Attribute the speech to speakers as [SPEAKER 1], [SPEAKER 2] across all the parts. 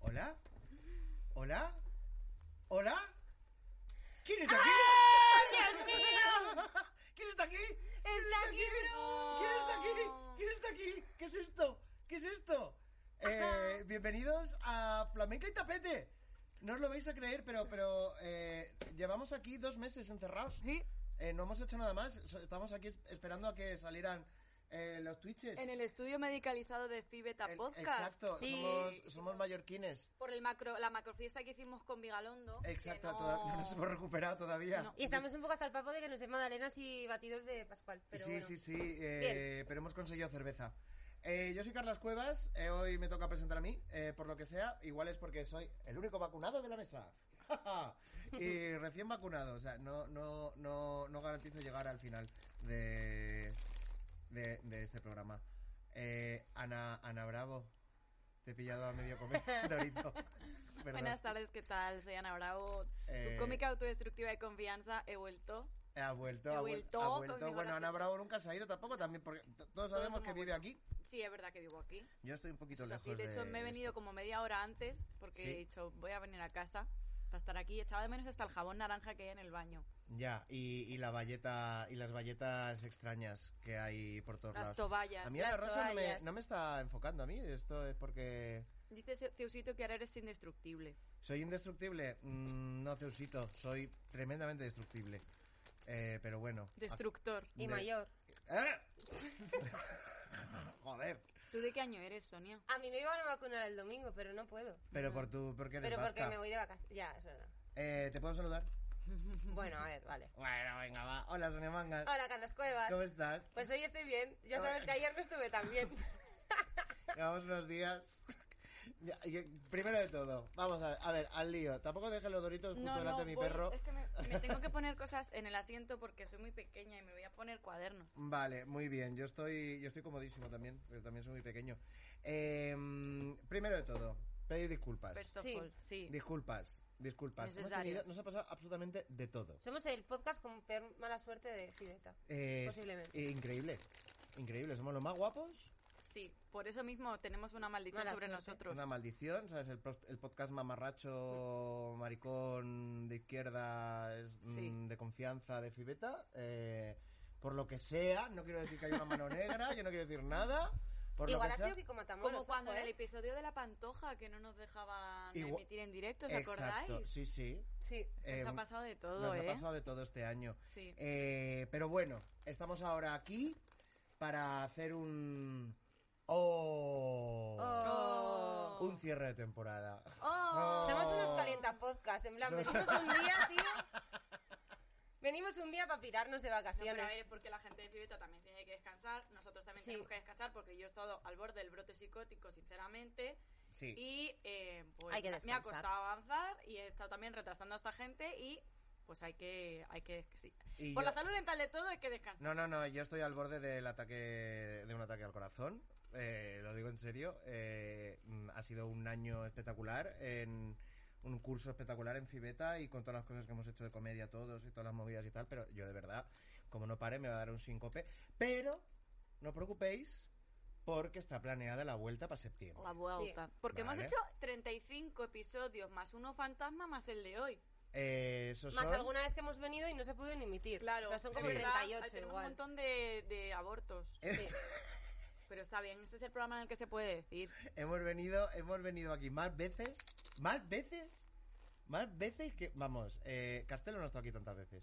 [SPEAKER 1] ¿Hola? ¿Hola? ¿Hola? ¿Quién está aquí?
[SPEAKER 2] Dios mío!
[SPEAKER 1] ¿Quién está aquí? ¿Quién
[SPEAKER 2] ¡Está aquí
[SPEAKER 1] ¿Quién está aquí? ¿Quién está aquí? ¿Qué es esto? ¿Qué es esto? Eh, bienvenidos a Flamenca y Tapete. No os lo vais a creer, pero, pero eh, llevamos aquí dos meses encerrados. Eh, no hemos hecho nada más. So- Estamos aquí es- esperando a que salieran eh, los twitches.
[SPEAKER 3] En el estudio medicalizado de Fibeta
[SPEAKER 1] El-
[SPEAKER 3] Podcast.
[SPEAKER 1] Exacto,
[SPEAKER 2] Sí.
[SPEAKER 1] somos, somos mallorquines.
[SPEAKER 3] Por el macro, la macrofiesta que hicimos con Vigalondo. que
[SPEAKER 1] Exacto,
[SPEAKER 3] no-
[SPEAKER 1] toda- no nos hemos recuperado todavía.
[SPEAKER 3] No.
[SPEAKER 2] Y estamos un poco hasta el papo de que nos den magdalenas y batidos de Pascual. Pero
[SPEAKER 1] sí,
[SPEAKER 2] bueno.
[SPEAKER 1] sí, sí, eh, pero hemos conseguido cerveza. Eh, yo soy Carlas Cuevas, eh, hoy me toca presentar a mí, eh, por lo que sea, igual es porque soy el único vacunado de la mesa. y recién vacunado, o sea, no, no, no, no garantizo llegar al final de, de, de este programa. Eh, Ana, Ana Bravo, te he pillado a medio comer, Dorito. Perdón.
[SPEAKER 3] Buenas tardes, ¿qué tal? Soy Ana Bravo.
[SPEAKER 1] Eh,
[SPEAKER 3] Tu cómica autodestructiva de confianza, he vuelto.
[SPEAKER 1] Ha vuelto,
[SPEAKER 3] He
[SPEAKER 1] ha
[SPEAKER 3] vuelto
[SPEAKER 1] vuelto, ha
[SPEAKER 3] con
[SPEAKER 1] vuelto.
[SPEAKER 3] mi
[SPEAKER 1] Bueno, Ana
[SPEAKER 3] corazón.
[SPEAKER 1] Bravo nunca se ha ido tampoco, también porque t- todos sabemos
[SPEAKER 3] somos
[SPEAKER 1] que vive aquí.
[SPEAKER 3] Sí, es verdad que vivo aquí.
[SPEAKER 1] Yo estoy un poquito
[SPEAKER 3] Eso es
[SPEAKER 1] lejos.
[SPEAKER 3] así. De hecho, me he venido
[SPEAKER 1] esto.
[SPEAKER 3] como media hora antes porque
[SPEAKER 1] Sí.
[SPEAKER 3] he dicho, voy a venir a casa para estar aquí. Echaba de menos hasta el jabón naranja que hay en el baño.
[SPEAKER 1] Ya, y, y la valleta, y las valletas extrañas que hay por todos
[SPEAKER 3] Las
[SPEAKER 1] lados.
[SPEAKER 3] toallas.
[SPEAKER 1] A mí Ana
[SPEAKER 2] Las
[SPEAKER 1] Rosa no me,
[SPEAKER 2] toallas.
[SPEAKER 1] no me está enfocando a mí, esto es porque
[SPEAKER 3] Dice Ce- Ceusito que ahora eres indestructible.
[SPEAKER 1] soy indestructible. Mm, no, Ceusito, soy tremendamente destructible. Eh, pero bueno.
[SPEAKER 3] Destructor.
[SPEAKER 2] Y
[SPEAKER 1] De-
[SPEAKER 2] mayor.
[SPEAKER 1] ¡Ah! Joder.
[SPEAKER 3] ¿Tú de qué año eres, Sonia?
[SPEAKER 2] A mí me iban a vacunar el domingo, pero no puedo.
[SPEAKER 1] Pero por tu, porque eres
[SPEAKER 2] Pero porque
[SPEAKER 1] vasca.
[SPEAKER 2] me voy de vacaciones. Ya, es verdad.
[SPEAKER 1] Eh, ¿Te puedo saludar?
[SPEAKER 2] Bueno, a ver, vale.
[SPEAKER 1] Bueno, venga, va. Hola, Sonia Manga.
[SPEAKER 2] Hola, Carlos Cuevas.
[SPEAKER 1] ¿Cómo estás?
[SPEAKER 2] Pues hoy estoy bien. Ya sabes que ayer no estuve tan bien.
[SPEAKER 1] Llevamos unos días. Ya, y- primero de todo, vamos a ver, a ver, al lío. Tampoco dejes los doritos justo delante de mi
[SPEAKER 3] voy-
[SPEAKER 1] perro.
[SPEAKER 3] Es que me, me tengo que poner cosas en el asiento porque soy muy pequeña y me voy a poner cuadernos.
[SPEAKER 1] Vale, muy bien. Yo estoy, yo estoy comodísimo también, pero también soy muy pequeño. Em, primero de todo, pedir disculpas.
[SPEAKER 3] First of
[SPEAKER 2] Sí.
[SPEAKER 3] all, sí.
[SPEAKER 1] Disculpas, disculpas. Hemos
[SPEAKER 3] Necesarias.
[SPEAKER 1] tenido- nos ha pasado absolutamente de todo.
[SPEAKER 2] Somos el podcast con peor mala suerte de Fideta.
[SPEAKER 1] Eh, es
[SPEAKER 2] Posiblemente.
[SPEAKER 1] increíble, increíble. Somos los más guapos.
[SPEAKER 3] Sí, por eso mismo tenemos una maldición
[SPEAKER 2] Mala
[SPEAKER 3] sobre
[SPEAKER 2] suerte.
[SPEAKER 3] nosotros.
[SPEAKER 1] Una maldición, ¿sabes? El, pros- el podcast mamarracho, maricón, de izquierda, es,
[SPEAKER 3] Sí.
[SPEAKER 1] mm, de confianza, de fibeta. eh, por lo que sea, no quiero decir que hay una mano negra, yo no quiero decir nada. Por
[SPEAKER 2] Igual
[SPEAKER 1] lo
[SPEAKER 2] ha
[SPEAKER 1] que sea.
[SPEAKER 2] sido que como Matamoros.
[SPEAKER 3] Como
[SPEAKER 2] ojo,
[SPEAKER 3] cuando en el
[SPEAKER 2] ¿eh?
[SPEAKER 3] episodio de la pantoja que no nos dejaban
[SPEAKER 1] Igua-
[SPEAKER 3] emitir en directo, ¿os acordáis?
[SPEAKER 1] Exacto, sí, sí.
[SPEAKER 2] Sí.
[SPEAKER 1] Eh,
[SPEAKER 3] nos ha pasado de todo,
[SPEAKER 1] nos
[SPEAKER 3] ¿eh?
[SPEAKER 1] ha pasado de todo este año.
[SPEAKER 3] Sí.
[SPEAKER 1] Eh, pero bueno, estamos ahora aquí para hacer un... ¡Oh!
[SPEAKER 2] Oh.
[SPEAKER 1] Un cierre de temporada.
[SPEAKER 3] ¡Oh!
[SPEAKER 2] Somos unos calientapodcast, en plan, venimos un día, tío. Venimos un día para pirarnos de
[SPEAKER 3] No, pero a
[SPEAKER 2] vacaciones.
[SPEAKER 3] ver, porque la gente de Fibeta también tiene que descansar, nosotros también
[SPEAKER 2] Sí.
[SPEAKER 3] tenemos que descansar porque yo he estado al borde del brote psicótico, sinceramente.
[SPEAKER 1] Sí.
[SPEAKER 3] Y eh, pues
[SPEAKER 2] Hay que
[SPEAKER 3] me- me ha
[SPEAKER 2] descansar.
[SPEAKER 3] costado avanzar y he estado también retrasando a esta gente y pues hay que... Hay que sí.
[SPEAKER 1] Y
[SPEAKER 3] Por
[SPEAKER 1] yo-
[SPEAKER 3] la salud mental de todo hay que descansar.
[SPEAKER 1] No, no, no, yo estoy al borde del ataque, de un ataque al corazón, eh, lo digo en serio, eh, mm, ha sido un año espectacular, en un curso espectacular en Fibeta y con todas las cosas que hemos hecho de comedia todos y todas las movidas y tal, pero yo de verdad, como no pare, me va a dar un síncope, pero no os preocupéis porque está planeada la vuelta para septiembre.
[SPEAKER 3] La vuelta. Porque
[SPEAKER 1] Vale.
[SPEAKER 3] hemos hecho 35 episodios, más uno fantasma, más el de hoy.
[SPEAKER 1] Eh, esos
[SPEAKER 2] Más
[SPEAKER 1] son-
[SPEAKER 2] alguna vez que hemos venido y no se pudo ni emitir.
[SPEAKER 3] Claro.
[SPEAKER 2] O sea, son como
[SPEAKER 1] Sí.
[SPEAKER 3] Ahí
[SPEAKER 2] 38
[SPEAKER 3] tenemos un
[SPEAKER 2] igual.
[SPEAKER 3] montón de, de abortos.
[SPEAKER 1] eh,
[SPEAKER 2] Sí.
[SPEAKER 3] Pero está bien, este es el programa en el que se puede decir.
[SPEAKER 1] Hemos venido, hemos venido aquí más veces, más veces, más veces que. Vamos, eh, Castelo no ha estado aquí tantas veces.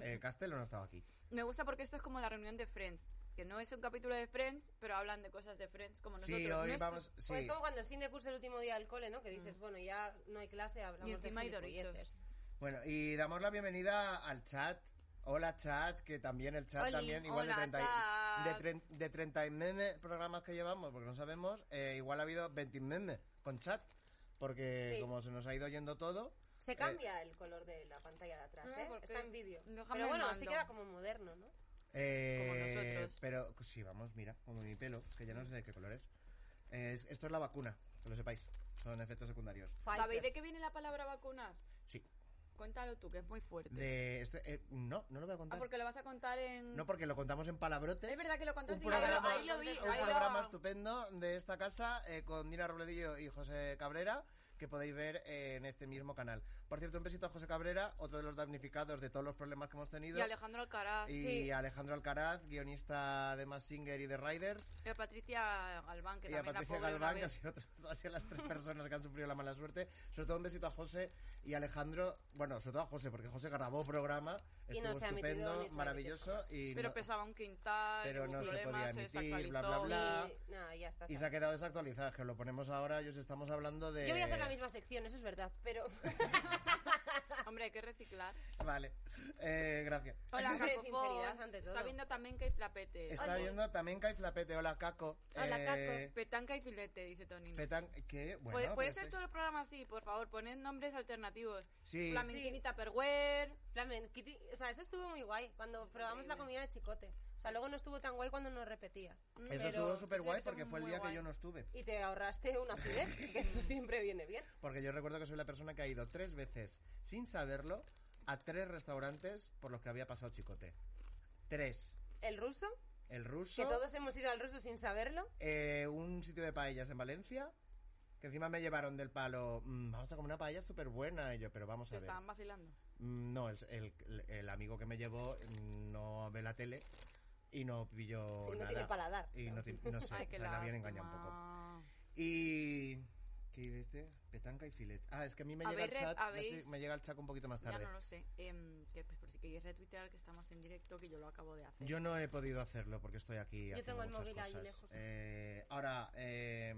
[SPEAKER 1] Eh, Castelo no ha estado aquí.
[SPEAKER 3] Me gusta porque esto es como la reunión de Friends. que no es un capítulo de Friends, pero hablan de cosas de Friends como nosotros.
[SPEAKER 1] Sí,
[SPEAKER 3] No
[SPEAKER 1] hoy
[SPEAKER 3] es-
[SPEAKER 1] vamos. Sí.
[SPEAKER 2] Pues es como cuando es fin de curso el último día del cole, ¿no? Que dices, bueno, ya no hay clase, hablamos
[SPEAKER 3] Mm. Y encima
[SPEAKER 2] de
[SPEAKER 3] hay Doritos.
[SPEAKER 2] gilipolleces.
[SPEAKER 1] Bueno, y damos la bienvenida al chat. Hola chat, que también el chat
[SPEAKER 2] Oli,
[SPEAKER 1] también, igual
[SPEAKER 2] hola,
[SPEAKER 1] de 30
[SPEAKER 2] chat.
[SPEAKER 1] de, tren- de 39 programas que llevamos, porque no sabemos, eh, igual ha habido 20 memes con chat, porque
[SPEAKER 2] Sí.
[SPEAKER 1] como se nos ha ido yendo todo,
[SPEAKER 2] Se cambia el color de la pantalla de atrás,
[SPEAKER 3] Ah,
[SPEAKER 2] ¿eh?
[SPEAKER 3] ¿por qué?
[SPEAKER 2] Está en vídeo.
[SPEAKER 3] Déjame
[SPEAKER 2] Pero bueno,
[SPEAKER 3] el
[SPEAKER 2] sí
[SPEAKER 3] mando.
[SPEAKER 2] queda como moderno, ¿no?
[SPEAKER 1] eh,
[SPEAKER 3] Como nosotros.
[SPEAKER 1] pero sí, vamos, mira, como mi pelo, que ya no sé de qué color es. Es- esto es la vacuna, que lo sepáis, son efectos secundarios.
[SPEAKER 3] ¿Sabéis
[SPEAKER 2] Pfizer.
[SPEAKER 3] de qué viene la palabra vacunar?
[SPEAKER 1] Sí.
[SPEAKER 3] Cuéntalo tú, que es muy fuerte.
[SPEAKER 1] De este- eh, no, no lo voy a
[SPEAKER 3] Ah,
[SPEAKER 1] contar.
[SPEAKER 3] porque lo vas a contar en...
[SPEAKER 1] No, porque lo contamos en palabrotes.
[SPEAKER 3] Es verdad que lo contaste
[SPEAKER 1] Un
[SPEAKER 3] y ahí lo-
[SPEAKER 1] programa-
[SPEAKER 3] ahí lo vi.
[SPEAKER 1] un
[SPEAKER 3] ahí lo-
[SPEAKER 1] programa estupendo de esta casa eh, con Nina Robledillo y José Cabrera que podéis ver eh, en este mismo canal. Por cierto, un besito a José Cabrera, otro de los damnificados de todos los problemas que hemos tenido.
[SPEAKER 3] Y Alejandro Alcaraz.
[SPEAKER 1] Y
[SPEAKER 2] Sí.
[SPEAKER 1] Alejandro Alcaraz, guionista de Mass Singer y de Riders.
[SPEAKER 3] Y a Patricia Galván, que
[SPEAKER 1] y a
[SPEAKER 3] también
[SPEAKER 1] Patricia
[SPEAKER 3] la pobre
[SPEAKER 1] Galván,
[SPEAKER 3] una
[SPEAKER 1] que ha
[SPEAKER 3] vez.
[SPEAKER 1] sido otra- ha sido las tres personas que han sufrido la mala suerte. Sobre todo un besito a José y Alejandro. Bueno, sobre todo a José, porque José grabó programa.
[SPEAKER 2] Y
[SPEAKER 1] estuvo
[SPEAKER 2] no se ha emitido pues,
[SPEAKER 1] estupendo,
[SPEAKER 2] ni se va a
[SPEAKER 1] maravilloso. Y
[SPEAKER 3] Pero
[SPEAKER 1] no-
[SPEAKER 3] pesaba un quintal,
[SPEAKER 1] Pero
[SPEAKER 3] hubo
[SPEAKER 1] no se
[SPEAKER 3] problemas,
[SPEAKER 1] podía emitir, bla, bla,
[SPEAKER 3] desactualizó.
[SPEAKER 1] bla. Ah.
[SPEAKER 2] Y nada, ya está.
[SPEAKER 1] Y
[SPEAKER 2] se
[SPEAKER 1] se ha quedado desactualizada, que lo ponemos ahora y os estamos hablando de...
[SPEAKER 2] Yo voy a hacer la misma sección, eso es verdad, pero...
[SPEAKER 3] Hombre, hay que reciclar.
[SPEAKER 1] Vale, Eh, gracias.
[SPEAKER 3] Hola,
[SPEAKER 2] Hombre,
[SPEAKER 3] Caco
[SPEAKER 2] sinceridad
[SPEAKER 3] Fox.
[SPEAKER 2] ante
[SPEAKER 3] Está
[SPEAKER 2] todo.
[SPEAKER 3] viendo también que hay flapete.
[SPEAKER 1] Está viendo también Kai Flapete, hola Caco.
[SPEAKER 2] Hola,
[SPEAKER 1] Eh,
[SPEAKER 3] Petanca y filete, dice Tony.
[SPEAKER 1] Petan, ¿qué? Bueno,
[SPEAKER 3] Puede, puede
[SPEAKER 1] pero pues
[SPEAKER 3] ser
[SPEAKER 1] estáis-
[SPEAKER 3] todo el programa así, por favor, poned nombres alternativos.
[SPEAKER 1] Sí.
[SPEAKER 3] Flamenquín
[SPEAKER 2] Sí.
[SPEAKER 3] y Tupperware.
[SPEAKER 2] Flamenquiti, o sea, eso estuvo muy guay cuando probamos la comida de chicote. O sea, luego no estuvo tan guay cuando nos repetía.
[SPEAKER 1] Eso
[SPEAKER 2] pero-
[SPEAKER 1] estuvo súper guay
[SPEAKER 3] sí,
[SPEAKER 1] porque
[SPEAKER 3] son
[SPEAKER 1] fue el
[SPEAKER 3] muy
[SPEAKER 1] día que
[SPEAKER 3] guay.
[SPEAKER 1] yo no estuve.
[SPEAKER 2] Y te ahorraste una acidez, que eso siempre viene bien.
[SPEAKER 1] Porque yo recuerdo que soy la persona que ha ido tres veces, sin saberlo, a tres restaurantes por los que había pasado Chicote. Tres.
[SPEAKER 2] El ruso,
[SPEAKER 1] El
[SPEAKER 2] que
[SPEAKER 1] ruso,
[SPEAKER 2] todos hemos ido al ruso sin saberlo.
[SPEAKER 1] eh, un sitio de paellas en Valencia, que encima me llevaron del palo, "Mm, vamos a comer una paella súper buena. Y yo, pero vamos a
[SPEAKER 3] Se
[SPEAKER 1] ver.
[SPEAKER 3] estaban vacilando.
[SPEAKER 1] Mm, No, el, el- el amigo que me llevó mm, no ve la tele y no pilló
[SPEAKER 2] Y no
[SPEAKER 1] nada.
[SPEAKER 2] tiene paladar.
[SPEAKER 1] Y no, tiene- no sé,
[SPEAKER 3] Ay,
[SPEAKER 1] o
[SPEAKER 3] qué
[SPEAKER 1] sea, le habían engañado un poco.
[SPEAKER 3] lástima.
[SPEAKER 1] Y... ¿Qué dice? este? Petanca y filet. Ah, es que a mí me llega
[SPEAKER 3] Habéis
[SPEAKER 1] el
[SPEAKER 3] re-
[SPEAKER 1] chat, me,
[SPEAKER 3] habéis-
[SPEAKER 1] estoy- me llega el chat un poquito más
[SPEAKER 3] Ya
[SPEAKER 1] tarde.
[SPEAKER 3] no lo sé. Em, que, pues, por si queréis retuitear que estamos en directo, que yo lo acabo de hacer.
[SPEAKER 1] Yo no he podido hacerlo porque estoy aquí
[SPEAKER 2] Yo
[SPEAKER 1] haciendo
[SPEAKER 2] tengo el
[SPEAKER 1] muchas
[SPEAKER 2] móvil ahí
[SPEAKER 1] cosas.
[SPEAKER 2] lejos.
[SPEAKER 1] Eh, ahora, eh,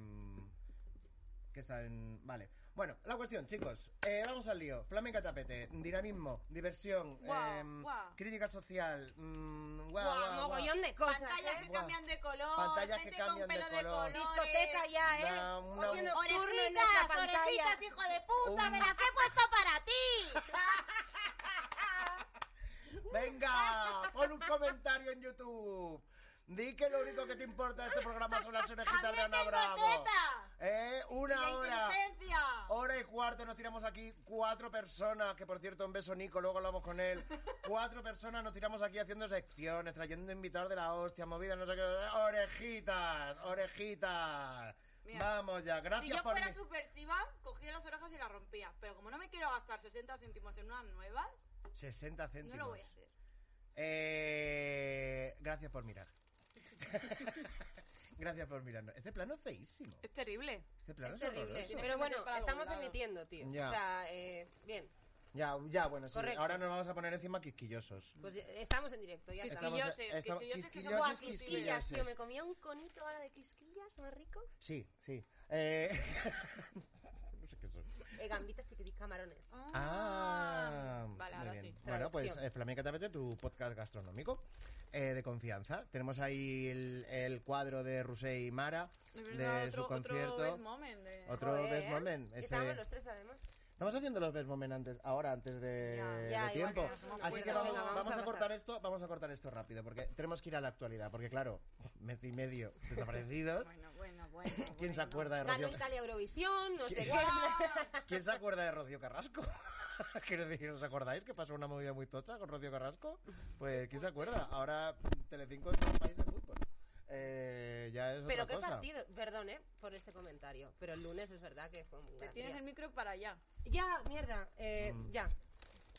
[SPEAKER 1] que está en... Vale. Bueno, la cuestión, chicos. Eh, vamos al lío. Flamenca tapete, dinamismo, diversión,
[SPEAKER 3] Guau,
[SPEAKER 1] em,
[SPEAKER 3] guau.
[SPEAKER 1] crítica social. mm, guau,
[SPEAKER 2] Guau,
[SPEAKER 1] guau, guau.
[SPEAKER 2] mogollón de cosas.
[SPEAKER 3] Pantallas que
[SPEAKER 2] ¿eh?
[SPEAKER 1] Guau.
[SPEAKER 3] cambian de color,
[SPEAKER 1] Pantallas que
[SPEAKER 3] gente
[SPEAKER 1] cambian
[SPEAKER 3] con
[SPEAKER 1] de
[SPEAKER 3] pelo de,
[SPEAKER 1] color.
[SPEAKER 3] colores.
[SPEAKER 2] Discoteca ya, ¿eh?
[SPEAKER 1] Da una-
[SPEAKER 2] Oye, nocturno en esa
[SPEAKER 3] Orejitas,
[SPEAKER 2] pantalla.
[SPEAKER 3] orejitas, hijo de puta,
[SPEAKER 1] Un-
[SPEAKER 3] me las he puesto para ti.
[SPEAKER 1] Venga, pon un comentario en YouTube. Di que lo único que te importa de este programa son las orejitas de
[SPEAKER 3] También
[SPEAKER 1] Ana
[SPEAKER 3] tengo
[SPEAKER 1] Bravo.
[SPEAKER 3] tetas.
[SPEAKER 1] Eh, una
[SPEAKER 3] ¡La
[SPEAKER 1] hora.
[SPEAKER 3] inteligencia!
[SPEAKER 1] Hora y cuarto, nos tiramos aquí cuatro personas, que por cierto, un beso Nico, luego hablamos con él. Cuatro personas nos tiramos aquí haciendo secciones, trayendo invitados de la hostia, movida, no sé qué. Orejitas, orejitas.
[SPEAKER 3] Mira,
[SPEAKER 1] Vamos ya,
[SPEAKER 3] Si
[SPEAKER 1] gracias
[SPEAKER 3] yo
[SPEAKER 1] por
[SPEAKER 3] fuera
[SPEAKER 1] venir.
[SPEAKER 3] subversiva, cogía las orejas y las rompía. Pero como no me quiero gastar 60 céntimos en unas nuevas,
[SPEAKER 1] 60 céntimos.
[SPEAKER 3] no lo voy a hacer.
[SPEAKER 1] Eh, gracias por mirar. gracias por mirarnos. Este plano es feísimo.
[SPEAKER 3] Es terrible.
[SPEAKER 1] Este plano
[SPEAKER 2] Es
[SPEAKER 1] es,
[SPEAKER 2] terrible.
[SPEAKER 1] horroroso.
[SPEAKER 2] Pero bueno,
[SPEAKER 3] Para algún
[SPEAKER 2] estamos
[SPEAKER 3] lado.
[SPEAKER 2] emitiendo, tío.
[SPEAKER 1] Ya.
[SPEAKER 2] O sea, eh, bien.
[SPEAKER 1] Ya, ya, bueno, sí,
[SPEAKER 2] Correcto.
[SPEAKER 1] ahora nos vamos a poner encima quisquillosos.
[SPEAKER 2] Pues ya- estamos en directo, ya está.
[SPEAKER 1] Estamos-
[SPEAKER 3] Quisquilloses,
[SPEAKER 1] estamos-
[SPEAKER 3] quisquilloses que
[SPEAKER 1] quisquillosos,
[SPEAKER 3] somos
[SPEAKER 2] Buah,
[SPEAKER 3] Estamos-
[SPEAKER 2] quisquillas, tío.
[SPEAKER 1] quisquilloses.
[SPEAKER 2] Me comía un conito ahora de quisquillas, más rico.
[SPEAKER 1] Sí, sí. Eh, no sé qué son.
[SPEAKER 2] Eh, gambitas chiquitis, camarones.
[SPEAKER 1] Ah,
[SPEAKER 3] Ah. Vale,
[SPEAKER 1] muy
[SPEAKER 3] ahora
[SPEAKER 1] bien.
[SPEAKER 3] sí.
[SPEAKER 1] Bueno, pues
[SPEAKER 2] Traducción.
[SPEAKER 1] eh, Flamenca Tapete, tu podcast gastronómico eh, de confianza. Tenemos ahí el, el cuadro de Rusey y Mara,
[SPEAKER 3] De
[SPEAKER 1] de
[SPEAKER 3] verdad,
[SPEAKER 1] su
[SPEAKER 3] otro,
[SPEAKER 1] concierto.
[SPEAKER 3] Otro best moment de-
[SPEAKER 1] Otro
[SPEAKER 2] Joder,
[SPEAKER 1] Best
[SPEAKER 2] ¿eh?
[SPEAKER 1] Moment.
[SPEAKER 2] Y
[SPEAKER 1] ese-
[SPEAKER 2] Estábamos los tres, además.
[SPEAKER 1] Estamos haciendo los best moment antes, ahora, antes de,
[SPEAKER 3] Ya,
[SPEAKER 1] de
[SPEAKER 2] ya, igual
[SPEAKER 1] tiempo.
[SPEAKER 2] se nos
[SPEAKER 1] Así
[SPEAKER 2] ocurre.
[SPEAKER 1] que vamos,
[SPEAKER 2] Venga, vamos
[SPEAKER 1] vamos
[SPEAKER 2] a
[SPEAKER 1] a,
[SPEAKER 2] pasar.
[SPEAKER 1] cortar esto, vamos a cortar esto rápido, porque tenemos que ir a la actualidad, porque claro, mes y medio desaparecidos.
[SPEAKER 3] Bueno, bueno, bueno.
[SPEAKER 1] ¿Quién se
[SPEAKER 3] bueno.
[SPEAKER 1] acuerda de
[SPEAKER 2] Ganó
[SPEAKER 1] Rocío?
[SPEAKER 2] Italia Eurovisión, no sé qué.
[SPEAKER 1] Ah. ¿Quién se acuerda de Rocío Carrasco? Quiero decir, ¿os acordáis que pasó una movida muy tocha con Rocío Carrasco? Pues ¿quién se acuerda? Ahora Telecinco es un país de fútbol. Eh, ya es
[SPEAKER 2] Pero
[SPEAKER 1] otra
[SPEAKER 2] qué
[SPEAKER 1] cosa.
[SPEAKER 2] partido. Perdón, eh, por este comentario. Pero el lunes es verdad que fue muy
[SPEAKER 3] Te
[SPEAKER 2] grande.
[SPEAKER 3] tienes el micro para allá.
[SPEAKER 2] Ya, mierda. eh,
[SPEAKER 1] Mm.
[SPEAKER 2] Ya.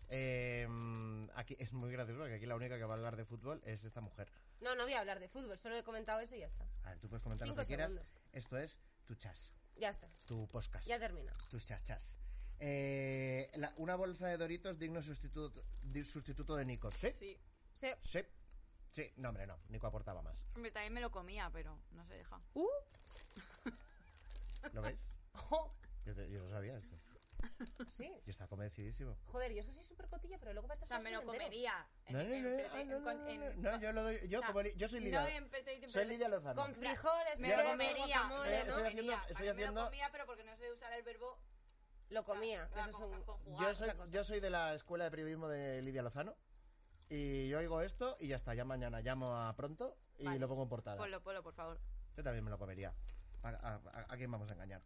[SPEAKER 1] Eh, mm, aquí es muy gracioso porque aquí la única que va a hablar de fútbol es esta mujer.
[SPEAKER 2] No, no voy a hablar de fútbol, solo he comentado eso y ya está.
[SPEAKER 1] A ver, tú puedes comentar lo
[SPEAKER 2] Cinco
[SPEAKER 1] que quieras.
[SPEAKER 2] segundos.
[SPEAKER 1] Esto es tu chas,
[SPEAKER 2] Ya está.
[SPEAKER 1] tu podcast.
[SPEAKER 2] Ya termina.
[SPEAKER 1] Tus chachas. Eh, la- una bolsa de Doritos digno sustituto, di- sustituto de Nico. ¿Sí?
[SPEAKER 3] Sí.
[SPEAKER 2] Se-
[SPEAKER 1] Sí. Sí, no, hombre, no. Nico aportaba más.
[SPEAKER 3] Hombre, también me lo comía, pero no se deja.
[SPEAKER 2] ¡Uh!
[SPEAKER 1] ¿Lo ves?
[SPEAKER 2] jo,
[SPEAKER 1] Yo, te- yo no sabía esto.
[SPEAKER 2] Sí.
[SPEAKER 1] Yo estaba convencidísimo.
[SPEAKER 2] Joder, yo eso soy súper cotilla, pero luego
[SPEAKER 3] O
[SPEAKER 2] para estas
[SPEAKER 3] sea,
[SPEAKER 2] cosas
[SPEAKER 3] me lo
[SPEAKER 2] me entero.
[SPEAKER 3] comería. en-
[SPEAKER 1] No, no,
[SPEAKER 3] en
[SPEAKER 1] no,
[SPEAKER 3] pete-
[SPEAKER 1] ah,
[SPEAKER 3] en
[SPEAKER 1] no, no,
[SPEAKER 3] con-
[SPEAKER 1] no,
[SPEAKER 3] en-
[SPEAKER 1] no, yo lo doy. Yo,
[SPEAKER 3] o sea,
[SPEAKER 1] como li- yo soy
[SPEAKER 3] no
[SPEAKER 1] Lidia.
[SPEAKER 3] en pete- en
[SPEAKER 1] soy
[SPEAKER 3] pete-
[SPEAKER 1] Lidia Lozano.
[SPEAKER 2] Con frijoles,
[SPEAKER 3] Me
[SPEAKER 2] queso,
[SPEAKER 3] lo comería.
[SPEAKER 2] guacamole,
[SPEAKER 1] Eh,
[SPEAKER 3] me lo
[SPEAKER 1] estoy
[SPEAKER 2] ¿no?
[SPEAKER 3] comería.
[SPEAKER 1] haciendo- estoy
[SPEAKER 3] Para mí Me
[SPEAKER 1] haciendo-
[SPEAKER 3] lo comía, pero porque no sé usar el verbo.
[SPEAKER 2] Lo comía.
[SPEAKER 3] para
[SPEAKER 2] Eso es un...
[SPEAKER 3] conjugar,
[SPEAKER 1] Yo soy,
[SPEAKER 3] otra cosa.
[SPEAKER 1] yo soy de la escuela de periodismo de Lidia Lozano. Y yo oigo esto y ya está. Ya mañana llamo a pronto y
[SPEAKER 3] Vale. Pues
[SPEAKER 1] lo pongo en portada.
[SPEAKER 3] Ponlo, ponlo, por favor.
[SPEAKER 1] Yo también me lo comería. ¿A, a- a- a quién vamos a engañar?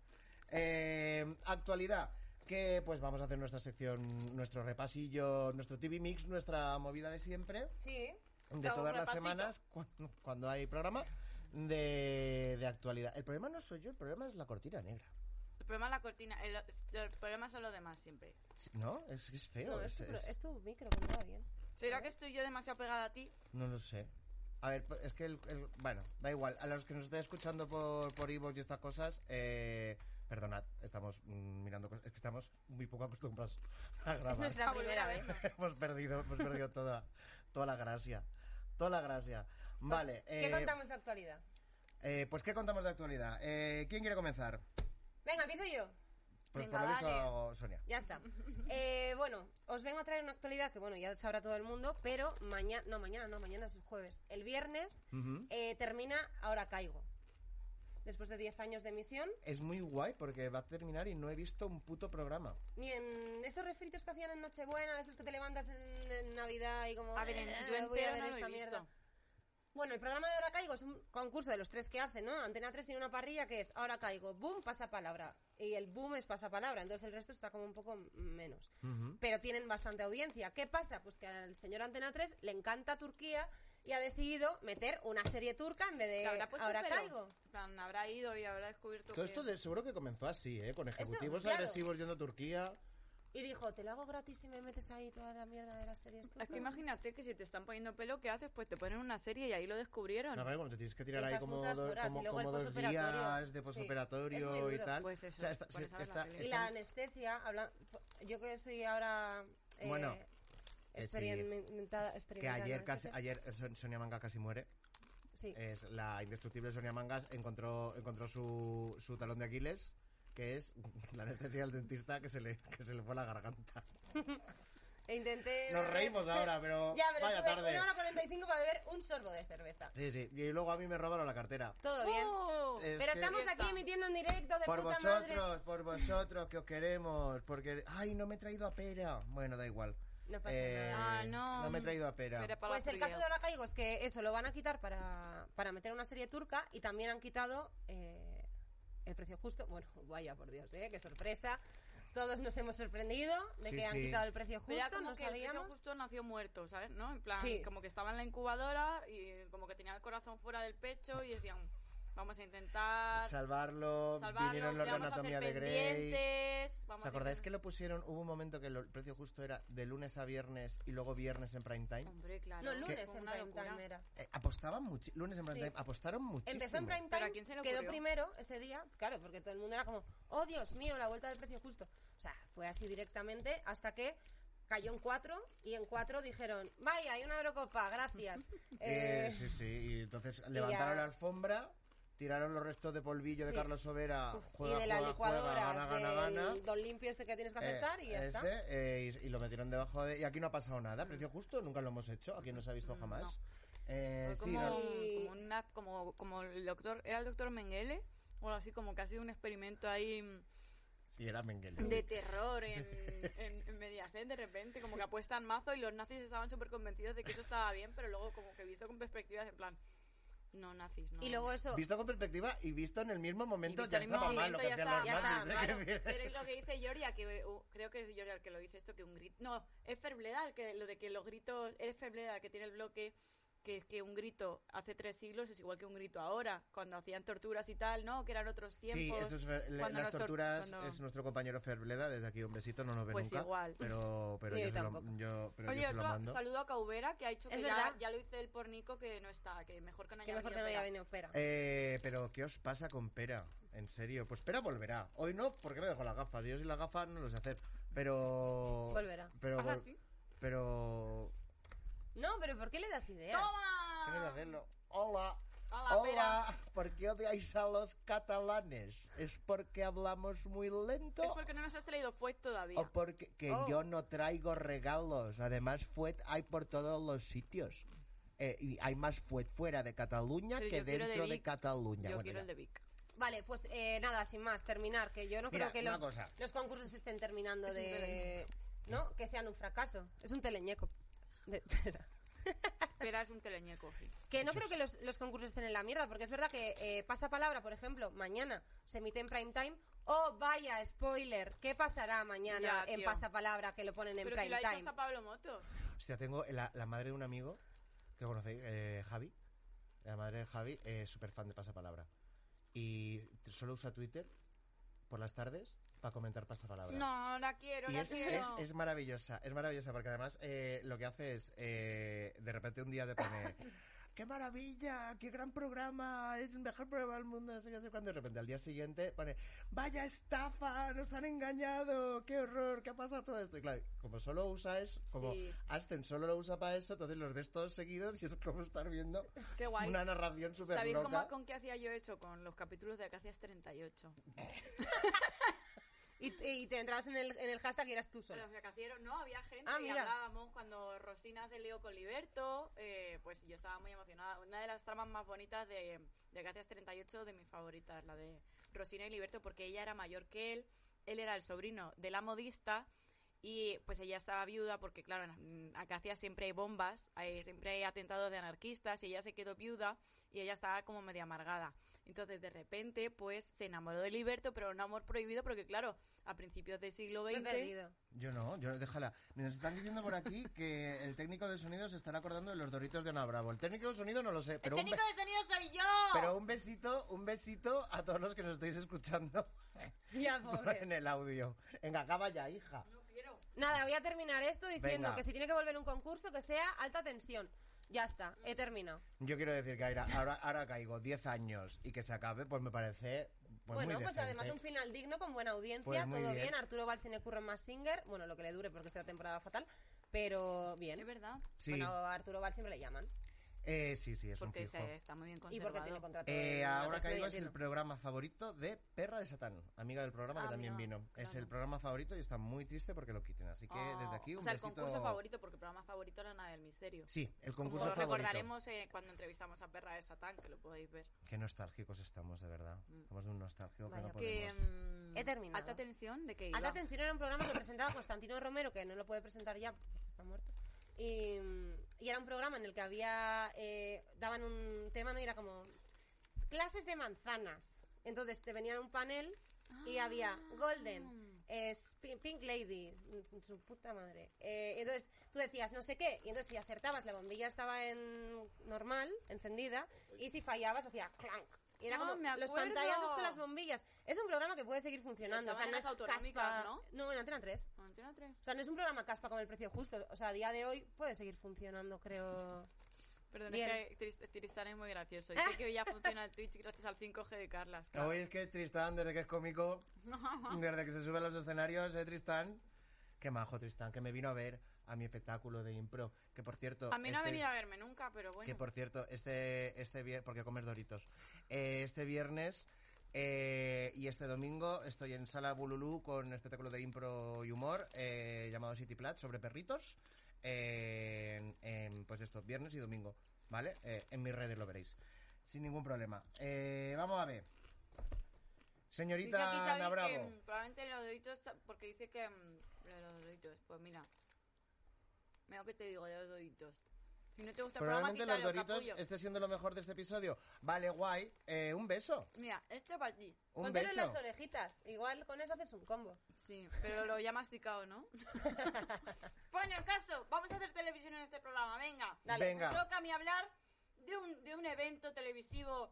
[SPEAKER 1] Eh, actualidad. Que pues vamos a hacer nuestra sección, nuestro repasillo, nuestro TV Mix, nuestra movida de siempre.
[SPEAKER 2] Sí.
[SPEAKER 1] de
[SPEAKER 3] Hago un
[SPEAKER 1] todas las
[SPEAKER 3] repasito.
[SPEAKER 1] semanas cuando, cuando hay programa de, de actualidad. El problema no soy yo, el problema es la cortina negra.
[SPEAKER 3] El problema es la cortina. El, el problema son los demás siempre.
[SPEAKER 1] ¿No? Es, es feo.
[SPEAKER 2] No, es,
[SPEAKER 1] es-
[SPEAKER 2] tu, pro-
[SPEAKER 1] es-
[SPEAKER 2] es tu micro que no va bien. Pues,
[SPEAKER 3] ¿Será que estoy yo demasiado pegada a ti?
[SPEAKER 1] No lo sé. A ver, pues, es que el, el- Bueno, da igual. A los que nos estén escuchando por, por iVoox y estas cosas, eh, perdonad, estamos mm, mirando cosas. Es que estamos muy poco acostumbrados a grabar.
[SPEAKER 2] Es nuestra
[SPEAKER 3] A volver a
[SPEAKER 2] primera vez.
[SPEAKER 3] vernos.
[SPEAKER 1] hemos perdido, hemos perdido toda, toda la gracia. Toda la gracia. Vale.
[SPEAKER 2] Pues, ¿Qué
[SPEAKER 1] eh,
[SPEAKER 2] contamos de actualidad?
[SPEAKER 1] eh, pues, ¿qué contamos de actualidad? Eh, ¿Quién quiere comenzar?
[SPEAKER 2] Venga, empiezo yo.
[SPEAKER 1] Pues
[SPEAKER 3] Venga,
[SPEAKER 1] por lo visto,
[SPEAKER 3] dale.
[SPEAKER 1] Sonia.
[SPEAKER 2] Ya está. Eh, bueno, os vengo a traer una actualidad que, bueno, ya sabrá todo el mundo, pero mañana, no, mañana no, mañana es jueves. El viernes
[SPEAKER 1] Ujú.
[SPEAKER 2] eh, termina Ahora Caigo. Después de 10 años de emisión,
[SPEAKER 1] Es muy guay porque va a terminar y no he visto un puto programa.
[SPEAKER 2] ni en esos refritos que hacían en Nochebuena, de esos que te levantas en, en Navidad y como.
[SPEAKER 3] A ver, en-
[SPEAKER 2] "Eh,
[SPEAKER 3] yo
[SPEAKER 2] voy a
[SPEAKER 3] entero
[SPEAKER 2] ver
[SPEAKER 3] no lo
[SPEAKER 2] esta
[SPEAKER 3] he
[SPEAKER 2] mierda.
[SPEAKER 3] visto.
[SPEAKER 2] Bueno, el programa de Ahora Caigo es un concurso de los tres que hacen, ¿no? Antena 3 tiene una parrilla que es Ahora Caigo, boom, pasapalabra. Y el boom es pasapalabra, entonces el resto está como un poco menos. Pero tienen bastante audiencia. ¿Qué pasa? Pues que al señor Antena 3 le encanta Turquía y ha decidido meter una serie turca en vez
[SPEAKER 3] ¿Se
[SPEAKER 2] de
[SPEAKER 3] habrá puesto
[SPEAKER 2] Eh, Ahora
[SPEAKER 3] pelo?
[SPEAKER 2] Caigo.
[SPEAKER 3] En plan, habrá ido y habrá descubierto
[SPEAKER 1] Todo
[SPEAKER 3] que-
[SPEAKER 1] esto de- seguro que comenzó así, ¿eh? Con ejecutivos
[SPEAKER 2] claro.
[SPEAKER 1] agresivos yendo a Turquía.
[SPEAKER 2] Y dijo, te lo hago gratis y me metes ahí toda la mierda de las series turcas.
[SPEAKER 3] Es que imagínate que si te están poniendo pelo, ¿qué haces? Pues te ponen una serie y ahí lo descubrieron.
[SPEAKER 1] No, claro, como te tienes que tirar ahí
[SPEAKER 2] Esas
[SPEAKER 1] como,
[SPEAKER 2] muchas
[SPEAKER 1] do-
[SPEAKER 2] horas,
[SPEAKER 1] como,
[SPEAKER 2] y luego el
[SPEAKER 1] como dos
[SPEAKER 2] posoperatorio.
[SPEAKER 1] días de
[SPEAKER 2] Sí,
[SPEAKER 1] posoperatorio
[SPEAKER 2] es muy
[SPEAKER 1] y
[SPEAKER 2] duro.
[SPEAKER 1] tal.
[SPEAKER 3] Pues eso,
[SPEAKER 1] está-
[SPEAKER 3] pones a ver la
[SPEAKER 1] está-
[SPEAKER 3] tele.
[SPEAKER 2] Y
[SPEAKER 1] está-
[SPEAKER 2] la anestesia, habla... yo que soy ahora... eh,
[SPEAKER 1] Bueno, eh, sí.
[SPEAKER 2] experimentada,
[SPEAKER 1] que
[SPEAKER 2] experimentada en
[SPEAKER 1] ayer, casi, eh,
[SPEAKER 2] anestesia.
[SPEAKER 1] ayer Son- Sonia Manga casi muere.
[SPEAKER 2] Sí.
[SPEAKER 1] Es la indestructible Sonia Mangas encontró, encontró su, su talón de Aquiles, que es la anestesia del dentista que se le, que se le fue a la garganta.
[SPEAKER 2] E intenté.
[SPEAKER 1] Nos reímos ahora, pero,
[SPEAKER 2] Ya, pero
[SPEAKER 1] vaya
[SPEAKER 2] estuve
[SPEAKER 1] tarde.
[SPEAKER 2] una hora 45 para beber un sorbo de cerveza.
[SPEAKER 1] Sí, sí. Y luego a mí me robaron la cartera.
[SPEAKER 2] Todo bien.
[SPEAKER 3] ¡Oh!
[SPEAKER 1] Es
[SPEAKER 2] pero
[SPEAKER 1] que-
[SPEAKER 2] estamos
[SPEAKER 3] Ya
[SPEAKER 2] aquí
[SPEAKER 3] está.
[SPEAKER 2] emitiendo en directo de
[SPEAKER 1] Este- Por
[SPEAKER 2] puta
[SPEAKER 1] vosotros,
[SPEAKER 2] madre.
[SPEAKER 1] por vosotros, que os queremos. Porque, ay, no me he traído a pera. Bueno, da igual.
[SPEAKER 2] No pasa
[SPEAKER 1] eh,
[SPEAKER 3] nada. Ah, no.
[SPEAKER 1] me he traído a pera.
[SPEAKER 3] Espera, para la
[SPEAKER 2] Pues el
[SPEAKER 3] fría.
[SPEAKER 2] caso de ahora caigo es que eso lo van a quitar para, para meter una serie turca y también han quitado eh, el precio justo. Bueno, vaya por Dios, ¿eh? qué sorpresa. Todos nos hemos sorprendido de
[SPEAKER 1] Sí,
[SPEAKER 2] que han
[SPEAKER 1] sí.
[SPEAKER 2] quitado el precio
[SPEAKER 3] Pero era
[SPEAKER 2] justo,
[SPEAKER 3] como
[SPEAKER 2] no
[SPEAKER 3] que el Pito
[SPEAKER 2] sabíamos.
[SPEAKER 3] justo nació muerto, ¿sabes? ¿No? En plan,
[SPEAKER 2] Sí.
[SPEAKER 3] como que estaba en la incubadora y como que tenía el corazón fuera del pecho y decían, vamos a intentar
[SPEAKER 1] Salvarlo,
[SPEAKER 3] salvarlo,
[SPEAKER 1] vinieron los
[SPEAKER 3] ¿qué
[SPEAKER 1] de
[SPEAKER 3] vamos a
[SPEAKER 1] Anatomía de
[SPEAKER 3] hacer
[SPEAKER 1] Grey.
[SPEAKER 3] pendientes, vamos
[SPEAKER 1] ¿Os
[SPEAKER 3] a
[SPEAKER 1] acordáis que
[SPEAKER 3] intentar-".
[SPEAKER 1] lo pusieron? Hubo un momento que lo- el precio justo era de lunes a viernes y luego viernes en prime time.
[SPEAKER 3] Hombre, claro.
[SPEAKER 2] No, lunes
[SPEAKER 3] fue
[SPEAKER 2] en
[SPEAKER 3] una
[SPEAKER 2] prime
[SPEAKER 3] locura.
[SPEAKER 2] time era.
[SPEAKER 1] Eh, apostaban mucho. Lunes en prime
[SPEAKER 2] Sí.
[SPEAKER 1] time. Apostaron muchísimo.
[SPEAKER 2] Empezó en prime
[SPEAKER 3] Pero ¿a
[SPEAKER 2] time,
[SPEAKER 3] quién se le
[SPEAKER 2] quedó
[SPEAKER 3] ocurrió?
[SPEAKER 2] primero ese día, claro, porque todo el mundo era como, oh Dios mío, la vuelta del precio justo. O sea, fue así directamente hasta que cayó en cuatro y en cuatro dijeron, vaya, hay una Eurocopa, gracias.
[SPEAKER 1] Eh,
[SPEAKER 2] Eh,
[SPEAKER 1] sí, sí. Y entonces levantaron
[SPEAKER 2] ya.
[SPEAKER 1] la alfombra, tiraron los restos de polvillo de
[SPEAKER 2] Sí.
[SPEAKER 1] Carlos Sobera.
[SPEAKER 2] uf,
[SPEAKER 1] juega,
[SPEAKER 2] y de la
[SPEAKER 1] juega, juega,
[SPEAKER 2] licuadora,
[SPEAKER 1] gana, gana, gana.
[SPEAKER 2] del don limpio este que tienes que
[SPEAKER 1] Eh,
[SPEAKER 2] aceptar y ya
[SPEAKER 1] este,
[SPEAKER 2] está.
[SPEAKER 1] eh, y, y lo metieron debajo de... Y aquí no ha pasado nada, precio justo, nunca lo hemos hecho, aquí no se ha
[SPEAKER 2] Mm,
[SPEAKER 1] visto jamás. Eh,
[SPEAKER 3] Fue
[SPEAKER 2] Pues
[SPEAKER 1] sí,
[SPEAKER 3] como,
[SPEAKER 1] no-
[SPEAKER 3] como una- como- como el doctor, era el doctor Mengele, o algo así, como que ha sido un experimento ahí mm,
[SPEAKER 1] sí, era Mengele.
[SPEAKER 3] de terror en, en, en Mediaset de repente, como que apuestan mazo y los nazis estaban súper convencidos de que eso estaba bien, pero luego como que visto con perspectivas en plan, no nazis, no.
[SPEAKER 2] Y luego eso,
[SPEAKER 1] Visto con perspectiva y visto en el mismo momento,
[SPEAKER 3] visto
[SPEAKER 1] ya
[SPEAKER 3] en el mismo
[SPEAKER 1] estaba mal lo que
[SPEAKER 3] momento,
[SPEAKER 1] hacían
[SPEAKER 3] ya
[SPEAKER 1] los
[SPEAKER 3] está-
[SPEAKER 2] ya
[SPEAKER 1] nazis,
[SPEAKER 2] está,
[SPEAKER 1] ¿eh? Quiero
[SPEAKER 2] claro.
[SPEAKER 1] decir,
[SPEAKER 3] Pero es lo que dice Georgia, que uh, creo que es Georgia el que lo dice esto, que un grito... No, es Ferbleda el que, lo de que los gritos... Es Ferbleda el que tiene el bloque, que es que un grito hace tres siglos es igual que un grito ahora, cuando hacían torturas y tal, ¿no? Que eran otros
[SPEAKER 1] Sí,
[SPEAKER 3] tiempos.
[SPEAKER 1] eso es ver- le-
[SPEAKER 3] cuando
[SPEAKER 1] las
[SPEAKER 3] nos tor-
[SPEAKER 1] torturas
[SPEAKER 3] cuando-
[SPEAKER 1] es nuestro compañero Ferbleda, desde aquí un besito, no nos ve
[SPEAKER 3] Pues
[SPEAKER 1] nunca.
[SPEAKER 3] igual.
[SPEAKER 1] Pero, pero
[SPEAKER 2] Ni
[SPEAKER 1] yo,
[SPEAKER 2] yo
[SPEAKER 1] se lo,
[SPEAKER 2] tampoco.
[SPEAKER 1] yo- pero
[SPEAKER 3] Oye,
[SPEAKER 1] yo se lo
[SPEAKER 3] otro
[SPEAKER 1] mando.
[SPEAKER 3] saludo a Caubera, que ha dicho
[SPEAKER 2] Es
[SPEAKER 3] que
[SPEAKER 2] verdad.
[SPEAKER 3] ya, ya lo dice el pornico, que no está, que mejor que no
[SPEAKER 2] que
[SPEAKER 3] haya
[SPEAKER 2] mejor que
[SPEAKER 3] venido,
[SPEAKER 2] no haya
[SPEAKER 3] pero-
[SPEAKER 2] venido Pera.
[SPEAKER 1] Eh, pero, ¿qué os pasa con Pera? En serio, pues Pera volverá. Hoy no, porque me dejo las gafas. Yo sin las gafas no lo sé hacer. Pero.
[SPEAKER 2] Volverá.
[SPEAKER 1] Pero.
[SPEAKER 3] Haz
[SPEAKER 1] vol-
[SPEAKER 3] así.
[SPEAKER 1] Pero.
[SPEAKER 2] No, pero ¿por qué le das ideas?
[SPEAKER 3] ¡Toma!
[SPEAKER 1] tienes que hacerlo. Hola.
[SPEAKER 3] Hola,
[SPEAKER 1] Hola. ¿Por qué odiáis a los catalanes? ¿Es porque hablamos muy lento?
[SPEAKER 3] Es porque no nos has traído fuet todavía.
[SPEAKER 1] O porque que
[SPEAKER 2] Oh.
[SPEAKER 1] yo no traigo regalos. Además, fuet hay por todos los sitios. Eh, y hay más fuet fuera de Cataluña
[SPEAKER 3] Pero
[SPEAKER 1] que
[SPEAKER 3] yo quiero
[SPEAKER 1] dentro de,
[SPEAKER 3] Vic.
[SPEAKER 1] Cataluña.
[SPEAKER 3] Yo
[SPEAKER 1] Bueno,
[SPEAKER 3] quiero
[SPEAKER 1] ya.
[SPEAKER 3] el de Vic.
[SPEAKER 2] Vale, pues eh, nada, sin más, terminar, que yo no
[SPEAKER 1] Mira,
[SPEAKER 2] creo que
[SPEAKER 1] una
[SPEAKER 2] los,
[SPEAKER 1] cosa.
[SPEAKER 2] los concursos estén terminando
[SPEAKER 3] Es un
[SPEAKER 2] de...
[SPEAKER 3] teleñeco.
[SPEAKER 2] ¿No? Que sean un fracaso. Es un teleñeco. De-
[SPEAKER 3] Espera, es un teleñeco, sí.
[SPEAKER 2] que no creo que los, los concursos estén en la mierda, porque es verdad que eh, pasa palabra, por ejemplo, mañana se emite en prime time. Oh, vaya, spoiler, ¿qué pasará
[SPEAKER 3] Ya,
[SPEAKER 2] mañana en
[SPEAKER 3] tío.
[SPEAKER 2] pasapalabra que lo ponen en
[SPEAKER 3] Pero si
[SPEAKER 2] prime
[SPEAKER 3] la hizo
[SPEAKER 2] time?
[SPEAKER 3] hasta Pablo Motos.
[SPEAKER 1] Hostia, tengo la, la madre de un amigo que conocéis, eh, Javi. La madre de Javi es súper fan de Pasapalabra. Y t- solo usa Twitter por las tardes para comentar Pasapalabra.
[SPEAKER 3] No, la quiero,
[SPEAKER 1] Y
[SPEAKER 3] la
[SPEAKER 1] es, es,
[SPEAKER 3] quiero.
[SPEAKER 1] es maravillosa, es maravillosa porque además eh, lo que hace es, eh, de repente un día te pone, ¡qué maravilla! ¡Qué gran programa! Es el mejor programa del mundo, no sé qué, no sé cuándo. De repente al día siguiente pone, ¡vaya estafa! ¡Nos han engañado! ¡Qué horror! ¿Qué ha pasado todo esto? Y claro, como solo usa es, como
[SPEAKER 3] Sí.
[SPEAKER 1] Asten solo lo usa para eso, entonces los ves todos seguidos y es como estar viendo
[SPEAKER 3] Qué guay.
[SPEAKER 1] una narración súper
[SPEAKER 3] ¿Sabéis
[SPEAKER 1] loca.
[SPEAKER 3] cómo, con qué hacía yo eso? Con los capítulos de Acacias 38.
[SPEAKER 2] Y, y te entrabas en el, en el hashtag y eras tú sola.
[SPEAKER 3] Los acacieros, no, había gente
[SPEAKER 2] Ah,
[SPEAKER 3] y
[SPEAKER 2] mira.
[SPEAKER 3] hablábamos cuando Rosina se lió con Liberto, eh, pues yo estaba muy emocionada. Una de las tramas más bonitas de, de Gracias 38, de mis favoritas, la de Rosina y Liberto, porque ella era mayor que él, él era el sobrino de la modista y pues ella estaba viuda porque claro, en Acacias siempre hay bombas, hay- siempre hay atentados de anarquistas y ella se quedó viuda y ella estaba como medio amargada. Entonces de repente pues se enamoró de Liberto, pero un amor prohibido porque claro, a principios del siglo
[SPEAKER 2] Me he
[SPEAKER 3] XX...
[SPEAKER 2] perdido.
[SPEAKER 1] Yo no, yo déjala. Nos están diciendo por aquí que el técnico de sonido se estará acordando de los Doritos de Ana Bravo. El técnico de sonido no lo sé, pero,
[SPEAKER 3] ¡El
[SPEAKER 1] un, be-
[SPEAKER 3] técnico de sonido soy yo!
[SPEAKER 1] pero un besito, un besito a todos los que nos estáis escuchando
[SPEAKER 2] Ya, pobres.
[SPEAKER 1] en el audio. Venga, acaba ya, hija.
[SPEAKER 3] No quiero.
[SPEAKER 2] Nada, voy a terminar esto diciendo
[SPEAKER 1] Venga.
[SPEAKER 2] que si tiene que volver un concurso, que sea alta tensión. Ya está, he terminado.
[SPEAKER 1] Yo quiero decir que ahora, ahora, ahora caigo 10 años y que se acabe, pues me parece pues,
[SPEAKER 2] bueno,
[SPEAKER 1] muy
[SPEAKER 2] pues
[SPEAKER 1] decente.
[SPEAKER 2] además un final digno, con buena audiencia,
[SPEAKER 1] Pues muy
[SPEAKER 2] todo bien.
[SPEAKER 1] bien.
[SPEAKER 2] Arturo Balcine Curro más Singer, bueno, lo que le dure porque esta temporada va fatal, pero bien.
[SPEAKER 3] Es verdad.
[SPEAKER 1] Sí,
[SPEAKER 2] Bueno, a Arturo Val siempre le llaman.
[SPEAKER 1] eh, sí, sí, es
[SPEAKER 3] Porque
[SPEAKER 1] un
[SPEAKER 3] se-
[SPEAKER 1] fijo.
[SPEAKER 3] está muy bien
[SPEAKER 2] Y porque tiene
[SPEAKER 3] conservado.
[SPEAKER 2] contrato.
[SPEAKER 1] Eh,
[SPEAKER 2] en la
[SPEAKER 1] ahora
[SPEAKER 2] Disney,
[SPEAKER 1] caigo es el
[SPEAKER 2] entiendo.
[SPEAKER 1] programa favorito de Perra de Satán, amiga del programa que
[SPEAKER 3] Ah,
[SPEAKER 1] también
[SPEAKER 3] mira,
[SPEAKER 1] vino. Es
[SPEAKER 3] claro.
[SPEAKER 1] el programa favorito y está muy triste porque lo quiten. Así que
[SPEAKER 3] Ah,
[SPEAKER 1] desde aquí un
[SPEAKER 3] O sea, el
[SPEAKER 1] besito.
[SPEAKER 3] concurso favorito, porque el programa favorito era Nada del Misterio.
[SPEAKER 1] Sí, el
[SPEAKER 3] Como
[SPEAKER 1] concurso
[SPEAKER 3] lo
[SPEAKER 1] favorito.
[SPEAKER 3] recordaremos eh, cuando entrevistamos a Perra de Satán, que lo podéis ver.
[SPEAKER 1] Qué nostálgicos estamos, de verdad. Estamos de un nostálgico
[SPEAKER 2] Vaya,
[SPEAKER 1] que no
[SPEAKER 3] Mm. Que,
[SPEAKER 1] podemos.
[SPEAKER 3] mm,
[SPEAKER 2] He terminado.
[SPEAKER 3] Alta tensión de que iba.
[SPEAKER 2] Alta tensión era un programa que presentaba Constantino Romero, que no lo puede presentar ya porque está muerto. Y, y era un programa en el que había. eh, daban un tema, ¿no? Y era como. Clases de manzanas. Entonces te venían un panel y
[SPEAKER 3] Ah.
[SPEAKER 2] había Golden, es Pi- Pink Lady, su- su puta madre. Eh, entonces tú decías no sé qué, y entonces si acertabas la bombilla estaba en normal, encendida, y si fallabas hacía clank. Y era
[SPEAKER 3] Ah,
[SPEAKER 2] como
[SPEAKER 3] me
[SPEAKER 2] los
[SPEAKER 3] acuerdo.
[SPEAKER 2] pantallazos con las bombillas. Es un programa que puede seguir funcionando. O sea,
[SPEAKER 3] Estaban
[SPEAKER 2] no es
[SPEAKER 3] en las
[SPEAKER 2] caspa.
[SPEAKER 3] autonómicas,
[SPEAKER 2] ¿no?
[SPEAKER 3] ¿no?
[SPEAKER 2] en Antena 3.
[SPEAKER 3] Antena tres.
[SPEAKER 2] O sea, no es un programa caspa con el precio justo. O sea, a día de hoy puede seguir funcionando, creo.
[SPEAKER 3] Perdón,
[SPEAKER 2] Bien.
[SPEAKER 3] es que Tris- Tristán es muy gracioso. Dice que hoy ya funciona el Twitch gracias al 5G de Carlas. claro.
[SPEAKER 1] Hoy es que Tristán, desde que es cómico, desde que se sube a los escenarios, ¿eh, Tristán? Qué majo, Tristán, que me vino a ver a mi espectáculo de impro. Que por cierto.
[SPEAKER 3] A mí no ha
[SPEAKER 1] este-
[SPEAKER 3] venido a verme nunca, pero bueno.
[SPEAKER 1] Que por cierto, este, este viernes, porque comer doritos, Eh, este viernes eh, y este domingo estoy en Sala Bululú con un espectáculo de impro y humor eh, llamado City Plat sobre perritos. eh, en- en, pues estos viernes y domingo, ¿vale? Eh, en mis redes lo veréis, sin ningún problema. Eh, vamos a ver.
[SPEAKER 3] Dice aquí,
[SPEAKER 1] Señorita
[SPEAKER 3] ¿sabéis
[SPEAKER 1] Ana
[SPEAKER 3] que,
[SPEAKER 1] Bravo.
[SPEAKER 3] mm, probablemente los doritos, ta- porque dice que mm, los doritos, pues mira, mira lo que te digo de los doritos. Si no te gusta el programa,
[SPEAKER 1] Probablemente los
[SPEAKER 3] quítalo,
[SPEAKER 1] doritos
[SPEAKER 3] capullo.
[SPEAKER 1] esté siendo lo mejor de este episodio. Vale, guay. Eh, un beso.
[SPEAKER 3] Mira, esto es para ti.
[SPEAKER 1] Un
[SPEAKER 2] Póntelo en
[SPEAKER 1] beso.
[SPEAKER 2] las orejitas. Igual con eso haces un combo.
[SPEAKER 3] Sí, pero lo ya masticado, ¿no? bueno, el caso, vamos a hacer televisión en este programa, venga.
[SPEAKER 2] Dale.
[SPEAKER 3] Me
[SPEAKER 1] Venga.
[SPEAKER 3] toca a mí hablar de un, de un evento televisivo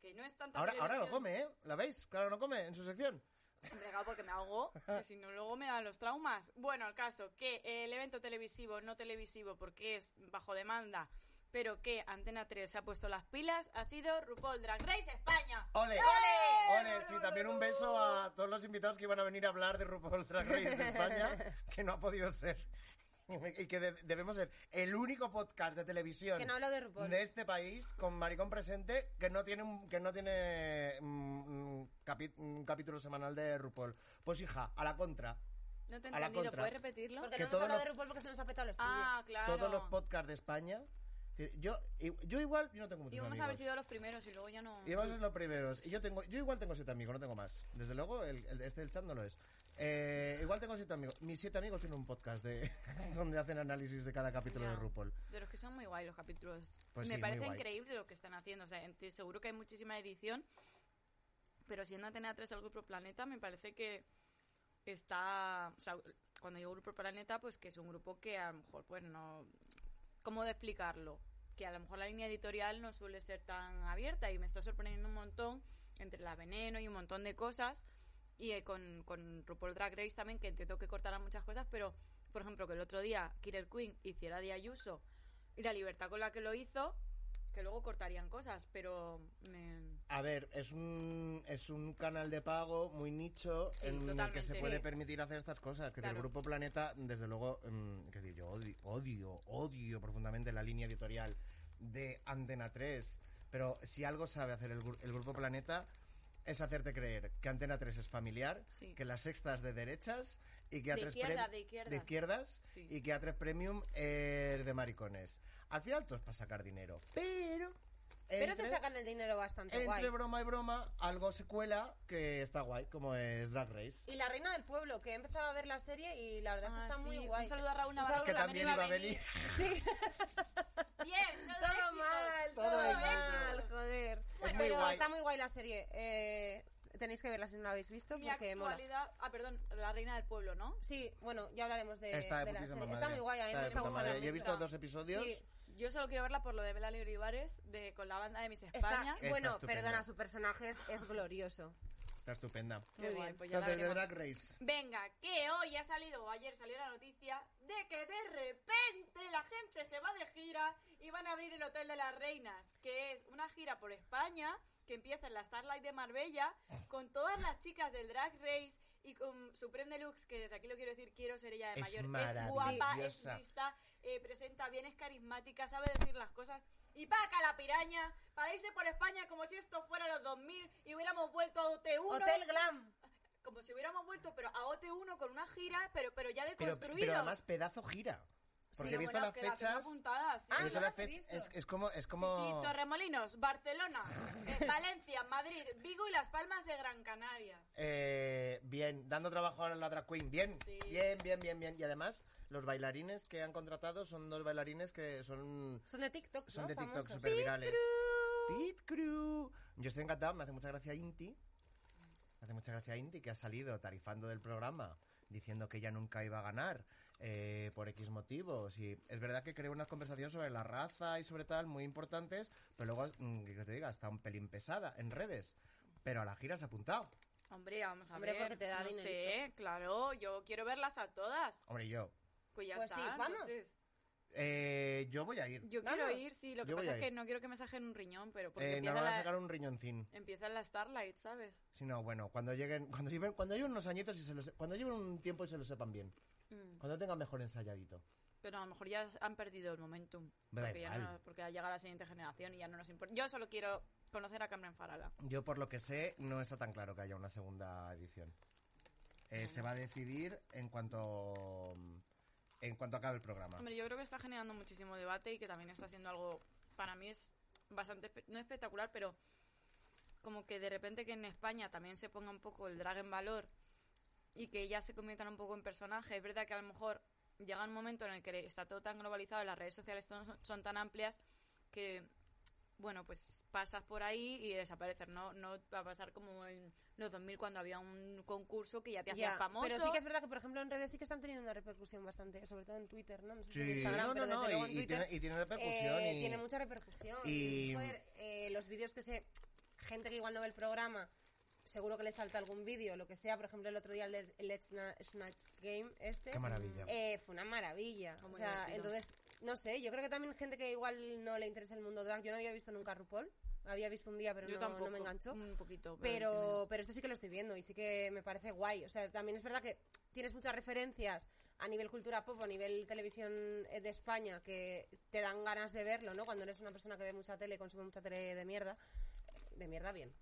[SPEAKER 3] que no es tanto
[SPEAKER 1] Ahora, ahora no
[SPEAKER 3] televisión.
[SPEAKER 1] come, ¿eh? ¿La veis? Claro, no come en su sección.
[SPEAKER 3] Hombre, claro, porque me ahogó, que si no luego me dan los traumas. Bueno, el caso, que eh, el evento televisivo, no televisivo, porque es bajo demanda, pero que Antena 3 se ha puesto las pilas, ha sido RuPaul Drag Race España.
[SPEAKER 1] ¡Ole!
[SPEAKER 3] ¡Ole!
[SPEAKER 1] ¡Ole! Sí, también un beso a todos los invitados que iban a venir a hablar de RuPaul Drag Race España, que no ha podido ser. y que de- debemos ser el único podcast de televisión
[SPEAKER 2] Que no hablo de RuPaul.
[SPEAKER 1] de este país con maricón presente que no tiene un, que no tiene mm, mm, capi- un capítulo semanal de RuPaul. Pues hija, a la contra.
[SPEAKER 3] No te he
[SPEAKER 1] A la
[SPEAKER 3] entendido,
[SPEAKER 1] contra.
[SPEAKER 3] ¿puedes repetirlo?
[SPEAKER 2] Porque
[SPEAKER 1] que
[SPEAKER 2] no hemos
[SPEAKER 1] todo
[SPEAKER 2] hablado
[SPEAKER 1] lo-
[SPEAKER 2] de RuPaul porque se nos ha petado el estudio.
[SPEAKER 3] Ah, claro.
[SPEAKER 1] Todos los podcasts de España. que Yo, i- yo igual, yo no tengo muchos
[SPEAKER 3] Íbamos a haber
[SPEAKER 1] amigos.
[SPEAKER 3] sido los primeros y luego ya no...
[SPEAKER 1] Y vamos a ser los primeros. Y yo tengo, yo igual tengo siete amigos, no tengo más. Desde luego, el, el- este del chat no lo es. Eh, igual tengo siete amigos. Mis siete amigos tienen un podcast de donde hacen análisis de cada capítulo de
[SPEAKER 3] Ya.
[SPEAKER 1] RuPaul.
[SPEAKER 3] Pero es que son muy guay los capítulos.
[SPEAKER 1] Pues
[SPEAKER 3] Me
[SPEAKER 1] sí, muy
[SPEAKER 3] parece
[SPEAKER 1] guay.
[SPEAKER 3] increíble lo que están haciendo. O sea, ent- seguro que hay muchísima edición. Pero siendo Antena 3 el Grupo Planeta, me parece que está. O sea, cuando digo Grupo Planeta, pues que es un grupo que a lo mejor, pues no. ¿Cómo de explicarlo? Que a lo mejor la línea editorial no suele ser tan abierta y me está sorprendiendo un montón entre la veneno y un montón de cosas. Y eh, con, con RuPaul Drag Race también, que intento que cortaran muchas cosas, pero por ejemplo, que el otro día Killer Queen hiciera de Ayuso y la libertad con la que lo hizo, que luego cortarían cosas, pero me-
[SPEAKER 1] A ver, es un, es un canal de pago muy nicho
[SPEAKER 3] Sí,
[SPEAKER 1] en el que se
[SPEAKER 3] totalmente.
[SPEAKER 1] puede
[SPEAKER 2] Sí.
[SPEAKER 1] permitir hacer estas cosas. Que
[SPEAKER 3] Claro.
[SPEAKER 1] el Grupo Planeta, desde luego, mm, que digo, yo odio, odio, odio profundamente la línea editorial de Antena 3. Pero si algo sabe hacer el, gru- el Grupo Planeta es hacerte creer que Antena 3 es familiar,
[SPEAKER 3] Sí.
[SPEAKER 1] que la sexta es de derechas y que a
[SPEAKER 3] De
[SPEAKER 1] tres
[SPEAKER 3] izquierda,
[SPEAKER 1] prem-
[SPEAKER 3] de izquierda.
[SPEAKER 1] de izquierdas
[SPEAKER 3] Sí.
[SPEAKER 1] y que a tres premium es de maricones. Al final todo es para sacar dinero. Pero...
[SPEAKER 2] Pero te
[SPEAKER 1] entre-
[SPEAKER 2] sacan el dinero bastante
[SPEAKER 1] entre
[SPEAKER 2] guay.
[SPEAKER 1] broma y broma, algo se cuela que está guay, como es Drag Race.
[SPEAKER 2] Y la reina del pueblo, que he empezado a ver la serie y la verdad es que
[SPEAKER 3] Ah,
[SPEAKER 2] está
[SPEAKER 3] sí,
[SPEAKER 2] muy guay.
[SPEAKER 3] Un saludo a Raúl Navarro,
[SPEAKER 1] que también iba a venir.
[SPEAKER 2] Sí,
[SPEAKER 3] Bien, todo,
[SPEAKER 2] todo
[SPEAKER 3] éxito.
[SPEAKER 2] mal, todo,
[SPEAKER 1] Todo éxito.
[SPEAKER 2] mal, joder.
[SPEAKER 1] Bueno, muy
[SPEAKER 2] Pero
[SPEAKER 1] guay.
[SPEAKER 2] está muy guay la serie. Eh, tenéis que verla si no la habéis visto
[SPEAKER 3] Mi
[SPEAKER 2] porque mola.
[SPEAKER 3] actualidad, ah, perdón, la reina del pueblo, ¿no?
[SPEAKER 2] Sí, bueno, ya hablaremos de,
[SPEAKER 1] está de
[SPEAKER 2] de la
[SPEAKER 1] putísima
[SPEAKER 2] serie.
[SPEAKER 1] madre.
[SPEAKER 2] Está muy guay, a mí
[SPEAKER 1] Está
[SPEAKER 2] me
[SPEAKER 1] de
[SPEAKER 2] está
[SPEAKER 1] puta
[SPEAKER 2] gustando
[SPEAKER 1] madre. Yo he visto
[SPEAKER 3] mucho.
[SPEAKER 1] dos episodios.
[SPEAKER 2] Sí.
[SPEAKER 3] Yo solo quiero verla por lo de Bela Olivares de con la banda de Miss
[SPEAKER 2] Está-
[SPEAKER 3] España.
[SPEAKER 1] Está
[SPEAKER 2] bueno,
[SPEAKER 1] estupenda.
[SPEAKER 2] perdona, su personaje es, es glorioso.
[SPEAKER 1] Está estupenda.
[SPEAKER 3] Muy
[SPEAKER 2] muy
[SPEAKER 3] bien,
[SPEAKER 2] bien.
[SPEAKER 3] pues ya la
[SPEAKER 1] Entonces, de
[SPEAKER 3] veremos.
[SPEAKER 1] Drag Race.
[SPEAKER 3] Venga, que hoy ha salido o ayer salió la noticia de que de repente la gente se va de gira y van a abrir el Hotel de las Reinas, que es una gira por España que empieza en la Starlight de Marbella con todas las chicas del Drag Race y con Supreme Deluxe, que desde aquí lo quiero decir, quiero ser ella de
[SPEAKER 1] Es
[SPEAKER 3] mayor. Es guapa, es
[SPEAKER 1] maravillosa.
[SPEAKER 3] lista, eh, presenta bien, es carismática, sabe decir las cosas. Y paca la piraña para irse por España como si esto fuera los 2000 y hubiéramos vuelto a OT1
[SPEAKER 2] Hotel Glam.
[SPEAKER 3] como si hubiéramos vuelto, pero a OT1 con una gira, pero, pero ya
[SPEAKER 1] Pero,
[SPEAKER 3] deconstruidos.
[SPEAKER 1] pero además, pedazo gira. Porque
[SPEAKER 3] Sí,
[SPEAKER 1] he visto
[SPEAKER 3] bueno,
[SPEAKER 1] las
[SPEAKER 3] que tengo
[SPEAKER 1] fechas.
[SPEAKER 3] apuntadas, sí.
[SPEAKER 2] Ah,
[SPEAKER 1] he
[SPEAKER 2] no
[SPEAKER 1] visto las
[SPEAKER 2] las he
[SPEAKER 1] fechas-
[SPEAKER 2] visto.
[SPEAKER 1] Es, es como. Es
[SPEAKER 3] Sí, sí,
[SPEAKER 1] como
[SPEAKER 3] Torremolinos, Barcelona, eh, Valencia, Madrid, Vigo y Las Palmas de Gran Canaria.
[SPEAKER 1] eh, bien, dando trabajo ahora a la drag queen. Bien,
[SPEAKER 3] Sí.
[SPEAKER 1] bien, bien, bien, bien. Y además, los bailarines que han contratado son dos bailarines que son.
[SPEAKER 2] Son de TikTok,
[SPEAKER 1] Son
[SPEAKER 2] ¿no?
[SPEAKER 1] de TikTok
[SPEAKER 2] Famosos.
[SPEAKER 1] super virales. Pit Crew. Yo estoy encantado, me hace mucha gracia Inti. Me hace mucha gracia Inti que ha salido tarifando del programa diciendo que ella nunca iba a ganar eh, por X motivos. Y es verdad que creó unas conversaciones sobre la raza y sobre tal muy importantes, pero luego, mm, que te diga, está un pelín pesada en redes. Pero a la gira se ha apuntado.
[SPEAKER 3] Hombre, vamos a
[SPEAKER 2] Hombre,
[SPEAKER 3] ver.
[SPEAKER 2] porque te da
[SPEAKER 3] no
[SPEAKER 2] dinerito.
[SPEAKER 3] sé, claro, yo quiero verlas a todas.
[SPEAKER 1] Hombre, yo.
[SPEAKER 3] Pues ya
[SPEAKER 2] Pues
[SPEAKER 3] está.
[SPEAKER 2] sí, vamos.
[SPEAKER 3] entonces,
[SPEAKER 1] eh, yo voy a ir.
[SPEAKER 3] yo
[SPEAKER 2] Vamos.
[SPEAKER 3] quiero ir, sí, lo que
[SPEAKER 1] Yo voy
[SPEAKER 3] pasa
[SPEAKER 1] a
[SPEAKER 3] es que
[SPEAKER 1] ir.
[SPEAKER 3] no quiero que me saquen un riñón, pero porque
[SPEAKER 1] Eh, nos
[SPEAKER 3] empieza,
[SPEAKER 1] van a
[SPEAKER 3] Pues la,
[SPEAKER 1] sacar un riñoncín.
[SPEAKER 3] empieza la Starlight, ¿sabes?
[SPEAKER 1] Si no, bueno, cuando lleguen, cuando lleven, cuando lleven unos añitos y se los, cuando lleven un tiempo y se lo sepan bien.
[SPEAKER 3] Mm,
[SPEAKER 1] Cuando tengan mejor ensayadito.
[SPEAKER 3] Pero a lo mejor ya han perdido el momentum.
[SPEAKER 1] Me da
[SPEAKER 3] Porque, ya
[SPEAKER 1] igual.
[SPEAKER 3] no- porque ha llegado la siguiente generación y ya no nos importa. Yo solo quiero conocer a Carmen Farala.
[SPEAKER 1] Yo, por lo que sé, no está tan claro que haya una segunda edición. Eh, se va a decidir en cuanto en cuanto acabe el
[SPEAKER 2] Ah.
[SPEAKER 1] programa.
[SPEAKER 3] Hombre, yo creo que está generando muchísimo debate y que también está siendo algo, para mí es bastante, espe- no espectacular, pero como que de repente que en España también se ponga un poco el drag en valor y que ya se conviertan un poco en personajes. Es verdad que a lo mejor llega un momento en el que está todo tan globalizado y las redes sociales son, son tan amplias que, bueno, pues pasas por ahí y desapareces, ¿no? No va a pasar como en los 2000 cuando había un concurso que ya te hacía
[SPEAKER 2] Ya,
[SPEAKER 3] famoso.
[SPEAKER 2] pero sí que es verdad que, por ejemplo, en redes sí que están teniendo una repercusión bastante, sobre todo en Twitter, ¿no? No sé si en Instagram,
[SPEAKER 1] no, no,
[SPEAKER 2] pero desde
[SPEAKER 1] no,
[SPEAKER 2] luego en
[SPEAKER 1] y, y
[SPEAKER 2] Twitter
[SPEAKER 1] tiene, y tiene repercusión.
[SPEAKER 2] eh,
[SPEAKER 1] y-
[SPEAKER 2] tiene mucha repercusión.
[SPEAKER 1] y-
[SPEAKER 2] Y, joder, eh, los vídeos que se... Gente que igual no ve el programa, seguro que le salta algún vídeo, lo que sea. Por ejemplo, el otro día el, de- el Let's Na- Snatch Game este.
[SPEAKER 1] Qué maravilla.
[SPEAKER 2] eh, fue una maravilla.
[SPEAKER 3] Fue
[SPEAKER 2] O
[SPEAKER 3] muy
[SPEAKER 2] sea,
[SPEAKER 3] divertido.
[SPEAKER 2] entonces, no sé, yo creo que también gente que igual no le interesa el mundo drag. Yo no había visto nunca RuPaul. Había visto un día, pero
[SPEAKER 3] Yo
[SPEAKER 2] no,
[SPEAKER 3] tampoco.
[SPEAKER 2] no me enganchó.
[SPEAKER 3] Un poquito.
[SPEAKER 2] Pero, pero esto sí que lo estoy viendo y sí que me parece guay. O sea, también es verdad que tienes muchas referencias a nivel cultura pop, a nivel televisión eh, de España, que te dan ganas de verlo, ¿no? Cuando eres una persona que ve mucha tele, consume mucha tele de mierda. De mierda, bien.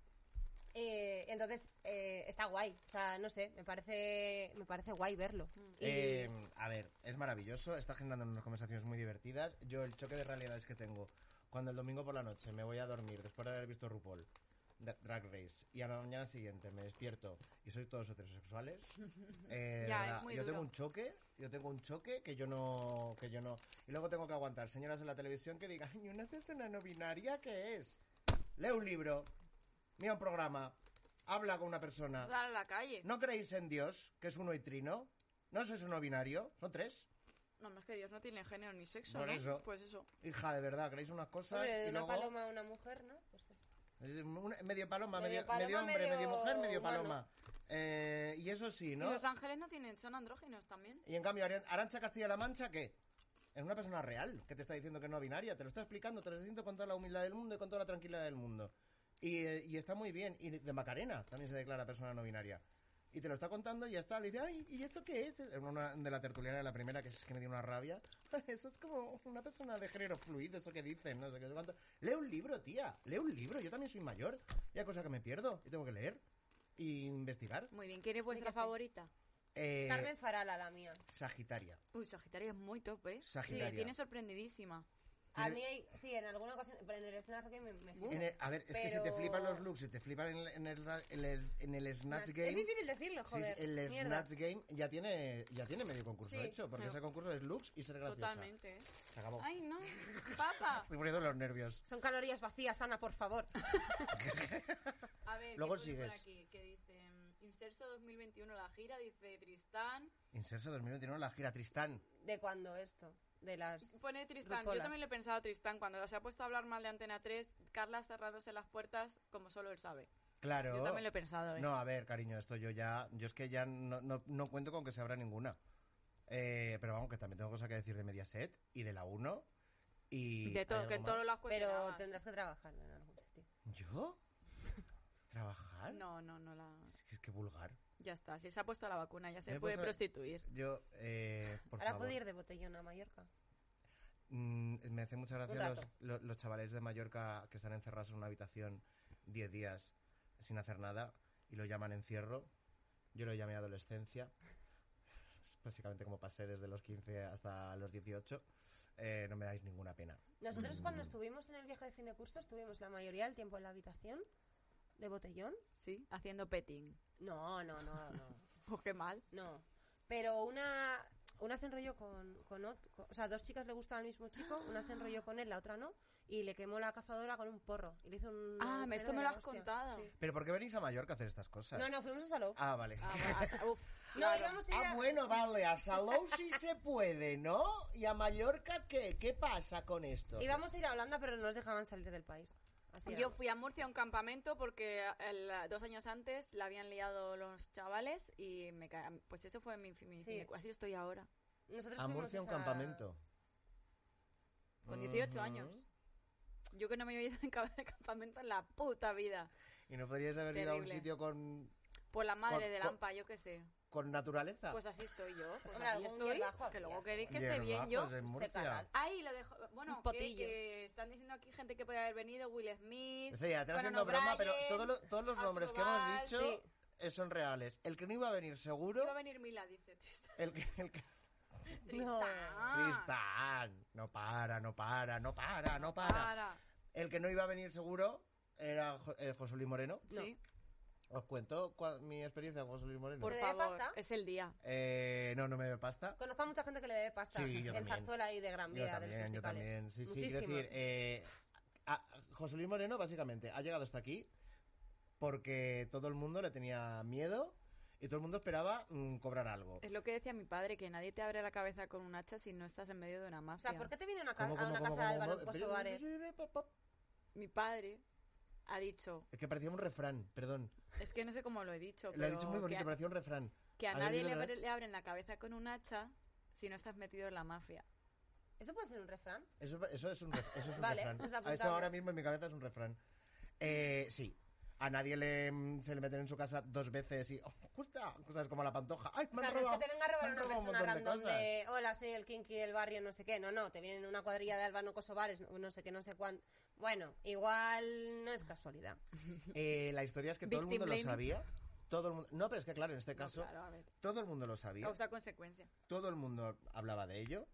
[SPEAKER 2] Eh, entonces, eh, está guay. O sea, no sé, me parece, me parece guay verlo. Y-
[SPEAKER 1] Eh, a ver, es maravilloso, está generando unas conversaciones muy divertidas. Yo el choque de realidades que tengo cuando el domingo por la noche me voy a dormir después de haber visto RuPaul Da- Drag Race y a la mañana siguiente me despierto y soy todos heterosexuales. eh, de
[SPEAKER 3] Ya, es
[SPEAKER 1] verdad,
[SPEAKER 3] muy
[SPEAKER 1] yo tengo
[SPEAKER 3] duro.
[SPEAKER 1] un choque, yo tengo un choque que yo no que yo no y luego tengo que aguantar señoras en la televisión que digan, "Ay, una persona no binaria que es." Lee un libro, mira un programa, habla con una persona.
[SPEAKER 3] Sal a la calle. No.
[SPEAKER 1] ¿No creéis en Dios, que es uno y trino? ¿No sois uno binario? ¿Son tres?
[SPEAKER 3] es que Dios no tiene género ni sexo,
[SPEAKER 1] Por
[SPEAKER 3] ¿no?
[SPEAKER 1] eso.
[SPEAKER 3] Pues eso.
[SPEAKER 1] Hija, de verdad, creéis unas cosas
[SPEAKER 2] Hombre, de
[SPEAKER 1] y
[SPEAKER 2] una
[SPEAKER 1] luego...
[SPEAKER 2] paloma a una mujer, ¿no? Pues es-
[SPEAKER 1] es un- medio paloma,
[SPEAKER 2] Medio
[SPEAKER 1] medio,
[SPEAKER 2] paloma,
[SPEAKER 1] medio hombre, medio,
[SPEAKER 2] medio
[SPEAKER 1] mujer, medio
[SPEAKER 2] humano.
[SPEAKER 1] paloma. Eh, y eso sí,
[SPEAKER 3] Y
[SPEAKER 1] ¿no?
[SPEAKER 3] los ángeles no tienen, son andróginos también.
[SPEAKER 1] Y en cambio, Ari- Arancha Castilla-La Mancha, ¿qué? Es una persona real que te está diciendo que es no binaria. Te lo está explicando, te lo está diciendo con toda la humildad del mundo y con toda la tranquilidad del mundo. Y, eh, y está muy bien. Y de Macarena también se declara persona no binaria. Y te lo está contando y ya está. Le dice, ay, ¿y esto qué es? Es Una de la tertuliana de la primera, que es que me dio una rabia. Eso es como una persona de género fluido, eso que dicen, no sé qué. no sé cuánto. Lee un libro, tía. Lee un libro. Yo también soy mayor. Y hay cosas que me pierdo. Y tengo que leer. Y investigar.
[SPEAKER 3] Muy bien, ¿quién es vuestra
[SPEAKER 2] que sí.
[SPEAKER 3] favorita?
[SPEAKER 1] Eh,
[SPEAKER 2] Carmen Farala, la mía.
[SPEAKER 1] Sagitaria.
[SPEAKER 3] Uy, Sagitario es muy top, ¿eh?
[SPEAKER 1] Sagitario.
[SPEAKER 3] Me tiene sorprendidísima.
[SPEAKER 2] A
[SPEAKER 1] Tiene-
[SPEAKER 2] mí, hay- sí, en alguna ocasión, pero en el escenario que me, me
[SPEAKER 1] En el- a ver, es que se te
[SPEAKER 2] Pero-
[SPEAKER 1] flipan los looks, se te flipan en el, en el, ra- en el- en el Snatch Game.
[SPEAKER 2] Es difícil decirlo,
[SPEAKER 1] Sí,
[SPEAKER 2] joder.
[SPEAKER 1] sí, el
[SPEAKER 2] Mierda.
[SPEAKER 1] Snatch Game ya tiene, ya tiene medio concurso
[SPEAKER 2] Sí.
[SPEAKER 1] hecho, porque
[SPEAKER 3] No.
[SPEAKER 1] ese concurso es looks y ser graciosa. Oh.
[SPEAKER 3] Totalmente, ¿eh?
[SPEAKER 1] Se acabó.
[SPEAKER 3] Ay, no. Papa.
[SPEAKER 1] Estoy poniendo los nervios.
[SPEAKER 2] Son calorías vacías, Ana, por favor.
[SPEAKER 3] A ver,
[SPEAKER 1] Luego
[SPEAKER 3] ¿qué pone por
[SPEAKER 1] sigues.
[SPEAKER 3] aquí? Que dice, mm, Inserso 2021 la gira, dice Tristán.
[SPEAKER 1] Inserso 2021, la gira Tristán.
[SPEAKER 2] ¿De cuándo esto? De las...
[SPEAKER 3] Pone Tristán, yo
[SPEAKER 2] Rupolas.
[SPEAKER 3] también le he pensado a Tristán, cuando se ha puesto a hablar mal de Antena 3, Carla cerrándose las puertas como solo él sabe.
[SPEAKER 1] Claro.
[SPEAKER 3] Yo también lo he pensado, ¿eh?
[SPEAKER 1] No, a ver, cariño, esto yo ya. Yo es que ya no, no- no cuento con que se abra ninguna. Eh, pero vamos, que también tengo cosas que decir de Mediaset y de la 1. Y
[SPEAKER 3] de todo,
[SPEAKER 1] ¿hay
[SPEAKER 3] que
[SPEAKER 1] algo
[SPEAKER 3] todos
[SPEAKER 1] más?
[SPEAKER 3] los
[SPEAKER 2] Pero tendrás que trabajar en algún sitio.
[SPEAKER 1] ¿Yo? ¿Trabajar?
[SPEAKER 3] No, no, no la...
[SPEAKER 1] Es que es que vulgar.
[SPEAKER 3] Ya está, si se ha puesto la vacuna ya
[SPEAKER 1] Me
[SPEAKER 3] se
[SPEAKER 1] he
[SPEAKER 3] puede
[SPEAKER 1] puesto-
[SPEAKER 3] prostituir.
[SPEAKER 1] Yo, eh, por
[SPEAKER 2] Ahora
[SPEAKER 1] favor.
[SPEAKER 2] puedo ir de botellón a Mallorca.
[SPEAKER 1] Mm, me hace mucha gracia los,
[SPEAKER 2] rato.
[SPEAKER 1] lo- los chavales de Mallorca que están encerrados en una habitación 10 días sin hacer nada y lo llaman encierro. Yo lo llamé adolescencia. Es básicamente como pasé desde los 15 hasta los 18. Eh, no me dais ninguna pena.
[SPEAKER 2] Nosotros
[SPEAKER 1] Mm.
[SPEAKER 2] cuando estuvimos en el viaje de fin de curso, estuvimos la mayoría del tiempo en la habitación de botellón.
[SPEAKER 3] Sí, haciendo petting.
[SPEAKER 2] No, no, no, no.
[SPEAKER 3] Pues qué mal.
[SPEAKER 2] No. Pero una, una se enrolló con, con, ot- con- O sea, dos chicas le gustaban al mismo chico, una se enrolló con él, la otra no, y le quemó la cazadora con un porro. Y le hizo un.
[SPEAKER 3] Ah, me-
[SPEAKER 2] agujero
[SPEAKER 3] esto
[SPEAKER 2] de
[SPEAKER 3] me lo
[SPEAKER 2] la
[SPEAKER 3] has
[SPEAKER 2] hostia.
[SPEAKER 3] contado.
[SPEAKER 2] Sí.
[SPEAKER 1] ¿Pero por qué venís a Mallorca a hacer estas cosas?
[SPEAKER 2] No, no, fuimos a Salou.
[SPEAKER 1] Ah, vale.
[SPEAKER 3] Ah, bueno, hasta- uf,
[SPEAKER 2] no,
[SPEAKER 3] claro.
[SPEAKER 2] íbamos a ir
[SPEAKER 1] Ah,
[SPEAKER 2] a-
[SPEAKER 1] bueno, vale, a Salou sí se puede, ¿no? ¿Y a Mallorca qué? ¿Qué pasa con esto?
[SPEAKER 2] Íbamos a ir a Holanda, pero no nos dejaban salir del país. Así
[SPEAKER 3] Yo
[SPEAKER 2] éramos.
[SPEAKER 3] fui a Murcia a un campamento porque el- dos años antes la habían liado los chavales y me ca- pues eso fue mi, mi-
[SPEAKER 2] Sí.
[SPEAKER 3] mi- así estoy ahora
[SPEAKER 2] Nosotros
[SPEAKER 1] A
[SPEAKER 2] fuimos
[SPEAKER 1] Murcia a un
[SPEAKER 2] esa-
[SPEAKER 1] campamento. Mm.
[SPEAKER 3] con 18
[SPEAKER 1] Ujú.
[SPEAKER 3] años. Yo que no me había ido en cam- de campamento en la puta vida.
[SPEAKER 1] Y no podrías haber ido a un
[SPEAKER 3] Terrible.
[SPEAKER 1] sitio con,
[SPEAKER 3] Por la madre
[SPEAKER 1] Con-
[SPEAKER 3] de
[SPEAKER 1] con-
[SPEAKER 3] Lampa, yo qué sé.
[SPEAKER 1] con naturaleza.
[SPEAKER 3] Pues así estoy yo, pues
[SPEAKER 2] Hombre,
[SPEAKER 3] así
[SPEAKER 2] algún
[SPEAKER 3] estoy.
[SPEAKER 2] hierbajo
[SPEAKER 3] Que
[SPEAKER 2] había,
[SPEAKER 3] luego
[SPEAKER 2] seguro.
[SPEAKER 3] queréis que esté bien
[SPEAKER 1] Hierbajos
[SPEAKER 3] yo.
[SPEAKER 1] de Murcia.
[SPEAKER 2] cagal.
[SPEAKER 3] Ahí lo dejo. Bueno,
[SPEAKER 2] Un
[SPEAKER 3] que,
[SPEAKER 2] potillo.
[SPEAKER 3] que están diciendo aquí gente que puede haber venido, Will Smith.
[SPEAKER 1] O sea, ya te
[SPEAKER 3] Conan
[SPEAKER 1] haciendo broma, pero
[SPEAKER 3] O'Brien,
[SPEAKER 1] todos los, todos los nombres que hemos
[SPEAKER 3] Acrobal,
[SPEAKER 1] dicho
[SPEAKER 2] sí.
[SPEAKER 1] eh, son reales. El que no iba a venir seguro,
[SPEAKER 3] Iba a venir Mila, dice Tristán.
[SPEAKER 1] el que... El que-
[SPEAKER 3] Tristán.
[SPEAKER 1] Tristán, no para, no para, no para, no para.
[SPEAKER 3] Para.
[SPEAKER 1] El que no iba a venir seguro era Jo- eh, José Luis Moreno.
[SPEAKER 3] Sí.
[SPEAKER 1] ¿Os cuento cua- mi experiencia con José Luis Moreno?
[SPEAKER 3] Por
[SPEAKER 2] ¿Te debe
[SPEAKER 3] favor,
[SPEAKER 2] pasta?
[SPEAKER 3] es el día.
[SPEAKER 1] Eh, no, no me dio pasta.
[SPEAKER 2] Conozco a mucha gente que le debe pasta
[SPEAKER 1] Sí, yo
[SPEAKER 2] en
[SPEAKER 1] también.
[SPEAKER 2] Zarzuela y de Gran
[SPEAKER 1] Yo
[SPEAKER 2] Vía, de los
[SPEAKER 1] también, yo
[SPEAKER 2] musicales.
[SPEAKER 1] también. Sí, sí, quiero
[SPEAKER 2] Muchísimo.
[SPEAKER 1] decir, eh, a- José Luis Moreno básicamente ha llegado hasta aquí porque todo el mundo le tenía miedo y todo el mundo esperaba mm, cobrar algo.
[SPEAKER 3] Es lo que decía mi padre, que nadie te abre la cabeza con un hacha si no estás en medio de una
[SPEAKER 2] O
[SPEAKER 3] mafia.
[SPEAKER 2] sea, ¿por qué te viene una ca-
[SPEAKER 1] ¿Cómo,
[SPEAKER 2] a
[SPEAKER 1] cómo,
[SPEAKER 2] una
[SPEAKER 1] cómo,
[SPEAKER 2] casa de
[SPEAKER 1] cómo,
[SPEAKER 2] Álvaro
[SPEAKER 1] cómo?
[SPEAKER 2] Pozo Bares?
[SPEAKER 3] Mi padre ha dicho,
[SPEAKER 1] Es que parecía un refrán, perdón.
[SPEAKER 3] es que no sé cómo lo he dicho,
[SPEAKER 1] Lo
[SPEAKER 3] pero
[SPEAKER 1] has dicho muy bonito,
[SPEAKER 3] que, a,
[SPEAKER 1] parecía un refrán.
[SPEAKER 3] que a
[SPEAKER 1] A ver,
[SPEAKER 3] nadie
[SPEAKER 1] dilo
[SPEAKER 3] le,
[SPEAKER 1] otra
[SPEAKER 3] abre- le abren la cabeza con un hacha si no estás metido en la mafia.
[SPEAKER 2] ¿Eso puede ser un refrán?
[SPEAKER 1] Eso, eso es un, ref- eso es un
[SPEAKER 2] Vale,
[SPEAKER 1] refrán.
[SPEAKER 2] pues la
[SPEAKER 1] Eso ahora
[SPEAKER 2] apuntamos.
[SPEAKER 1] mismo en mi cabeza es un refrán. Eh, sí. A nadie le, mm, se le meten en su casa dos veces y. ¡Oh, justa! Cosas como la pantoja. ¡Ay,
[SPEAKER 2] O
[SPEAKER 1] me
[SPEAKER 2] sea,
[SPEAKER 1] han
[SPEAKER 2] no es que
[SPEAKER 1] robado!
[SPEAKER 2] te venga a robar
[SPEAKER 1] me han
[SPEAKER 2] una
[SPEAKER 1] robado un
[SPEAKER 2] persona
[SPEAKER 1] montón de
[SPEAKER 2] random
[SPEAKER 1] cosas.
[SPEAKER 2] de, hola, soy el kinky del barrio, no sé qué. No, no, te vienen una cuadrilla de albano kosovares, no, no sé qué, no sé cuánto. Bueno, igual no es casualidad.
[SPEAKER 1] Eh, la historia es que todo el
[SPEAKER 3] Victim
[SPEAKER 1] mundo
[SPEAKER 3] blaming.
[SPEAKER 1] lo sabía. Todo el mundo... No, pero es que claro, en este
[SPEAKER 3] No,
[SPEAKER 1] caso,
[SPEAKER 3] claro, a ver.
[SPEAKER 1] todo el mundo lo sabía.
[SPEAKER 3] Causa consecuencia.
[SPEAKER 1] todo el mundo hablaba de ello.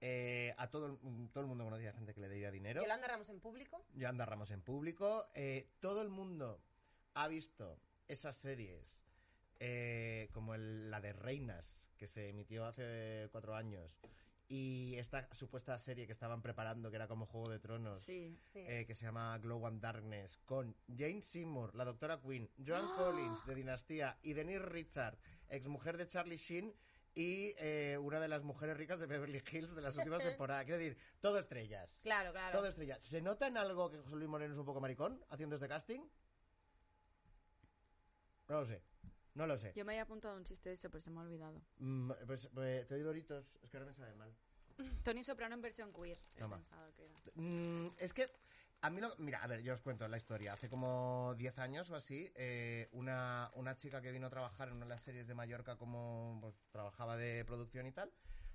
[SPEAKER 1] Eh, a todo, el- todo el mundo conocía gente que le debía dinero.
[SPEAKER 2] Yolanda Ramos en público.
[SPEAKER 1] Yolanda Ramos en público. Eh, todo el mundo ha visto esas series eh, como el- la de Reinas, que se emitió hace cuatro años, y esta supuesta serie que estaban preparando, que era como Juego de Tronos,
[SPEAKER 3] Sí.
[SPEAKER 2] Sí.
[SPEAKER 1] eh, que se llama Glow and Darkness, con Jane Seymour, la doctora Quinn, Joan Collins de Dinastía y Denise Richard, exmujer de Charlie Sheen y eh, una de las mujeres ricas de Beverly Hills de las últimas temporadas. Quiero decir, todo estrellas.
[SPEAKER 2] Claro, claro.
[SPEAKER 1] Todo estrella. ¿Se nota en algo que José Luis Moreno es un poco maricón haciendo este casting? No lo sé. No lo sé.
[SPEAKER 3] Yo me había apuntado un chiste de eso, pero se me ha olvidado.
[SPEAKER 1] Mm, pues, eh, te doy doritos. Es que ahora me sabe mal.
[SPEAKER 3] Tony Soprano en versión queer. he
[SPEAKER 1] Toma.
[SPEAKER 3] pensado que era.
[SPEAKER 1] Mm, es que a mí lo... Mira, a ver, yo os cuento la historia. Hace como 10 años o así, eh, una, una chica que vino a trabajar en una de las series de Mallorca como pues, trabajaba de producción y tal,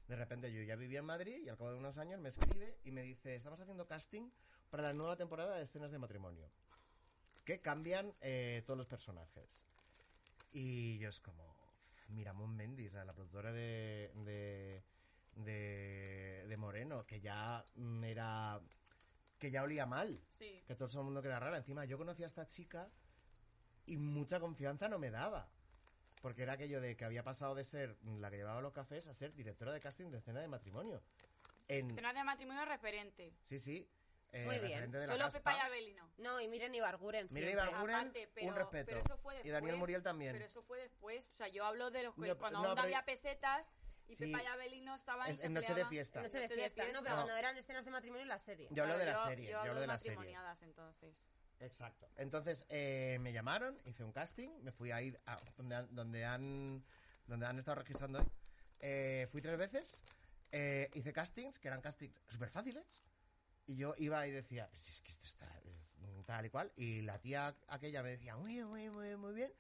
[SPEAKER 1] de repente yo ya vivía en Madrid y al cabo de unos años me escribe y me dice, estamos haciendo casting para la nueva temporada de escenas de matrimonio, que cambian eh, todos los personajes. Y yo es como, Miramón Mendy, o sea, la productora de, de, de, de Moreno, que ya mm, era, que ya olía mal,
[SPEAKER 3] Sí.
[SPEAKER 1] que todo el mundo que era rara. Encima yo conocía a esta chica y mucha confianza no me daba. Porque era aquello de que había pasado de ser la que llevaba los cafés a ser directora de casting de escena de matrimonio. En,
[SPEAKER 3] Escenas de matrimonio referente.
[SPEAKER 1] sí, sí. eh,
[SPEAKER 2] Muy bien.
[SPEAKER 1] referente de la
[SPEAKER 3] Solo
[SPEAKER 1] Gaspa.
[SPEAKER 3] Pepa y Abeli no.
[SPEAKER 2] No, y miren Ibarguren.
[SPEAKER 1] Miren
[SPEAKER 2] siempre.
[SPEAKER 1] Ibarguren. Aguren,
[SPEAKER 3] Aparte, pero,
[SPEAKER 1] un respeto.
[SPEAKER 3] pero eso fue
[SPEAKER 1] Y
[SPEAKER 3] después.
[SPEAKER 1] Daniel Muriel también.
[SPEAKER 3] Pero eso fue después. O sea, yo hablo de los que
[SPEAKER 1] No,
[SPEAKER 3] cuando
[SPEAKER 1] no,
[SPEAKER 3] aún
[SPEAKER 1] pero-
[SPEAKER 3] había pesetas y
[SPEAKER 1] Sí.
[SPEAKER 3] Pepa y Abeli no estaban.
[SPEAKER 1] Es-
[SPEAKER 3] se
[SPEAKER 1] en Noche de
[SPEAKER 3] peleaban.
[SPEAKER 1] Fiesta.
[SPEAKER 2] Ah, Noche de
[SPEAKER 3] Noche de
[SPEAKER 2] fiesta, no,
[SPEAKER 3] fiesta.
[SPEAKER 2] pero
[SPEAKER 1] No.
[SPEAKER 2] cuando eran escenas de matrimonio en la serie.
[SPEAKER 1] Yo hablo
[SPEAKER 3] Claro,
[SPEAKER 1] de la
[SPEAKER 3] yo-
[SPEAKER 1] serie.
[SPEAKER 3] Yo hablo
[SPEAKER 1] de la serie.
[SPEAKER 3] matrimoniadas, entonces.
[SPEAKER 1] Exacto. Entonces eh, me llamaron, hice un casting, me fui ahí a donde han, donde han, donde han estado registrando. hoy. Eh, fui tres veces, eh, hice castings, que eran castings súper fáciles. Y yo iba y decía, pues es que esto está eh, tal y cual. Y la tía aquella me decía, muy bien, muy bien, muy bien, muy bien.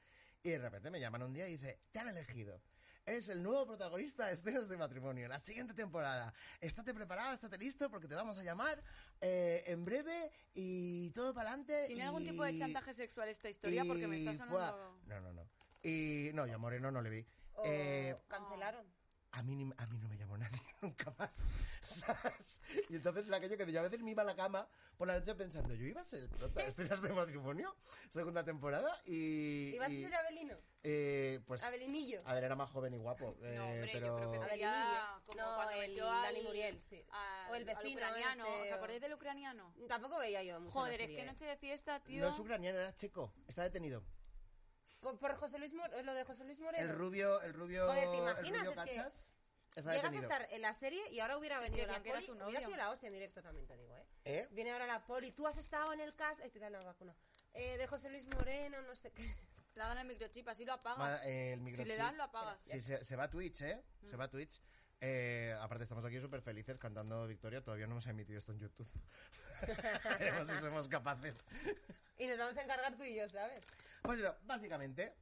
[SPEAKER 1] Y de repente me llaman un día y dice, te han elegido. Eres el nuevo protagonista de Escenas de Matrimonio, la siguiente temporada. Estate preparado, estate listo, porque te vamos a llamar eh, en breve y todo para adelante.
[SPEAKER 3] ¿Tiene algún tipo de chantaje sexual esta historia? Porque me está
[SPEAKER 1] y-
[SPEAKER 3] sonando.
[SPEAKER 1] ¡buah! No, no, no. Y no, yo a Moreno no le vi.
[SPEAKER 2] O
[SPEAKER 1] Eh,
[SPEAKER 2] cancelaron.
[SPEAKER 1] a mí, ni- a mí no me llamó nadie nunca más. ¿sabes? Y entonces era aquello que yo a veces me iba a la cama por la noche pensando, yo iba a ser el prota de escenas de matrimonio, segunda temporada, y...
[SPEAKER 2] ¿Ibas
[SPEAKER 1] y,
[SPEAKER 2] a ser Abelino?
[SPEAKER 1] eh, pues,
[SPEAKER 2] Abelinillo.
[SPEAKER 1] a ver, era más joven y guapo. eh,
[SPEAKER 3] No, hombre,
[SPEAKER 1] pero...
[SPEAKER 3] yo creo que
[SPEAKER 2] Abelinillo.
[SPEAKER 3] sería como
[SPEAKER 2] No,
[SPEAKER 3] cuando
[SPEAKER 2] el
[SPEAKER 3] metió al-
[SPEAKER 2] Dani Muriel, sí.
[SPEAKER 3] al-
[SPEAKER 2] O el
[SPEAKER 3] al
[SPEAKER 2] vecino
[SPEAKER 3] ucraniano.
[SPEAKER 2] este,
[SPEAKER 3] ¿Os
[SPEAKER 2] o-
[SPEAKER 3] acordáis del ucraniano?
[SPEAKER 2] Tampoco veía yo mucho.
[SPEAKER 3] Joder,
[SPEAKER 2] la
[SPEAKER 3] es
[SPEAKER 2] serie,
[SPEAKER 3] que
[SPEAKER 2] ¿eh?
[SPEAKER 3] noche de fiesta, tío.
[SPEAKER 1] No es ucraniano, era checo. Está detenido.
[SPEAKER 2] Por, por José Luis Mor- lo de José Luis Moreno.
[SPEAKER 1] El rubio, el rubio,
[SPEAKER 2] Joder, ¿te
[SPEAKER 1] el
[SPEAKER 2] imaginas?
[SPEAKER 1] rubio
[SPEAKER 2] Es que
[SPEAKER 1] cachas. Está
[SPEAKER 2] Llegas a
[SPEAKER 1] detenido.
[SPEAKER 2] estar en la serie y ahora hubiera venido
[SPEAKER 3] Decían
[SPEAKER 2] la
[SPEAKER 3] que era
[SPEAKER 2] poli.
[SPEAKER 3] su
[SPEAKER 2] Hubiera
[SPEAKER 3] novio.
[SPEAKER 2] sido la hostia en directo también, te digo, ¿eh?
[SPEAKER 1] ¿Eh?
[SPEAKER 2] Viene ahora la poli. Tú has estado en el cast. Ay, te dan la vacuna. Eh, de José Luis Moreno, no sé qué.
[SPEAKER 3] Le dan el microchip, así lo apagas.
[SPEAKER 1] Ma- eh, el
[SPEAKER 3] si
[SPEAKER 1] microchip.
[SPEAKER 3] le dan, lo apagas.
[SPEAKER 1] Sí, se, se va a Twitch, ¿eh? Se va a Twitch. Eh, aparte, estamos aquí súper felices cantando Victoria. Todavía no hemos emitido esto en YouTube. Veremos si somos capaces.
[SPEAKER 2] Y nos vamos a encargar tú y yo, ¿sabes?
[SPEAKER 1] Pues eso, básicamente.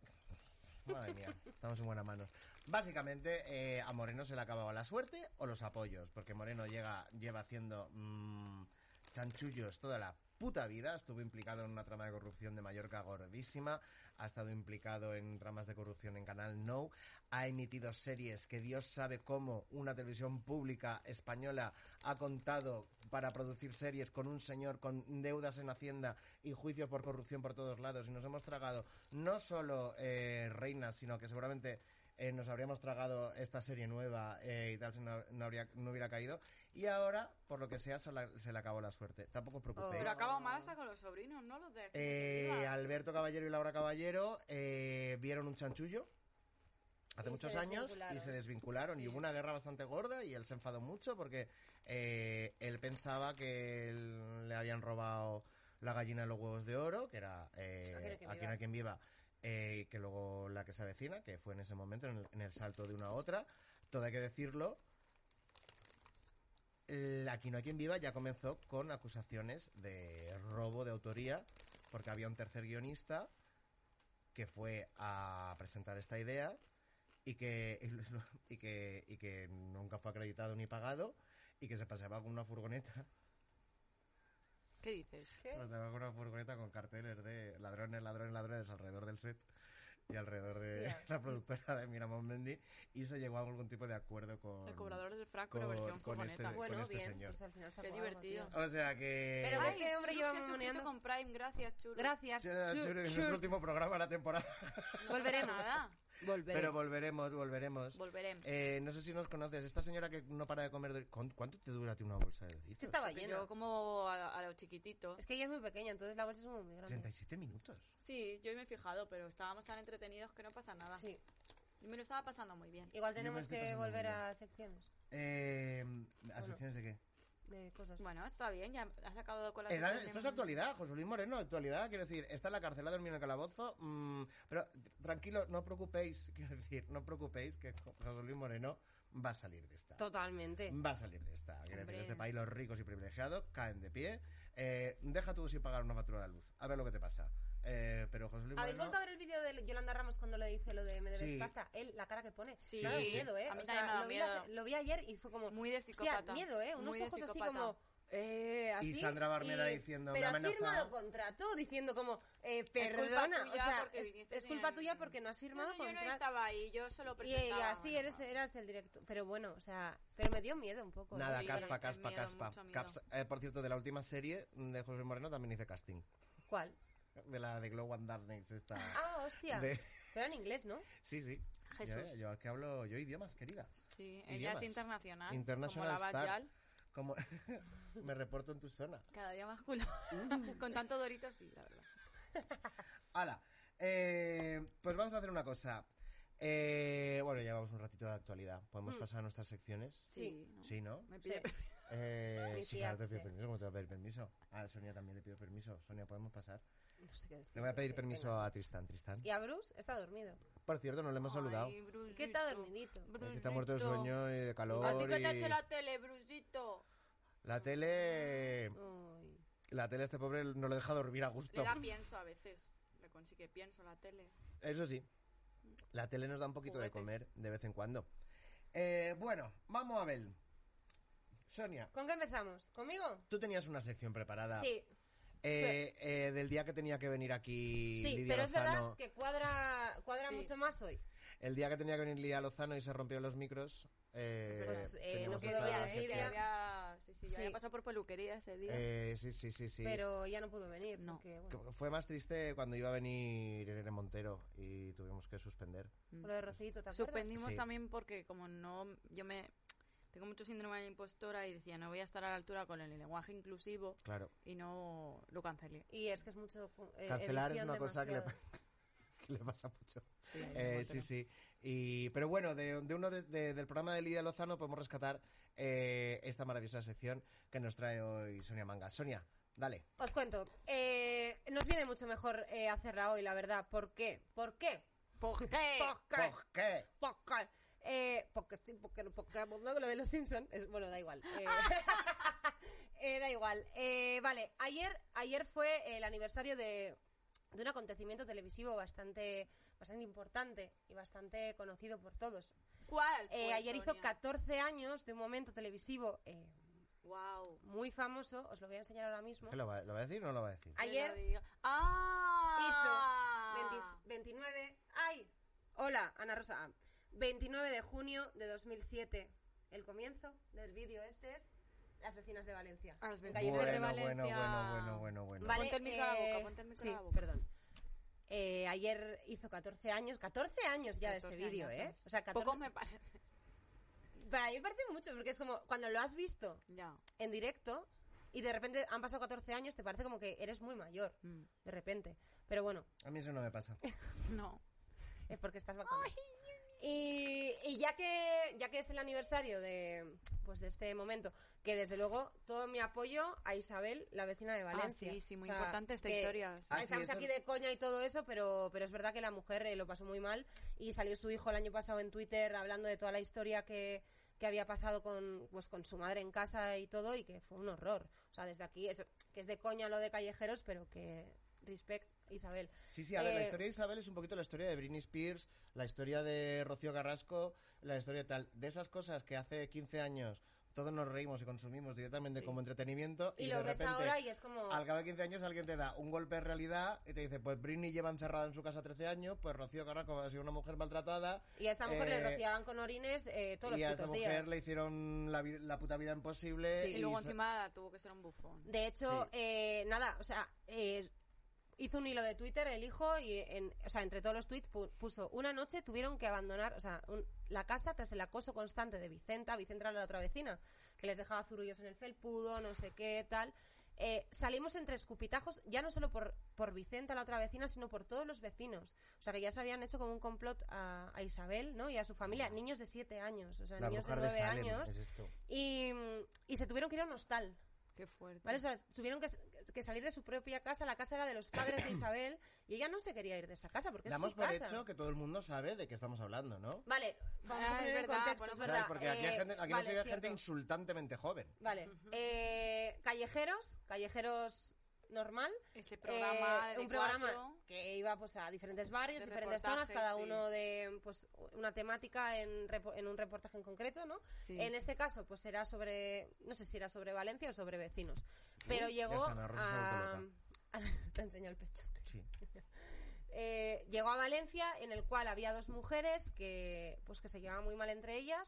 [SPEAKER 1] Madre mía, estamos en buenas manos. Básicamente, eh, a Moreno se le ha acabado la suerte o los apoyos, porque Moreno llega, lleva haciendo mm, chanchullos toda la puta vida. Estuvo implicado en una trama de corrupción de Mallorca gordísima, ha estado implicado en tramas de corrupción en Canal No, ha emitido series que Dios sabe cómo una televisión pública española ha contado para producir series con un señor con deudas en Hacienda y juicios por corrupción por todos lados. Y nos hemos tragado no solo eh, reinas, sino que seguramente eh, nos habríamos tragado esta serie nueva eh, y tal si no, no habría, no hubiera caído. Y ahora, por lo que sea, se, la- se le acabó la suerte. Tampoco os preocupéis.
[SPEAKER 3] Pero acaba mal hasta con los sobrinos, ¿no? Los de.
[SPEAKER 1] Eh, Alberto Caballero y Laura Caballero eh, vieron un chanchullo hace
[SPEAKER 2] Y
[SPEAKER 1] muchos
[SPEAKER 2] se
[SPEAKER 1] años y
[SPEAKER 2] desvincularon.
[SPEAKER 1] se desvincularon y hubo una guerra bastante gorda y él se enfadó mucho porque eh, él pensaba que él- le habían robado la gallina de los huevos de oro, que era eh,
[SPEAKER 2] Aquí no hay
[SPEAKER 1] Aquí
[SPEAKER 2] quien
[SPEAKER 1] no hay
[SPEAKER 2] viva.
[SPEAKER 1] quien viva, eh, y que luego la que se avecina, que fue en ese momento, en el, en el salto de una a otra. Todo hay que decirlo, la Aquí no hay quien viva ya comenzó con acusaciones de robo de autoría porque había un tercer guionista que fue a presentar esta idea y que, y que, y que nunca fue acreditado ni pagado y que se paseaba con una furgoneta.
[SPEAKER 3] ¿Qué dices?
[SPEAKER 1] Se paseaba con una furgoneta con carteles de ladrones, ladrones, ladrones alrededor del set y alrededor de
[SPEAKER 2] Hostia.
[SPEAKER 1] la productora de Miramón Mendy y se llegó a algún tipo de acuerdo con...
[SPEAKER 3] El cobrador del Franco,
[SPEAKER 1] con-
[SPEAKER 3] pero versión
[SPEAKER 1] con este-
[SPEAKER 3] furgoneta.
[SPEAKER 2] Bueno,
[SPEAKER 1] este
[SPEAKER 2] bien,
[SPEAKER 1] señor.
[SPEAKER 2] pues al final se
[SPEAKER 3] Qué
[SPEAKER 2] acabó algo,
[SPEAKER 3] divertido.
[SPEAKER 2] tío.
[SPEAKER 1] O sea que...
[SPEAKER 2] Pero
[SPEAKER 3] Ay,
[SPEAKER 2] que este hombre
[SPEAKER 3] Churru
[SPEAKER 2] lleva
[SPEAKER 3] se ha suscrito
[SPEAKER 2] mamoneando.
[SPEAKER 3] con Prime, gracias, Churru.
[SPEAKER 2] Gracias.
[SPEAKER 1] Ya,
[SPEAKER 2] Chur,
[SPEAKER 1] Churi, es
[SPEAKER 2] chur.
[SPEAKER 1] nuestro último programa de la temporada.
[SPEAKER 2] Volveremos.
[SPEAKER 3] Nada,
[SPEAKER 2] Volveremos.
[SPEAKER 1] Pero volveremos, volveremos.
[SPEAKER 3] volveremos.
[SPEAKER 1] Eh, no sé si nos conoces. Esta señora que no para de comer... dor- ¿Cuán- ¿Cuánto te dura a ti una bolsa de Doritos?
[SPEAKER 2] Estaba
[SPEAKER 3] Porque yo
[SPEAKER 2] lleno.
[SPEAKER 3] como a, a los chiquititos.
[SPEAKER 2] Es que ella es muy pequeña, entonces la bolsa es como muy grande.
[SPEAKER 1] 37 minutos.
[SPEAKER 3] Sí, yo me he fijado, pero estábamos tan entretenidos que no pasa nada.
[SPEAKER 2] Sí.
[SPEAKER 3] Y me lo estaba pasando muy bien.
[SPEAKER 2] Igual
[SPEAKER 1] me
[SPEAKER 2] tenemos
[SPEAKER 1] estoy
[SPEAKER 2] que
[SPEAKER 1] pasando
[SPEAKER 2] volver
[SPEAKER 1] muy
[SPEAKER 2] a secciones
[SPEAKER 1] Eh, ¿A secciones de qué?
[SPEAKER 2] de cosas.
[SPEAKER 3] Bueno, está bien, ya has acabado con la
[SPEAKER 1] Era-
[SPEAKER 3] sección
[SPEAKER 1] esto
[SPEAKER 3] de
[SPEAKER 1] es
[SPEAKER 3] Mon-
[SPEAKER 1] actualidad, José Luis Moreno, actualidad. Quiero decir, está en la cárcel, ha dormido en el calabozo. mm, pero tranquilo, no os preocupéis. Quiero decir, no os preocupéis que José Luis Moreno va a salir de esta.
[SPEAKER 2] Totalmente.
[SPEAKER 1] Va a salir de esta. Quiero decir,
[SPEAKER 3] Hombre.
[SPEAKER 1] en este país los ricos y privilegiados caen de pie. Eh, deja tú sin pagar una factura a la luz. A ver lo que te pasa. Eh, pero José Luis
[SPEAKER 2] ¿Habéis
[SPEAKER 1] Moreno.
[SPEAKER 2] vuelto a ver el vídeo de Yolanda Ramos cuando le dice lo de me debes
[SPEAKER 1] Sí.
[SPEAKER 2] pasta? Él, la cara que pone.
[SPEAKER 3] Sí,
[SPEAKER 2] Da
[SPEAKER 1] sí, sí.
[SPEAKER 2] miedo, ¿eh?
[SPEAKER 3] A mí también
[SPEAKER 2] O
[SPEAKER 3] me
[SPEAKER 2] sea,
[SPEAKER 3] da
[SPEAKER 2] lo, vi
[SPEAKER 3] miedo.
[SPEAKER 2] hace- lo vi ayer y fue como...
[SPEAKER 3] Muy de
[SPEAKER 2] Hostia,
[SPEAKER 3] psicópata.
[SPEAKER 2] miedo, ¿eh? Unos
[SPEAKER 3] muy de
[SPEAKER 2] ojos así
[SPEAKER 3] psicópata.
[SPEAKER 2] como... Eh, así,
[SPEAKER 1] Sandra Barneda diciendo,
[SPEAKER 2] Pero
[SPEAKER 1] "Me
[SPEAKER 2] has
[SPEAKER 1] ha amenazado".
[SPEAKER 2] firmado contrato diciendo como... eh,
[SPEAKER 3] culpa
[SPEAKER 2] perdona,
[SPEAKER 3] tuya
[SPEAKER 2] o sea,
[SPEAKER 3] porque
[SPEAKER 2] es,
[SPEAKER 3] viniste
[SPEAKER 2] es
[SPEAKER 3] sin
[SPEAKER 2] culpa
[SPEAKER 3] el-
[SPEAKER 2] tuya porque no has firmado
[SPEAKER 3] No, no, yo no
[SPEAKER 2] contrato.
[SPEAKER 3] estaba ahí, yo solo
[SPEAKER 2] Y,
[SPEAKER 3] presentaba.
[SPEAKER 2] y así
[SPEAKER 3] bueno,
[SPEAKER 2] eres,
[SPEAKER 3] va.
[SPEAKER 2] eras el director. Pero bueno, o sea, pero me dio miedo un poco. ¿eh?
[SPEAKER 1] Nada,
[SPEAKER 3] Sí,
[SPEAKER 1] caspa,
[SPEAKER 3] pero
[SPEAKER 1] caspa,
[SPEAKER 3] miedo,
[SPEAKER 1] caspa.
[SPEAKER 3] mucho miedo.
[SPEAKER 1] Caps- eh, por cierto, de la última serie de José Luis Moreno también hice casting.
[SPEAKER 2] ¿Cuál?
[SPEAKER 1] De la de Glow and Darkness. Esta.
[SPEAKER 2] Ah, hostia.
[SPEAKER 1] de-
[SPEAKER 2] Pero en inglés, ¿no?
[SPEAKER 1] Sí, sí.
[SPEAKER 3] Jesús.
[SPEAKER 1] Yo, yo es que hablo yo idiomas, querida.
[SPEAKER 3] Sí,
[SPEAKER 1] Y
[SPEAKER 3] ella
[SPEAKER 1] llevas.
[SPEAKER 3] es internacional.
[SPEAKER 1] International
[SPEAKER 3] como la
[SPEAKER 1] Star.
[SPEAKER 3] Bajal,
[SPEAKER 1] Como me reporto en tu zona.
[SPEAKER 3] Cada día más culo.
[SPEAKER 2] Uh.
[SPEAKER 3] Con tanto dorito, sí, la verdad.
[SPEAKER 1] Hala. eh, pues vamos a hacer una cosa. Eh, bueno, ya vamos un ratito de actualidad. ¿Podemos pasar a nuestras secciones?
[SPEAKER 2] Sí.
[SPEAKER 3] Mm. ¿no?
[SPEAKER 1] Sí, ¿no?
[SPEAKER 3] Me pide
[SPEAKER 2] Sí.
[SPEAKER 1] Eh,
[SPEAKER 2] Mi
[SPEAKER 1] sí, claro, te
[SPEAKER 2] fiarse.
[SPEAKER 1] pido permiso. ¿Cómo te voy a pedir permiso? A Sonia también le pido permiso. Sonia, ¿podemos pasar?
[SPEAKER 2] No sé qué decir.
[SPEAKER 1] Le voy a pedir
[SPEAKER 2] Sí,
[SPEAKER 1] permiso
[SPEAKER 2] venga,
[SPEAKER 1] a Tristán. Tristán.
[SPEAKER 2] sí. Y a Bruce está dormido.
[SPEAKER 1] Por cierto, no le hemos saludado.
[SPEAKER 3] Ay, Brusito.
[SPEAKER 2] ¿Qué está dormidito?
[SPEAKER 1] Eh, que está muerto de
[SPEAKER 3] Brusito.
[SPEAKER 1] sueño y de calor.
[SPEAKER 3] ¿A ti qué te ha
[SPEAKER 1] y-
[SPEAKER 3] hecho la tele, Brusito?
[SPEAKER 1] la tele.
[SPEAKER 2] Uy.
[SPEAKER 1] La tele a este pobre no le deja dormir a gusto.
[SPEAKER 3] Le da pienso a veces. Le consigue pienso a la tele.
[SPEAKER 1] Eso sí, la tele nos da un poquito de
[SPEAKER 3] Juguetes.
[SPEAKER 1] comer de vez en cuando. Eh, bueno, vamos a ver. Sonia,
[SPEAKER 2] ¿Con qué empezamos? ¿Conmigo?
[SPEAKER 1] tú tenías una sección preparada
[SPEAKER 2] Sí,
[SPEAKER 1] eh, eh, del día que tenía que venir aquí
[SPEAKER 2] sí,
[SPEAKER 1] Lidia
[SPEAKER 2] pero es
[SPEAKER 1] Lozano.
[SPEAKER 2] verdad que cuadra, cuadra
[SPEAKER 3] Sí.
[SPEAKER 2] mucho más hoy.
[SPEAKER 1] El día que tenía que venir Lidia Lozano y se rompió los micros. eh,
[SPEAKER 2] Pues, eh,
[SPEAKER 1] teníamos
[SPEAKER 2] no
[SPEAKER 3] Porque
[SPEAKER 2] puedo
[SPEAKER 1] esta
[SPEAKER 3] ya-
[SPEAKER 2] venir,
[SPEAKER 3] ya
[SPEAKER 2] eh,
[SPEAKER 1] sección.
[SPEAKER 3] había- sí, sí, ya
[SPEAKER 2] Sí.
[SPEAKER 3] había pasado por peluquería ese día.
[SPEAKER 1] Eh, sí, sí, sí, sí.
[SPEAKER 2] Pero ya no pudo venir.
[SPEAKER 3] No.
[SPEAKER 2] Porque, bueno,
[SPEAKER 1] Que Fue más triste cuando iba a venir Irene Montero y tuvimos que suspender.
[SPEAKER 2] por lo de Rocito, ¿te acuerdas?
[SPEAKER 3] Suspendimos
[SPEAKER 1] Sí.
[SPEAKER 3] también porque como no, yo me tengo mucho síndrome de impostora y decía no voy a estar a la altura con el lenguaje inclusivo
[SPEAKER 1] Claro.
[SPEAKER 3] y no lo cancelé.
[SPEAKER 2] Y es que es mucho. eh,
[SPEAKER 1] Cancelar es
[SPEAKER 2] edición
[SPEAKER 1] una cosa que le,
[SPEAKER 2] demasiado.
[SPEAKER 1] que le pasa mucho.
[SPEAKER 3] Sí,
[SPEAKER 1] Eh, sí, sí. Y, pero bueno, de, de uno de- de- del programa de Lidia Lozano podemos rescatar eh, esta maravillosa sección que nos trae hoy Sonia Manga. Sonia, dale.
[SPEAKER 2] Os cuento. eh, nos viene mucho mejor eh, hacerla hoy, la verdad. ¿Por qué? ¿Por qué?
[SPEAKER 3] ¿Por qué?
[SPEAKER 2] ¿Por qué?
[SPEAKER 1] ¿Por qué?
[SPEAKER 2] Porque, eh, porque sí, porque no, porque vamos, ¿no? lo de los Simpsons, bueno, da igual. eh. Eh, da igual. Eh, vale, ayer, ayer fue el aniversario de, de un acontecimiento televisivo bastante, bastante importante y bastante conocido por todos.
[SPEAKER 3] ¿Cuál?
[SPEAKER 2] Eh,
[SPEAKER 3] fue,
[SPEAKER 2] ayer hizo
[SPEAKER 3] Pues, Sonia?
[SPEAKER 2] 14 años de un momento televisivo eh,
[SPEAKER 3] Guau.
[SPEAKER 2] muy famoso, os lo voy a enseñar ahora mismo.
[SPEAKER 1] ¿Qué lo, va, ¿Lo va a decir o no lo va a decir?
[SPEAKER 3] Que
[SPEAKER 2] Ayer
[SPEAKER 3] lo diga. ¡Ah!
[SPEAKER 2] 20 29. ¡Ay! Hola, Ana Rosa. Ah, 29 de junio de 2007. El comienzo del vídeo este es Las vecinas de Valencia.
[SPEAKER 3] A las
[SPEAKER 2] En
[SPEAKER 3] vecinas
[SPEAKER 2] Calle
[SPEAKER 1] Bueno,
[SPEAKER 3] de
[SPEAKER 2] Ferrer.
[SPEAKER 3] Valencia.
[SPEAKER 1] bueno, bueno, bueno, bueno, bueno.
[SPEAKER 2] Vale,
[SPEAKER 3] Ponte el micro a la
[SPEAKER 2] eh,
[SPEAKER 3] boca, ponte el micro a
[SPEAKER 2] sí,
[SPEAKER 3] la boca.
[SPEAKER 2] perdón. Eh, ayer hizo 14 años, 14 años ya de
[SPEAKER 3] 14
[SPEAKER 2] este vídeo, ¿eh?
[SPEAKER 3] añazos.
[SPEAKER 2] O sea, 14,
[SPEAKER 3] Poco me parece.
[SPEAKER 2] Para mí me parece mucho, porque es como cuando lo has visto
[SPEAKER 3] Ya.
[SPEAKER 2] en directo y de repente han pasado 14 años, te parece como que eres muy mayor,
[SPEAKER 3] Mm.
[SPEAKER 2] de repente. Pero bueno,
[SPEAKER 1] A mí eso no me pasa.
[SPEAKER 3] No.
[SPEAKER 2] Es porque estás vacunado. Y, y ya que ya que es el aniversario de pues de este momento, que desde luego todo mi apoyo a Isabel, la vecina de Valencia.
[SPEAKER 3] Ah, sí, sí, muy importante esta
[SPEAKER 2] que
[SPEAKER 3] historia, sí.
[SPEAKER 1] Ah, sí,
[SPEAKER 2] estamos
[SPEAKER 1] eso-
[SPEAKER 2] aquí de coña y todo eso, pero pero es verdad que la mujer eh, lo pasó muy mal y salió su hijo el año pasado en Twitter hablando de toda la historia que que había pasado con pues con su madre en casa y todo y que fue un horror. O sea, desde aquí es que es de coña lo de callejeros, pero que respect Isabel.
[SPEAKER 1] Sí, sí, a ver, la
[SPEAKER 2] Eh,
[SPEAKER 1] historia de Isabel es un poquito la historia de Britney Spears, la historia de Rocío Carrasco, la historia de tal. De esas cosas que hace 15 años todos nos reímos y consumimos directamente
[SPEAKER 2] Sí.
[SPEAKER 1] como entretenimiento y,
[SPEAKER 2] Y, lo
[SPEAKER 1] de
[SPEAKER 2] ves
[SPEAKER 1] repente,
[SPEAKER 2] ahora y es como...
[SPEAKER 1] al cabo de 15 años alguien te da un golpe de realidad y te dice, pues Britney lleva encerrada en su casa 13 años, pues Rocío Carrasco ha sido una mujer maltratada
[SPEAKER 2] Y a esta mujer
[SPEAKER 1] eh,
[SPEAKER 2] le rociaban con orines eh, todos
[SPEAKER 1] y
[SPEAKER 2] los
[SPEAKER 1] a esta
[SPEAKER 2] putos
[SPEAKER 1] mujer
[SPEAKER 2] días.
[SPEAKER 1] le hicieron la, vi- la puta vida imposible.
[SPEAKER 2] Sí.
[SPEAKER 3] Y luego
[SPEAKER 1] se-
[SPEAKER 3] encima tuvo que ser un bufón.
[SPEAKER 2] De hecho,
[SPEAKER 1] Sí.
[SPEAKER 2] eh, nada, o sea, eh, hizo un hilo de Twitter el hijo y, en, o sea, entre todos los tweets pu- puso una noche tuvieron que abandonar, o sea, un- la casa tras el acoso constante de Vicenta, Vicenta era la otra vecina, que les dejaba zurullos en el felpudo, no sé qué, tal. Eh, salimos entre escupitajos, ya no solo por, por Vicenta, la otra vecina, sino por todos los vecinos. O sea, que ya se habían hecho como un complot a, a Isabel, ¿no? Y a su familia, niños de siete años, o sea,
[SPEAKER 1] La
[SPEAKER 2] niños de
[SPEAKER 1] mujer de
[SPEAKER 2] nueve
[SPEAKER 1] Salem,
[SPEAKER 2] años.
[SPEAKER 1] es esto.
[SPEAKER 2] Y, y se tuvieron que ir a un hostal.
[SPEAKER 3] Qué fuerte.
[SPEAKER 2] ¿Vale? O sea, tuvieron que, s- que salir de su propia casa, la casa era de los padres de Isabel, y ella no se quería ir de esa casa porque es
[SPEAKER 1] Damos
[SPEAKER 2] su
[SPEAKER 1] por
[SPEAKER 2] casa.
[SPEAKER 1] hecho que todo el mundo sabe de qué estamos hablando, ¿no?
[SPEAKER 2] Vale, vamos
[SPEAKER 3] Ah,
[SPEAKER 2] a poner
[SPEAKER 3] es
[SPEAKER 2] en
[SPEAKER 3] verdad,
[SPEAKER 2] contexto, es
[SPEAKER 3] ponemos-
[SPEAKER 1] ¿Sabes?
[SPEAKER 2] verdad.
[SPEAKER 1] Porque aquí, hay
[SPEAKER 2] Eh,
[SPEAKER 1] gente, aquí
[SPEAKER 2] vale,
[SPEAKER 1] nos llega
[SPEAKER 2] es
[SPEAKER 1] gente
[SPEAKER 2] cierto.
[SPEAKER 1] insultantemente joven.
[SPEAKER 2] Vale, eh, callejeros, callejeros normal,
[SPEAKER 3] Ese programa
[SPEAKER 2] eh,
[SPEAKER 3] de
[SPEAKER 2] un programa que iba pues a diferentes barrios,
[SPEAKER 3] De
[SPEAKER 2] diferentes zonas,
[SPEAKER 3] reportaje,
[SPEAKER 2] cada
[SPEAKER 3] sí.
[SPEAKER 2] uno de pues una temática en, repo- en un reportaje en concreto, ¿no? En este caso, pues era sobre, no sé si era sobre Valencia o sobre vecinos, pero
[SPEAKER 1] Uh, ya
[SPEAKER 2] llegó
[SPEAKER 1] está, la Rosa se ha
[SPEAKER 2] a,
[SPEAKER 1] vuelto
[SPEAKER 2] te enseño el pechote.
[SPEAKER 1] Sí.
[SPEAKER 2] Eh, llegó a Valencia en el cual había dos mujeres que pues que se llevaban muy mal entre ellas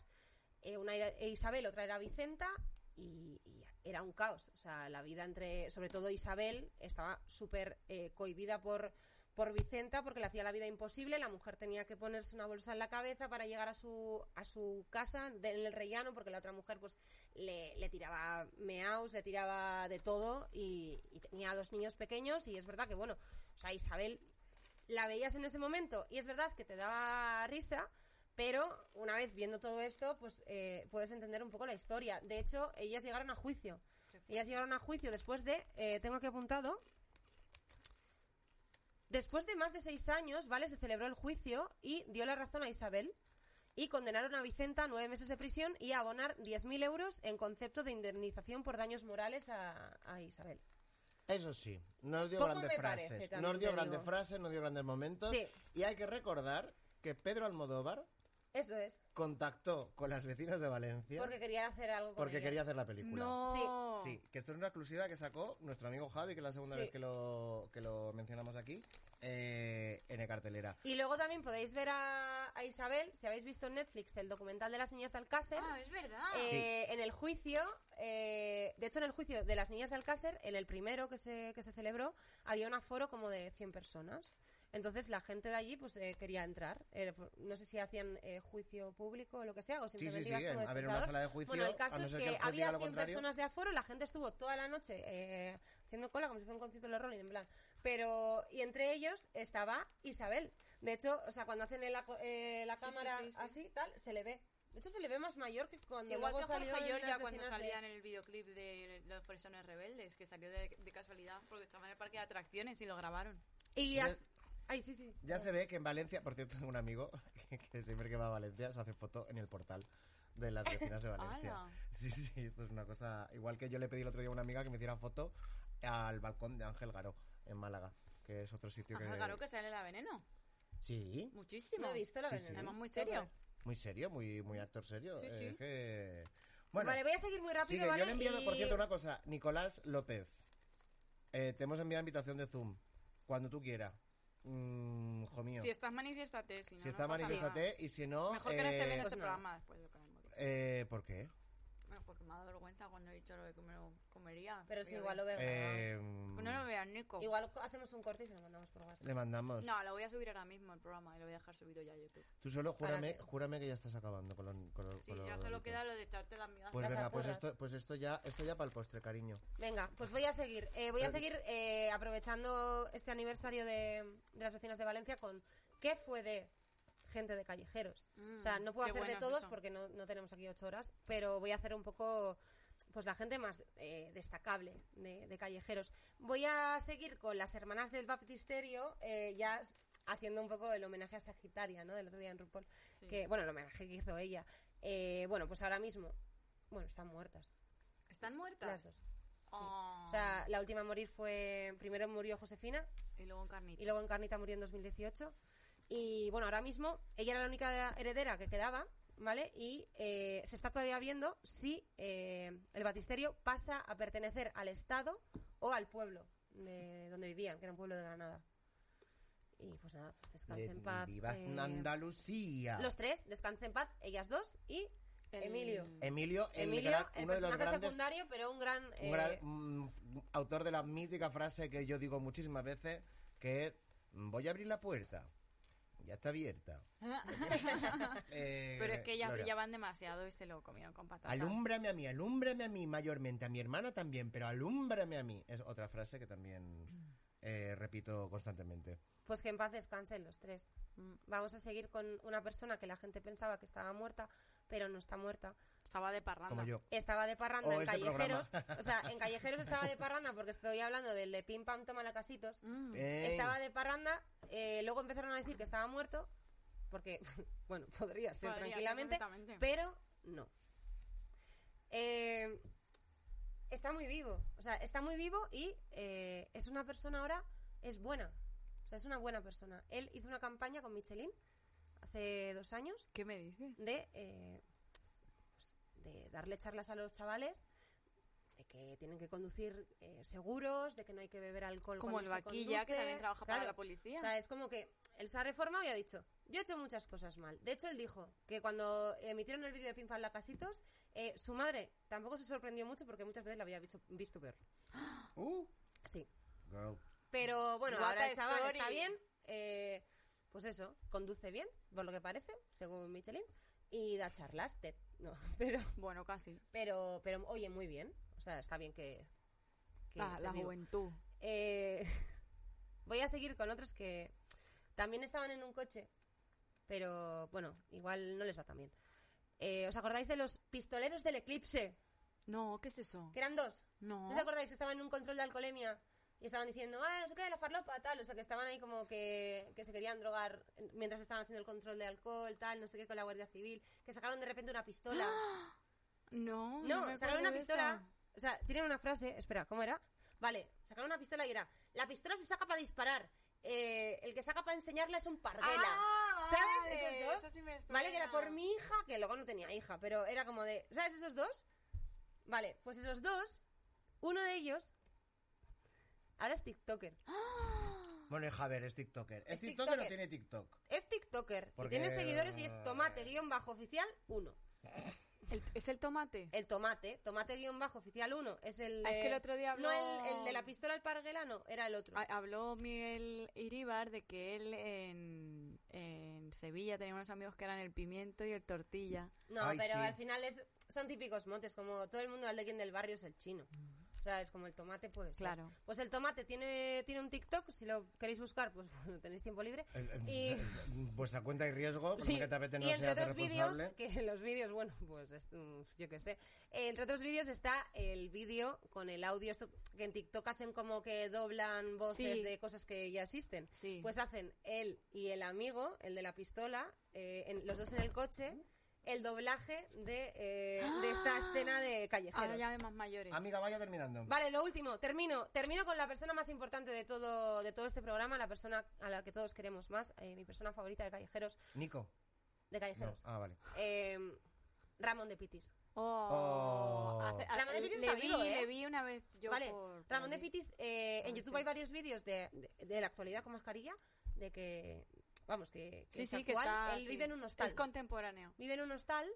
[SPEAKER 2] Eh, una era Isabel otra era Vicenta y, y era un caos o sea la vida entre sobre todo Isabel estaba súper eh, cohibida por por Vicenta porque le hacía la vida imposible la mujer tenía que ponerse una bolsa en la cabeza para llegar a su a su casa de- en el rellano porque la otra mujer pues le, le tiraba meaus le tiraba de todo y, y tenía dos niños pequeños y es verdad que bueno o sea Isabel la veías en ese momento y es verdad que te daba risa, pero una vez viendo todo esto, pues eh, puedes entender un poco la historia. De hecho, ellas llegaron a juicio. Ellas llegaron a juicio después de, eh, tengo aquí apuntado, después de más de seis años, ¿vale? Se celebró el juicio y dio la razón a Isabel. Y condenaron a Vicenta a nueve meses de prisión y a abonar 10.000 euros en concepto de indemnización por daños morales a- a Isabel.
[SPEAKER 1] Eso sí, nos dio
[SPEAKER 2] Poco
[SPEAKER 1] grandes
[SPEAKER 2] me parece,
[SPEAKER 1] frases.
[SPEAKER 2] también
[SPEAKER 1] nos dio
[SPEAKER 2] te
[SPEAKER 1] grandes
[SPEAKER 2] digo.
[SPEAKER 1] frases, nos dio grandes momentos.
[SPEAKER 2] Sí.
[SPEAKER 1] Y hay que recordar que Pedro Almodóvar
[SPEAKER 2] Eso es,
[SPEAKER 1] contactó con las vecinas de Valencia
[SPEAKER 2] porque quería hacer algo con
[SPEAKER 1] porque
[SPEAKER 2] ellas.
[SPEAKER 1] quería hacer la película.
[SPEAKER 3] No.
[SPEAKER 1] Sí, que esto es una exclusiva que sacó nuestro amigo Javi, que es la segunda
[SPEAKER 2] Sí.
[SPEAKER 1] vez que lo, que lo mencionamos aquí, eh, en el cartelera.
[SPEAKER 2] Y luego también podéis ver a, a Isabel, si habéis visto en Netflix el documental de las niñas de Alcácer,
[SPEAKER 3] Ah, es verdad.
[SPEAKER 2] eh, en el juicio, eh, de hecho en el juicio de las niñas de Alcácer, en el primero que se, que se celebró, había un aforo como de 100 personas. Entonces la gente de allí pues eh, quería entrar. Eh, por- no sé si hacían eh, juicio público o lo que sea, o
[SPEAKER 1] Sí,
[SPEAKER 2] simplemente
[SPEAKER 1] sí, sí,
[SPEAKER 2] ibas como
[SPEAKER 1] en- a ver, en una
[SPEAKER 2] espectador.
[SPEAKER 1] sala de juicio,
[SPEAKER 2] Bueno, el
[SPEAKER 1] a
[SPEAKER 2] caso
[SPEAKER 1] no
[SPEAKER 2] es
[SPEAKER 1] ser
[SPEAKER 2] que,
[SPEAKER 1] que el juez diga
[SPEAKER 2] había
[SPEAKER 1] lo
[SPEAKER 2] 100
[SPEAKER 1] contrario.
[SPEAKER 2] personas de aforo, la gente estuvo toda la noche eh, haciendo cola como si fuera un concierto de los Rolling, en plan. Pero, y entre ellos estaba Isabel. De hecho, o sea, cuando hacen el aco- eh, la
[SPEAKER 3] Sí, sí,
[SPEAKER 2] cámara
[SPEAKER 3] sí, sí.
[SPEAKER 2] así, tal, se le ve. De hecho, se le ve más mayor que cuando
[SPEAKER 3] Igual que
[SPEAKER 2] luego salió
[SPEAKER 3] Jorge
[SPEAKER 2] en
[SPEAKER 3] Giorgia
[SPEAKER 2] las
[SPEAKER 3] cuando
[SPEAKER 2] vecinas de-
[SPEAKER 3] salía en el videoclip de Los Fresones Rebeldes, que salió de, de casualidad porque estaba en el parque de atracciones y lo grabaron.
[SPEAKER 2] Y
[SPEAKER 1] Ya-
[SPEAKER 2] as- Ay, sí, sí.
[SPEAKER 1] Ya se ve que en Valencia, por cierto, tengo un amigo que, que siempre que va a Valencia se hace foto en el portal de las vecinas de Valencia.
[SPEAKER 3] ¡Hala!
[SPEAKER 1] sí, sí, esto es una cosa. Igual que yo le pedí el otro día a una amiga que me hiciera foto al balcón de Ángel Garó en Málaga, que es otro sitio que.
[SPEAKER 3] Ajá, Ah, claro que sale la veneno.
[SPEAKER 1] Sí,
[SPEAKER 3] Muchísimo.
[SPEAKER 2] No he visto la
[SPEAKER 1] Sí,
[SPEAKER 2] veneno.
[SPEAKER 1] sí.
[SPEAKER 3] Además, muy serio.
[SPEAKER 1] muy serio, muy, muy actor serio.
[SPEAKER 3] Sí, sí.
[SPEAKER 1] eh, que- Bueno,
[SPEAKER 2] vale, voy a seguir muy rápido,
[SPEAKER 1] sigue.
[SPEAKER 2] ¿vale?
[SPEAKER 1] yo le he enviado, por
[SPEAKER 2] Y-
[SPEAKER 1] cierto, una cosa. Nicolás López, eh, te hemos enviado invitación de Zoom cuando tú quieras. Mm, hijo mío.
[SPEAKER 3] Si estás, manifiéstate. Si, no,
[SPEAKER 1] Si
[SPEAKER 3] no
[SPEAKER 1] está,
[SPEAKER 3] pasa nada.
[SPEAKER 1] manifiéstate y si no.
[SPEAKER 3] Mejor que no esté viendo
[SPEAKER 1] eh,
[SPEAKER 3] este
[SPEAKER 2] Pues nada.
[SPEAKER 3] programa después. Yo que me morí.
[SPEAKER 1] eh, ¿Por qué?
[SPEAKER 3] Bueno, porque me ha dado vergüenza cuando he dicho lo de que me lo comería.
[SPEAKER 2] Pero si
[SPEAKER 3] Voy a
[SPEAKER 2] igual lo
[SPEAKER 3] ver.
[SPEAKER 2] veo.
[SPEAKER 1] Eh,
[SPEAKER 3] Que Pues No lo vean, Nico.
[SPEAKER 2] Igual co- hacemos un corte y se lo mandamos por WhatsApp.
[SPEAKER 1] Le mandamos.
[SPEAKER 3] No, lo voy a subir ahora mismo el programa y lo voy a dejar subido ya a YouTube.
[SPEAKER 1] Tú solo júrame,
[SPEAKER 2] Párate.
[SPEAKER 1] júrame que ya estás acabando con lo. Con lo-
[SPEAKER 3] Sí,
[SPEAKER 1] con lo-
[SPEAKER 3] ya solo queda lo de echarte las migas.
[SPEAKER 1] Pues
[SPEAKER 2] Las
[SPEAKER 1] venga, pues
[SPEAKER 2] alforjas.
[SPEAKER 1] esto, pues esto ya, esto ya para el postre, cariño.
[SPEAKER 2] Venga, pues voy a seguir. Eh, voy a seguir eh, aprovechando este aniversario de, de las vecinas de Valencia con qué fue de gente de callejeros. o sea, no puedo
[SPEAKER 3] Mm, qué
[SPEAKER 2] hacer de
[SPEAKER 3] bueno es
[SPEAKER 2] todos
[SPEAKER 3] eso.
[SPEAKER 2] porque no, no tenemos aquí ocho horas, pero voy a hacer un poco pues la gente más eh, destacable de, de callejeros. Voy a seguir con las hermanas del baptisterio, eh, ya s- haciendo un poco el homenaje a Sagitaria, ¿no? Del otro día en RuPaul.
[SPEAKER 3] Sí.
[SPEAKER 2] Que, bueno, el homenaje que hizo ella. Eh, bueno, pues ahora mismo, bueno, están muertas
[SPEAKER 3] ¿Están muertas? Oh.
[SPEAKER 2] las dos. O sea, la última a morir fue. Primero murió Josefina
[SPEAKER 3] y luego un carnito.
[SPEAKER 2] y luego Encarnita murió en 2018. Y bueno, ahora mismo ella era la única heredera que quedaba, ¿vale? Y eh, se está todavía viendo si eh, el batisterio pasa a pertenecer al Estado o al pueblo de donde vivían, que era un pueblo de Granada. Y pues nada, pues descanse en paz.
[SPEAKER 1] Viva
[SPEAKER 2] eh,
[SPEAKER 1] Andalucía.
[SPEAKER 2] los tres, descanse en paz, ellas dos y
[SPEAKER 3] El-
[SPEAKER 2] Emilio.
[SPEAKER 1] Emilio, el
[SPEAKER 2] Emilio,
[SPEAKER 1] gran-
[SPEAKER 2] el
[SPEAKER 1] uno de los
[SPEAKER 2] personaje
[SPEAKER 1] grandes,
[SPEAKER 2] secundario, pero un gran...
[SPEAKER 1] un
[SPEAKER 2] eh,
[SPEAKER 1] gran, mm, autor de la mística frase que yo digo muchísimas veces, que es, voy a abrir la puerta. Ya está abierta. Eh,
[SPEAKER 3] Pero es que ellas
[SPEAKER 1] Gloria.
[SPEAKER 3] brillaban demasiado y se lo comieron con patatas.
[SPEAKER 1] Alúmbrame a mí, alúmbrame a mí mayormente, a mi hermana también, pero alúmbrame a mí. Es otra frase que también eh, repito constantemente.
[SPEAKER 2] Pues que en paz descansen los tres. Mm, Vamos a seguir con una persona que la gente pensaba que estaba muerta, pero no está muerta.
[SPEAKER 3] Estaba de parranda.
[SPEAKER 1] Como yo.
[SPEAKER 2] Estaba de parranda
[SPEAKER 1] O
[SPEAKER 2] en
[SPEAKER 1] ese
[SPEAKER 2] callejeros.
[SPEAKER 1] programa.
[SPEAKER 2] O sea, en callejeros estaba de parranda porque estoy hablando del de Pim Pam Toma la Casitos.
[SPEAKER 3] Mm.
[SPEAKER 1] Ey,
[SPEAKER 2] Estaba de parranda, eh, luego empezaron a decir que estaba muerto, porque, bueno, podría ser
[SPEAKER 3] Podría ser
[SPEAKER 2] tranquilamente,
[SPEAKER 3] perfectamente.
[SPEAKER 2] pero no. Eh, está muy vivo, o sea, está muy vivo y eh, es una persona ahora, es buena, o sea, es una buena persona. Él hizo una campaña con Michelin hace dos años
[SPEAKER 3] ¿Qué me dices?
[SPEAKER 2] de, eh, pues, de darle charlas a los chavales de que tienen que conducir eh, seguros, de que no hay que beber alcohol
[SPEAKER 3] Como el
[SPEAKER 2] cuando se
[SPEAKER 3] vaquilla, que
[SPEAKER 2] conduce.
[SPEAKER 3] también trabaja para
[SPEAKER 2] Claro.
[SPEAKER 3] la policía.
[SPEAKER 2] O sea, es como que él se ha reformado y ha dicho, yo he hecho muchas cosas mal. De hecho, él dijo que cuando emitieron el vídeo de Pim Pam la Casitos, eh, su madre tampoco se sorprendió mucho porque muchas veces la había visto, visto peor.
[SPEAKER 1] uh,
[SPEAKER 2] Sí.
[SPEAKER 1] girl.
[SPEAKER 2] Pero bueno,
[SPEAKER 3] Guapa
[SPEAKER 2] ahora el chaval
[SPEAKER 3] story.
[SPEAKER 2] está bien. eh, pues eso, conduce bien, por lo que parece, según Michelin, y da charlas. TED, no, pero...
[SPEAKER 3] Bueno, casi.
[SPEAKER 2] Pero, pero oye, muy bien. O sea, está bien que. que
[SPEAKER 3] La,
[SPEAKER 2] estés
[SPEAKER 3] Ah, la
[SPEAKER 2] vivo.
[SPEAKER 3] juventud.
[SPEAKER 2] Eh, voy a seguir con otros que también estaban en un coche, pero bueno, igual no les va tan bien. Eh, ¿Os acordáis de los pistoleros del eclipse?
[SPEAKER 3] No, ¿qué es eso?
[SPEAKER 2] Que eran dos.
[SPEAKER 3] No.
[SPEAKER 2] ¿No os acordáis que estaban en un control de alcoholemia? Y estaban diciendo, ah, no sé qué, de la farlopa, tal. O sea, que estaban ahí como que, que se querían drogar mientras estaban haciendo el control de alcohol, tal, no sé qué, con la Guardia Civil. Que sacaron de repente una pistola.
[SPEAKER 3] No, no
[SPEAKER 2] No,
[SPEAKER 3] me
[SPEAKER 2] sacaron
[SPEAKER 3] acuerdo
[SPEAKER 2] una
[SPEAKER 3] de
[SPEAKER 2] pistola.
[SPEAKER 3] esa.
[SPEAKER 2] O sea, tienen una frase. Espera, ¿cómo era? Vale, sacaron una pistola y era: La pistola se saca para disparar. eh, el que saca para enseñarla es un parguela.
[SPEAKER 3] Ah,
[SPEAKER 2] ¿Sabes?
[SPEAKER 3] vale,
[SPEAKER 2] Esos dos.
[SPEAKER 3] eso sí me suena.
[SPEAKER 2] vale, que era por mi hija, que luego no tenía hija, pero era como de. ¿Sabes esos dos? Vale, pues esos dos. Uno de ellos. Ahora es TikToker.
[SPEAKER 1] Bueno, hija, a ver, es TikToker. ¿Es,
[SPEAKER 2] Es
[SPEAKER 1] TikToker,
[SPEAKER 2] tiktoker.
[SPEAKER 1] o tiene TikTok?
[SPEAKER 2] Es TikToker.
[SPEAKER 1] Porque-
[SPEAKER 2] Y tiene seguidores y es tomate-oficial 1.
[SPEAKER 3] El- ¿Es el tomate?
[SPEAKER 2] El tomate, tomate-oficial 1. Es el.
[SPEAKER 3] Ah, es que el
[SPEAKER 2] de-
[SPEAKER 3] otro día habló...
[SPEAKER 2] No, el, el de la pistola al parguela, no, era el otro.
[SPEAKER 3] Ha- Habló Miguel Iríbar de que él en, en Sevilla tenía unos amigos que eran el pimiento y el tortilla.
[SPEAKER 2] No,
[SPEAKER 1] Ay,
[SPEAKER 2] pero
[SPEAKER 1] sí.
[SPEAKER 2] al final es, son típicos motes, como todo el mundo, al de quien del barrio es el chino. O sea, es como el tomate, pues.
[SPEAKER 3] Claro.
[SPEAKER 2] Pues el tomate tiene, tiene un TikTok, si lo queréis buscar, pues bueno, tenéis tiempo libre.
[SPEAKER 1] El- el-
[SPEAKER 2] Y,
[SPEAKER 1] el- Vuestra cuenta y riesgo, por
[SPEAKER 2] sí,
[SPEAKER 1] lo que te apetece, no
[SPEAKER 2] y
[SPEAKER 1] se
[SPEAKER 2] entre
[SPEAKER 1] hace
[SPEAKER 2] otros vídeos,
[SPEAKER 1] responsable.
[SPEAKER 2] que los vídeos, bueno, pues es- mm, yo qué sé. Eh, entre otros vídeos está el vídeo con el audio, esto que en TikTok hacen como que doblan voces
[SPEAKER 3] Sí.
[SPEAKER 2] de cosas que ya existen.
[SPEAKER 3] Sí.
[SPEAKER 2] Pues hacen él y el amigo, el de la pistola, eh, en- los dos en el coche, el doblaje de, eh, de esta escena de
[SPEAKER 3] ¡Ah! Ahora
[SPEAKER 2] callejeros.
[SPEAKER 3] ya de más mayores.
[SPEAKER 1] Amiga, vaya terminando.
[SPEAKER 2] Vale, lo último, termino. Termino con la persona más importante de todo, de todo este programa, la persona a la que todos queremos más, eh, mi persona favorita de callejeros,
[SPEAKER 1] Nico. No.
[SPEAKER 2] de callejeros.
[SPEAKER 1] Ah, vale.
[SPEAKER 2] Eh, Ramón de Pitis.
[SPEAKER 3] Oh,
[SPEAKER 1] Oh.
[SPEAKER 3] hace- hace-
[SPEAKER 2] Ramón de Pitis
[SPEAKER 3] le
[SPEAKER 2] está
[SPEAKER 3] vi,
[SPEAKER 2] vivo, ¿eh?
[SPEAKER 3] le vi una vez yo
[SPEAKER 2] vale,
[SPEAKER 3] por- por
[SPEAKER 2] Ramón de
[SPEAKER 3] allí.
[SPEAKER 2] Pitis, eh, en
[SPEAKER 3] Ah,
[SPEAKER 2] YouTube
[SPEAKER 3] sí.
[SPEAKER 2] hay varios vídeos de, de- de la actualidad con mascarilla, de que, vamos, que, que
[SPEAKER 3] Sí,
[SPEAKER 2] es
[SPEAKER 3] sí, que
[SPEAKER 2] actual.
[SPEAKER 3] está...
[SPEAKER 2] él
[SPEAKER 3] sí.
[SPEAKER 2] vive en un hostal.
[SPEAKER 3] Es contemporáneo.
[SPEAKER 2] vive en un hostal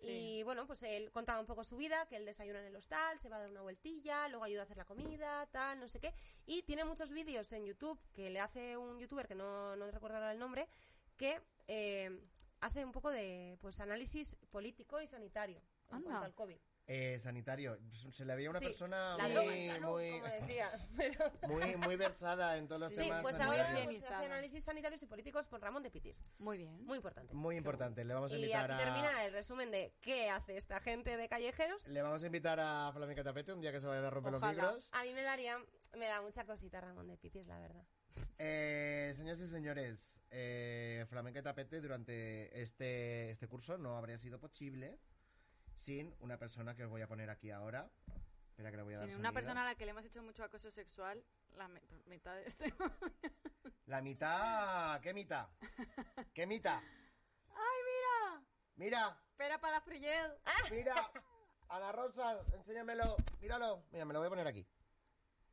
[SPEAKER 3] Sí.
[SPEAKER 2] y bueno, pues él contaba un poco su vida, que él desayuna en el hostal, se va a dar una vueltilla, luego ayuda a hacer la comida, tal, no sé qué. Y tiene muchos vídeos en YouTube que le hace un youtuber, que no, no recuerdo ahora el nombre, que eh, hace un poco de pues análisis político y sanitario en
[SPEAKER 3] Anda.
[SPEAKER 2] cuanto al COVID.
[SPEAKER 1] Eh, sanitario. Se le veía una
[SPEAKER 2] Sí,
[SPEAKER 1] persona
[SPEAKER 2] la
[SPEAKER 3] sí.
[SPEAKER 2] droga
[SPEAKER 1] muy,
[SPEAKER 2] es salud,
[SPEAKER 1] muy,
[SPEAKER 2] como decías. Pero...
[SPEAKER 1] muy, muy versada en todos los
[SPEAKER 2] Sí,
[SPEAKER 1] temas
[SPEAKER 2] pues
[SPEAKER 3] sanitarios.
[SPEAKER 2] ahora
[SPEAKER 1] sanitarios.
[SPEAKER 2] pues,
[SPEAKER 3] Sanitado.
[SPEAKER 2] hace análisis sanitarios y políticos con Ramón de Pitis.
[SPEAKER 3] Muy bien.
[SPEAKER 2] Muy importante.
[SPEAKER 1] Muy importante. Le vamos a
[SPEAKER 2] Y
[SPEAKER 1] invitar
[SPEAKER 2] aquí
[SPEAKER 1] a...
[SPEAKER 2] termina el resumen de qué hace esta gente de callejeros.
[SPEAKER 1] Le vamos a invitar a Flamenca Tapete un día que se vayan a romper
[SPEAKER 3] Ojalá.
[SPEAKER 1] los micros.
[SPEAKER 2] A mí me daría, me da mucha cosita Ramón de Pitis, la verdad.
[SPEAKER 1] Eh, señoras y señores, eh, Flamenca y Tapete durante este, este curso no habría sido posible sin una persona que os voy a poner aquí ahora, Espera que le voy a
[SPEAKER 3] Sí,
[SPEAKER 1] dar
[SPEAKER 3] una
[SPEAKER 1] sonido.
[SPEAKER 3] persona a la que le hemos hecho mucho acoso sexual, la me- mitad de este.
[SPEAKER 1] La mitad... ¿Qué mitad? ¿Qué mitad?
[SPEAKER 3] ¡Ay, mira!
[SPEAKER 1] Mira,
[SPEAKER 3] Espera para la Fruyel.
[SPEAKER 1] Ah. mira. Ana Rosa, enséñamelo. Míralo. Mira, me lo voy a poner aquí.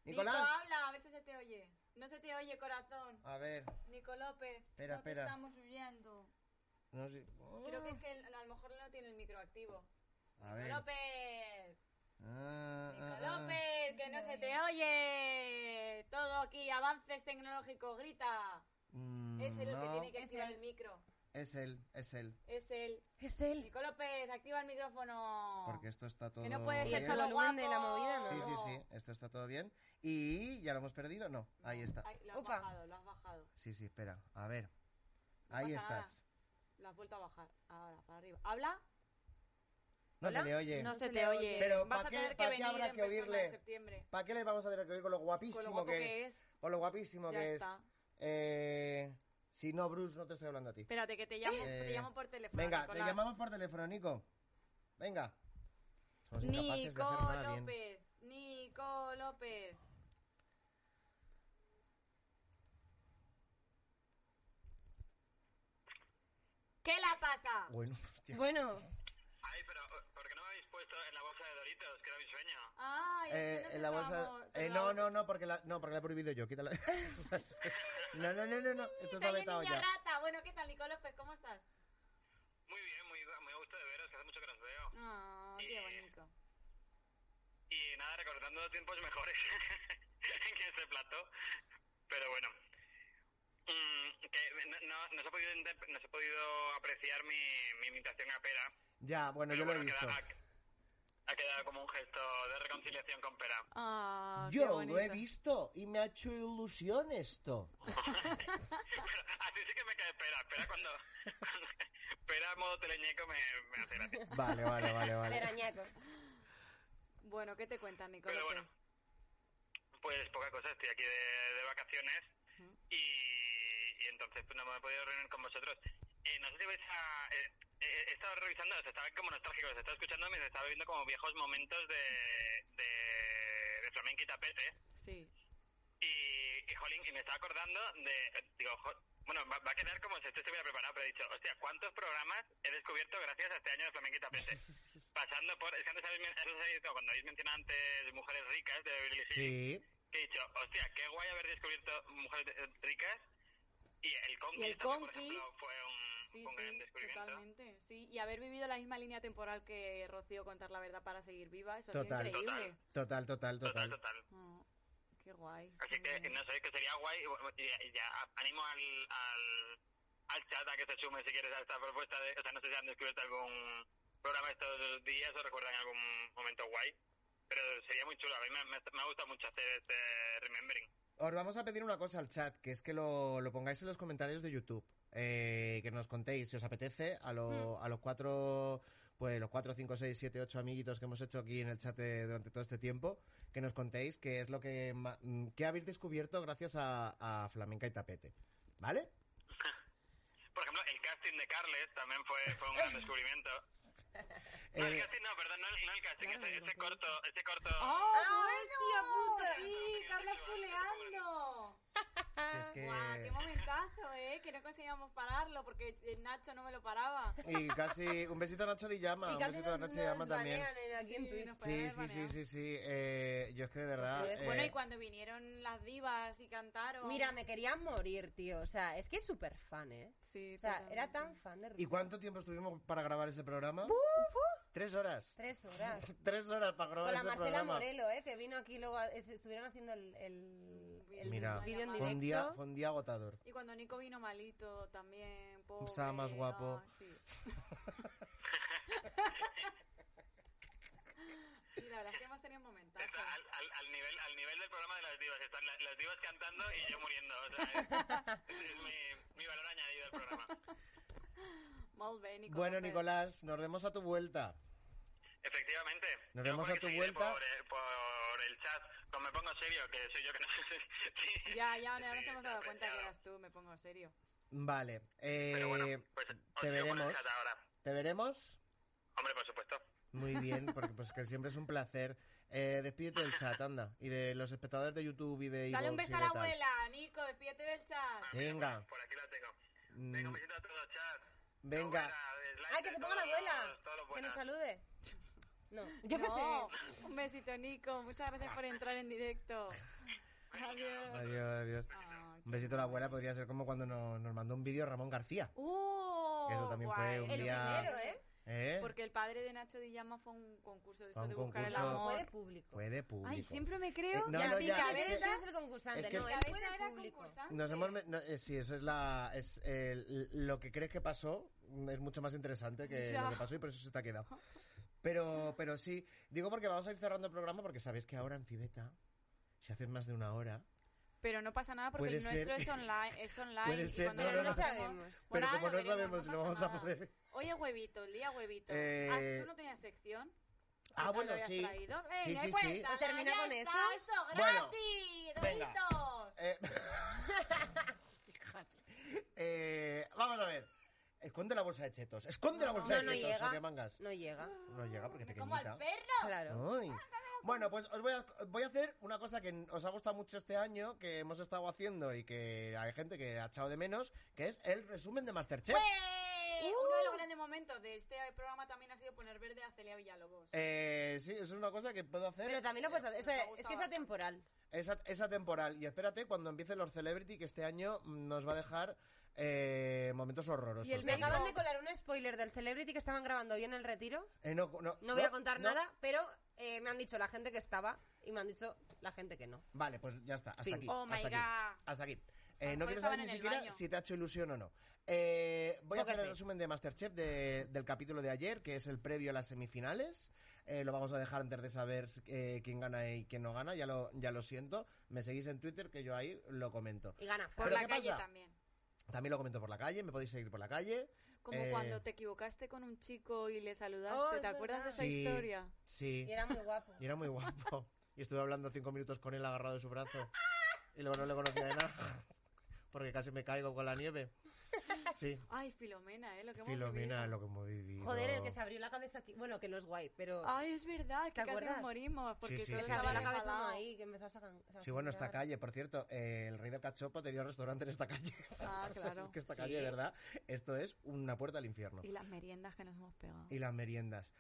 [SPEAKER 1] Nicolás.
[SPEAKER 3] Nico, habla, a ver si se te oye. No se te oye, corazón.
[SPEAKER 1] A ver,
[SPEAKER 3] Nico López,
[SPEAKER 1] Espera,
[SPEAKER 3] no te
[SPEAKER 1] espera.
[SPEAKER 3] estamos huyendo.
[SPEAKER 1] no sé.
[SPEAKER 3] Creo que es que el- a lo mejor no tiene el micro activo.
[SPEAKER 1] A
[SPEAKER 3] Nico
[SPEAKER 1] ver.
[SPEAKER 3] López,
[SPEAKER 1] Ah,
[SPEAKER 3] Nico
[SPEAKER 1] ah, ah.
[SPEAKER 3] López, que no se te oye. Todo aquí, avances tecnológicos, grita.
[SPEAKER 1] Mm,
[SPEAKER 3] Es él el que
[SPEAKER 1] no,
[SPEAKER 3] tiene que
[SPEAKER 2] Es
[SPEAKER 3] activar
[SPEAKER 2] él.
[SPEAKER 3] el micro.
[SPEAKER 1] Es él, es él.
[SPEAKER 3] Es él.
[SPEAKER 2] Es él.
[SPEAKER 3] Nico López, activa el micrófono.
[SPEAKER 1] Porque esto está todo
[SPEAKER 3] que no puede ser
[SPEAKER 1] bien.
[SPEAKER 3] solo
[SPEAKER 2] El volumen
[SPEAKER 3] guapo.
[SPEAKER 2] de la movida, ¿no?
[SPEAKER 1] Sí, sí, sí. Esto está todo bien. Y ya lo hemos perdido. No, ahí está.
[SPEAKER 3] Ay, lo has
[SPEAKER 2] Opa.
[SPEAKER 3] bajado, lo has bajado.
[SPEAKER 1] Sí, sí, espera. A ver.
[SPEAKER 3] No
[SPEAKER 1] ahí
[SPEAKER 3] pasa nada.
[SPEAKER 1] estás.
[SPEAKER 3] Lo has vuelto a bajar. Ahora, para arriba. ¿Habla?
[SPEAKER 1] No
[SPEAKER 2] ¿Hola?
[SPEAKER 1] se le oye.
[SPEAKER 3] No se te oye.
[SPEAKER 1] Pero,
[SPEAKER 3] Vas
[SPEAKER 1] ¿pa'
[SPEAKER 3] a
[SPEAKER 1] qué-
[SPEAKER 3] tener
[SPEAKER 1] pa' qué
[SPEAKER 3] venir
[SPEAKER 1] habrá
[SPEAKER 3] en
[SPEAKER 1] que
[SPEAKER 3] persona
[SPEAKER 1] oírle?
[SPEAKER 3] en septiembre.
[SPEAKER 1] ¿Para qué le vamos a tener que oír con lo guapísimo
[SPEAKER 3] Con lo guapo
[SPEAKER 1] que,
[SPEAKER 3] que
[SPEAKER 1] es?
[SPEAKER 3] es.
[SPEAKER 1] Con lo guapísimo
[SPEAKER 3] Ya
[SPEAKER 1] que
[SPEAKER 3] está.
[SPEAKER 1] es. Eh, si no, Bruce, no te estoy hablando a ti.
[SPEAKER 3] Espérate, que te llamo,
[SPEAKER 1] Eh,
[SPEAKER 3] te llamo por teléfono.
[SPEAKER 1] Venga,
[SPEAKER 3] Nicolás.
[SPEAKER 1] te llamamos por teléfono, Nico. Venga. Somos incapaces de
[SPEAKER 3] Nico
[SPEAKER 1] hacer nada bien.
[SPEAKER 3] López. Nico López. ¿Qué la pasa?
[SPEAKER 1] Bueno, hostia.
[SPEAKER 2] Bueno,
[SPEAKER 4] Ay, pero eh, ¿por qué no me habéis puesto en la bolsa de Doritos? Que era mi sueño.
[SPEAKER 3] Ay,
[SPEAKER 1] Eh,
[SPEAKER 3] es que
[SPEAKER 1] en la bolsa.
[SPEAKER 3] estábamos-
[SPEAKER 1] eh, no, no, no, porque la, no, porque la he prohibido yo. Quítala. no, no, no, no, no. Esto está
[SPEAKER 3] Soy el
[SPEAKER 1] vetado
[SPEAKER 3] niño
[SPEAKER 1] ya.
[SPEAKER 3] rata. Bueno, ¿qué tal, Nico López? ¿Cómo estás?
[SPEAKER 4] Muy bien, muy, muy a gusto de veros, que hace mucho que nos veo.
[SPEAKER 3] Ah, qué bonito.
[SPEAKER 4] Y nada, recordando tiempos mejores en este plato. Pero bueno, Mm, que no, no- no se ha podido, inter- no se ha podido apreciar mi, mi imitación a Pera.
[SPEAKER 1] Ya, bueno, yo
[SPEAKER 4] pero
[SPEAKER 1] lo he visto.
[SPEAKER 4] bueno, queda- ha, ha quedado como un gesto de reconciliación con Pera.
[SPEAKER 3] Ah, qué
[SPEAKER 1] Yo lo he
[SPEAKER 3] bonito.
[SPEAKER 1] visto y me ha hecho ilusión esto.
[SPEAKER 4] Pero así sí que me cae Pera. Pera cuando... cuando- Pera modo teleñeco me, me hace gracia.
[SPEAKER 1] Vale, vale, vale, vale.
[SPEAKER 2] verañaco.
[SPEAKER 3] Bueno, ¿qué te cuentan, Nico
[SPEAKER 4] Pero
[SPEAKER 3] López?
[SPEAKER 4] bueno, Pues poca cosa, estoy aquí de, de vacaciones y, y entonces pues, no me he podido reunir con vosotros. Eh, no sé si vais a... eh, eh, he estado revisando, se estaba como nostálgico, se estaba escuchando y se estaba viendo como viejos momentos de, de, de flamenco y tapete.
[SPEAKER 3] Sí.
[SPEAKER 4] Y, y, jolín, y me estaba acordando de... Digo, jo- bueno, va, va a quedar como si esto estuviera preparado, pero he dicho, hostia, ¿cuántos programas he descubierto gracias a este año de Flamenco y Tapete? Pasando por... Es que antes habéis, men- antes habéis- cuando habéis mencionado antes Mujeres Ricas de Billy Hills,
[SPEAKER 1] Sí.
[SPEAKER 4] que he dicho, hostia, qué guay haber descubierto Mujeres eh, Ricas y el Conquist,
[SPEAKER 3] Y el
[SPEAKER 4] también, por
[SPEAKER 3] Conquist.
[SPEAKER 4] ejemplo, fue un,
[SPEAKER 3] Sí,
[SPEAKER 4] fue un gran
[SPEAKER 3] sí,
[SPEAKER 4] descubrimiento.
[SPEAKER 3] totalmente. Sí, y haber vivido la misma línea temporal que Rocío contar la verdad para seguir viva, eso
[SPEAKER 1] Total.
[SPEAKER 3] ha sido increíble.
[SPEAKER 1] Total, total, total.
[SPEAKER 4] Total, total.
[SPEAKER 3] Ah, qué guay.
[SPEAKER 4] Así
[SPEAKER 3] qué
[SPEAKER 4] que,
[SPEAKER 3] bien.
[SPEAKER 4] no sé, que sería guay. y bueno, Y, y ya a- animo al, al, al chat a que se sume si quieres a esta propuesta. De, o sea, no sé si han descubierto algún programa estos días o recuerdan algún momento guay. Pero sería muy chulo. A mí me, me, me ha gustado mucho hacer este remembering.
[SPEAKER 1] Os vamos a pedir una cosa al chat, que es que lo, lo pongáis en los comentarios de YouTube. Eh, que nos contéis, si os apetece, a, lo- a los cuatro, pues los cuatro, cinco, seis, siete, ocho amiguitos que hemos hecho aquí en el chat eh, durante todo este tiempo, que nos contéis qué es lo que, ma- mm, qué habéis descubierto gracias a, a Flamenca y Tapete. ¿Vale?
[SPEAKER 4] Por ejemplo, el casting de Carles también fue, fue un gran descubrimiento. No, el
[SPEAKER 1] Eh,
[SPEAKER 4] casting, no, perdón, no, no el casting,
[SPEAKER 3] claro,
[SPEAKER 4] este,
[SPEAKER 3] lo
[SPEAKER 4] este
[SPEAKER 3] que
[SPEAKER 4] corto, este corto.
[SPEAKER 3] ¡Oh,
[SPEAKER 2] ¡Ah,
[SPEAKER 3] bueno!
[SPEAKER 2] hostia puta!
[SPEAKER 3] Sí, Carlos Culeando.
[SPEAKER 1] si es que-
[SPEAKER 3] Guau, qué momentazo, ¿eh? Que no conseguíamos pararlo porque eh, Nacho no me lo paraba.
[SPEAKER 1] Y casi un besito a Nacho de Llama,
[SPEAKER 2] Y
[SPEAKER 1] un
[SPEAKER 2] casi
[SPEAKER 1] besito a
[SPEAKER 2] nos,
[SPEAKER 1] Nacho
[SPEAKER 2] nos
[SPEAKER 1] de Llama
[SPEAKER 2] banean
[SPEAKER 1] también.
[SPEAKER 2] en- aquí en
[SPEAKER 3] Sí,
[SPEAKER 2] Twitch.
[SPEAKER 3] nos
[SPEAKER 1] Sí,
[SPEAKER 3] pueden
[SPEAKER 1] sí, sí,
[SPEAKER 3] banear.
[SPEAKER 1] sí, sí. eh, yo es que de verdad...
[SPEAKER 2] Pues,
[SPEAKER 3] Bueno,
[SPEAKER 1] eh,
[SPEAKER 3] y cuando vinieron las divas y cantaron.
[SPEAKER 2] Mira, me quería morir, tío. O sea, es que es súper fan, ¿eh?
[SPEAKER 3] Sí,
[SPEAKER 2] O sea,
[SPEAKER 3] totalmente.
[SPEAKER 2] era tan fan de
[SPEAKER 1] ¿Y
[SPEAKER 2] Rosalía.
[SPEAKER 1] cuánto tiempo estuvimos para grabar ese programa? Tres horas.
[SPEAKER 2] Tres horas.
[SPEAKER 1] Tres horas para grabar
[SPEAKER 2] Con la
[SPEAKER 1] ese
[SPEAKER 2] Marcela
[SPEAKER 1] programa.
[SPEAKER 2] Morelo, ¿eh? Que vino aquí luego. a- es- estuvieron haciendo el, el, el
[SPEAKER 1] Mira,
[SPEAKER 2] vídeo en
[SPEAKER 1] Fue un, día,
[SPEAKER 2] directo.
[SPEAKER 1] fue un día agotador.
[SPEAKER 3] Y cuando Nico vino malito también. Pobre,
[SPEAKER 1] Estaba más guapo.
[SPEAKER 3] ah, sí. Sí, la verdad es que hemos tenido momentazos.
[SPEAKER 4] Está al, al, al nivel al nivel del programa de las divas están la- las divas cantando y yo muriendo o sea, es, es mi, mi valor añadido del programa
[SPEAKER 3] Molt bé, Nico
[SPEAKER 1] Bueno,
[SPEAKER 3] López.
[SPEAKER 1] Nicolás, nos vemos a tu vuelta.
[SPEAKER 4] efectivamente
[SPEAKER 1] Nos
[SPEAKER 4] Yo
[SPEAKER 1] vemos
[SPEAKER 4] voy
[SPEAKER 1] a tu
[SPEAKER 4] seguir
[SPEAKER 1] vuelta.
[SPEAKER 4] por, eh, por el chat cuando me pongo serio que soy yo que no sé si-
[SPEAKER 3] Ya, ya, ya
[SPEAKER 4] si
[SPEAKER 3] nos hemos
[SPEAKER 4] está
[SPEAKER 3] dado cuenta que
[SPEAKER 4] apreciado.
[SPEAKER 3] eras tú, me pongo serio.
[SPEAKER 1] Vale. eh,
[SPEAKER 4] pero bueno pues os
[SPEAKER 1] te
[SPEAKER 4] sigo por el
[SPEAKER 1] veremos.
[SPEAKER 4] chat ahora
[SPEAKER 1] Te veremos.
[SPEAKER 4] hombre por supuesto
[SPEAKER 1] Muy bien, porque pues que siempre es un placer. Eh, despídete del chat, anda. Y de los espectadores de YouTube y de
[SPEAKER 3] Dale un
[SPEAKER 1] iVoox y
[SPEAKER 3] beso a
[SPEAKER 1] de
[SPEAKER 3] la
[SPEAKER 1] tal.
[SPEAKER 3] abuela, Nico, despídete del chat.
[SPEAKER 4] Ah, mira,
[SPEAKER 1] Venga.
[SPEAKER 4] Por, por aquí la tengo.
[SPEAKER 1] Mm,
[SPEAKER 4] Venga, un besito a todos, chat.
[SPEAKER 1] Venga.
[SPEAKER 2] ¡Ay, que se ponga la abuela! Que nos salude. No, yo qué
[SPEAKER 3] No.
[SPEAKER 2] sé.
[SPEAKER 3] Un besito, Nico. Muchas gracias por entrar en directo. Adiós.
[SPEAKER 1] Adiós, adiós.
[SPEAKER 3] Ah,
[SPEAKER 1] Un besito a la abuela podría ser como cuando nos, nos mandó un vídeo Ramón García.
[SPEAKER 3] ¡Uh!
[SPEAKER 1] Eso también fue
[SPEAKER 3] guay.
[SPEAKER 1] un
[SPEAKER 2] El
[SPEAKER 1] día-
[SPEAKER 2] primero, ¿eh?
[SPEAKER 1] ¿Eh?
[SPEAKER 3] Porque el padre de Nacho Di Llama fue a un concurso de esto
[SPEAKER 1] A un
[SPEAKER 3] de buscar el
[SPEAKER 1] concurso.
[SPEAKER 3] amor.
[SPEAKER 2] Fue de público.
[SPEAKER 1] Fue de público.
[SPEAKER 3] Ay, siempre me creo.
[SPEAKER 1] Eh, no,
[SPEAKER 2] y al
[SPEAKER 1] no,
[SPEAKER 2] fin,
[SPEAKER 1] ya,
[SPEAKER 2] que
[SPEAKER 1] es
[SPEAKER 2] tú eres,
[SPEAKER 1] que-
[SPEAKER 2] tú eres el concursante,
[SPEAKER 1] es que-
[SPEAKER 2] no, él
[SPEAKER 3] Cabeza
[SPEAKER 2] fue de
[SPEAKER 3] era
[SPEAKER 2] público.
[SPEAKER 3] concursante.
[SPEAKER 1] Nos hemos... me- no, eh, sí, eso es la... Es, el- lo que crees que pasó mm, es mucho más interesante que
[SPEAKER 3] Ya.
[SPEAKER 1] lo que pasó y por eso se te ha quedado. Pero, pero sí, digo porque vamos a ir cerrando el programa porque sabéis que ahora en Fibeta, si haces más de una hora...
[SPEAKER 3] Pero no pasa nada porque
[SPEAKER 1] Puede
[SPEAKER 3] el nuestro
[SPEAKER 1] ser.
[SPEAKER 3] es online. Es online
[SPEAKER 1] Puede
[SPEAKER 3] y
[SPEAKER 1] ser,
[SPEAKER 3] cuando
[SPEAKER 1] no,
[SPEAKER 3] lo
[SPEAKER 1] no,
[SPEAKER 2] Pero no
[SPEAKER 3] hagamos-
[SPEAKER 2] sabemos.
[SPEAKER 3] Bueno,
[SPEAKER 1] Pero como no
[SPEAKER 3] ahora lo veremos,
[SPEAKER 1] sabemos si lo vamos
[SPEAKER 3] pasa
[SPEAKER 1] a
[SPEAKER 3] nada.
[SPEAKER 1] poder...
[SPEAKER 3] Oye, huevito, el día huevito.
[SPEAKER 1] Eh,
[SPEAKER 3] Ah, ¿Tú no tenías sección?
[SPEAKER 1] Ah,
[SPEAKER 3] ¿No
[SPEAKER 1] bueno,
[SPEAKER 3] lo habías
[SPEAKER 1] sí.
[SPEAKER 3] traído?
[SPEAKER 1] Sí,
[SPEAKER 3] Venga,
[SPEAKER 1] sí, sí.
[SPEAKER 3] cuéntala,
[SPEAKER 2] Pues termina
[SPEAKER 3] Ah, ya
[SPEAKER 2] con
[SPEAKER 3] está,
[SPEAKER 2] eso.
[SPEAKER 3] Esto es
[SPEAKER 1] Bueno, venga.
[SPEAKER 3] gratis, huevitos.
[SPEAKER 1] Eh, eh, vamos a ver. Esconde la bolsa de chetos. Esconde la bolsa
[SPEAKER 2] No,
[SPEAKER 1] de
[SPEAKER 2] no
[SPEAKER 1] chetos.
[SPEAKER 2] llega.
[SPEAKER 1] ¿Qué mangas?
[SPEAKER 2] No llega.
[SPEAKER 1] No llega porque es
[SPEAKER 3] Como al
[SPEAKER 1] pequeñita.
[SPEAKER 3] perro.
[SPEAKER 2] Claro.
[SPEAKER 1] Ay. Ah, Bueno, pues os voy a, voy a hacer una cosa que n- os ha gustado mucho este año, que hemos estado haciendo y que hay gente que ha echado de menos, que es el resumen de Masterchef.
[SPEAKER 3] Eh, Uno de
[SPEAKER 1] ¡uh!
[SPEAKER 3] los grandes momentos de este programa también ha sido poner verde a Celia Villalobos.
[SPEAKER 1] Eh, sí, eso es una cosa que puedo hacer.
[SPEAKER 2] Pero también lo puedes hacer. o sea,
[SPEAKER 3] Nos ha gustado
[SPEAKER 2] es que es atemporal.
[SPEAKER 1] Esa, esa temporal. Y espérate cuando empiecen los Celebrity, que este año mm, nos va a dejar eh, momentos horrorosos.
[SPEAKER 3] Y el
[SPEAKER 2] Me
[SPEAKER 3] Venga.
[SPEAKER 2] acaban de colar un spoiler del Celebrity que estaban grabando hoy en el retiro.
[SPEAKER 1] Eh, no, no,
[SPEAKER 2] No voy
[SPEAKER 1] no,
[SPEAKER 2] a contar
[SPEAKER 1] no.
[SPEAKER 2] nada, pero eh, me han dicho la gente que estaba y me han dicho la gente que no.
[SPEAKER 1] Vale, pues ya está, hasta
[SPEAKER 2] Fin.
[SPEAKER 1] aquí.
[SPEAKER 3] Oh
[SPEAKER 1] hasta
[SPEAKER 3] my
[SPEAKER 1] aquí.
[SPEAKER 3] God.
[SPEAKER 1] Hasta aquí.
[SPEAKER 3] lo
[SPEAKER 1] Eh, no
[SPEAKER 3] mejor
[SPEAKER 1] quiero
[SPEAKER 3] estaban
[SPEAKER 1] saber ni
[SPEAKER 3] en el
[SPEAKER 1] siquiera
[SPEAKER 3] baño.
[SPEAKER 1] si te ha hecho ilusión o no. Eh, voy a hacer el
[SPEAKER 2] Pócate.
[SPEAKER 1] resumen de Masterchef de- del capítulo de ayer, que es el previo a las semifinales. Eh, lo vamos a dejar antes de saber eh, quién gana y quién no gana. Ya lo, ya lo siento. Me seguís en Twitter, que yo ahí lo comento.
[SPEAKER 2] Y gana Fran.
[SPEAKER 3] Por
[SPEAKER 1] ¿Pero
[SPEAKER 3] la
[SPEAKER 1] qué
[SPEAKER 3] calle
[SPEAKER 1] pasa?
[SPEAKER 3] también.
[SPEAKER 1] También lo comento por la calle, me podéis seguir por la calle.
[SPEAKER 3] Como
[SPEAKER 1] Eh,
[SPEAKER 3] cuando te equivocaste con un chico y le saludaste.
[SPEAKER 2] Oh,
[SPEAKER 3] ¿Te
[SPEAKER 2] es
[SPEAKER 3] acuerdas de
[SPEAKER 2] verdad.
[SPEAKER 3] esa
[SPEAKER 1] Sí.
[SPEAKER 3] historia?
[SPEAKER 1] Sí.
[SPEAKER 2] Y era muy guapo.
[SPEAKER 1] Y era muy guapo. Y estuve hablando cinco minutos con él agarrado de su brazo. Y luego no le conocía de nada. Porque casi me caigo con la nieve. Sí.
[SPEAKER 3] Ay, Filomena, ¿eh? Lo que hemos
[SPEAKER 1] Filomena,
[SPEAKER 3] vivido.
[SPEAKER 1] lo que hemos vivido.
[SPEAKER 2] Joder, el que se abrió la cabeza aquí. Bueno, que no es guay, pero.
[SPEAKER 3] Ay, es verdad, que casi nos
[SPEAKER 2] acuerdas?
[SPEAKER 3] morimos. Porque
[SPEAKER 1] sí,
[SPEAKER 3] todo
[SPEAKER 2] que
[SPEAKER 1] sí,
[SPEAKER 2] se abrió
[SPEAKER 3] estaba
[SPEAKER 2] la
[SPEAKER 1] sí.
[SPEAKER 2] cabeza
[SPEAKER 3] resbalado.
[SPEAKER 2] uno ahí, que empezó a sacan- a
[SPEAKER 1] Sí, bueno, esta
[SPEAKER 2] sangrar.
[SPEAKER 1] calle, por cierto, eh, el rey del cachopo tenía el restaurante en esta calle.
[SPEAKER 3] Ah, claro.
[SPEAKER 1] es que esta
[SPEAKER 2] Sí.
[SPEAKER 1] calle, de ¿verdad? Esto es una puerta al infierno.
[SPEAKER 3] Y las meriendas que nos hemos pegado.
[SPEAKER 1] Y las meriendas.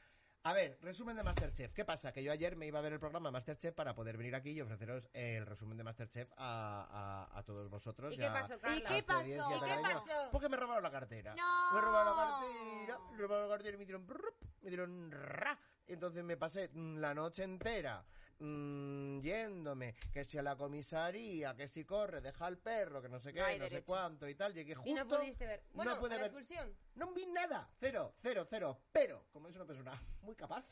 [SPEAKER 1] A ver, resumen de Masterchef. ¿Qué pasa? Que yo ayer me iba a ver el programa Masterchef para poder venir aquí y ofreceros eh, el resumen de Masterchef a, a- a todos vosotros.
[SPEAKER 2] ¿Y
[SPEAKER 1] a-
[SPEAKER 2] qué pasó,
[SPEAKER 3] ¿Y
[SPEAKER 2] Carla?
[SPEAKER 3] qué
[SPEAKER 1] hasta
[SPEAKER 3] pasó?
[SPEAKER 1] 10 días
[SPEAKER 3] ¿Y
[SPEAKER 1] de
[SPEAKER 3] qué
[SPEAKER 1] cariño.
[SPEAKER 2] pasó?
[SPEAKER 1] Porque me robaron la cartera.
[SPEAKER 3] ¡No!
[SPEAKER 1] Me robaron la cartera, me robaron la cartera y me dieron prrrup, me dieron ra. Entonces me pasé mm, la noche entera mm, yéndome, que si a la comisaría, que si corre, deja al perro, que no sé qué, no,
[SPEAKER 3] hay
[SPEAKER 1] sé
[SPEAKER 3] derecho.
[SPEAKER 1] cuánto y tal. Llegué justo.
[SPEAKER 2] Y no pudiste ver.
[SPEAKER 1] no
[SPEAKER 2] Bueno,
[SPEAKER 1] pude
[SPEAKER 2] a la
[SPEAKER 1] ver.
[SPEAKER 2] expulsión.
[SPEAKER 1] No vi nada. Cero, cero, cero. Pero, como es una persona muy capaz,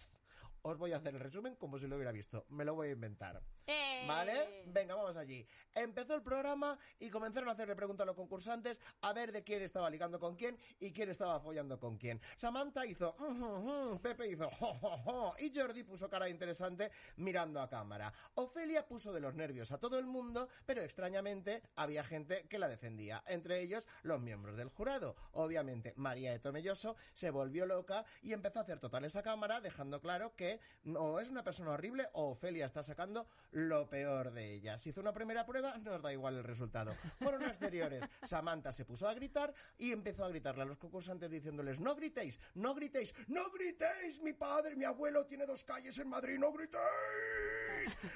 [SPEAKER 1] os voy a hacer el resumen como si lo hubiera visto. Me lo voy a inventar.
[SPEAKER 3] Eh,
[SPEAKER 1] ¿Vale? Venga, vamos allí. Empezó el programa y comenzaron a hacerle preguntas a los concursantes a ver de quién estaba ligando con quién y quién estaba follando con quién. Samantha hizo... "Ujú, ujú", Pepe hizo... "Jo, jo, jo", y Jordi puso cara interesante mirando a cámara. Ofelia puso de los nervios a todo el mundo, pero extrañamente había gente que la defendía, entre ellos los miembros del jurado. Obviamente, María de Tomelloso se volvió loca y empezó a hacer totales a cámara, dejando claro que o es una persona horrible o Ofelia está sacando lo peor de ella. Si hizo una primera prueba, nos da igual el resultado. Fueron exteriores. Samantha se puso a gritar y empezó a gritarle a los concursantes diciéndoles: No gritéis, no gritéis, no gritéis, mi padre, mi abuelo tiene dos calles en Madrid, no gritéis,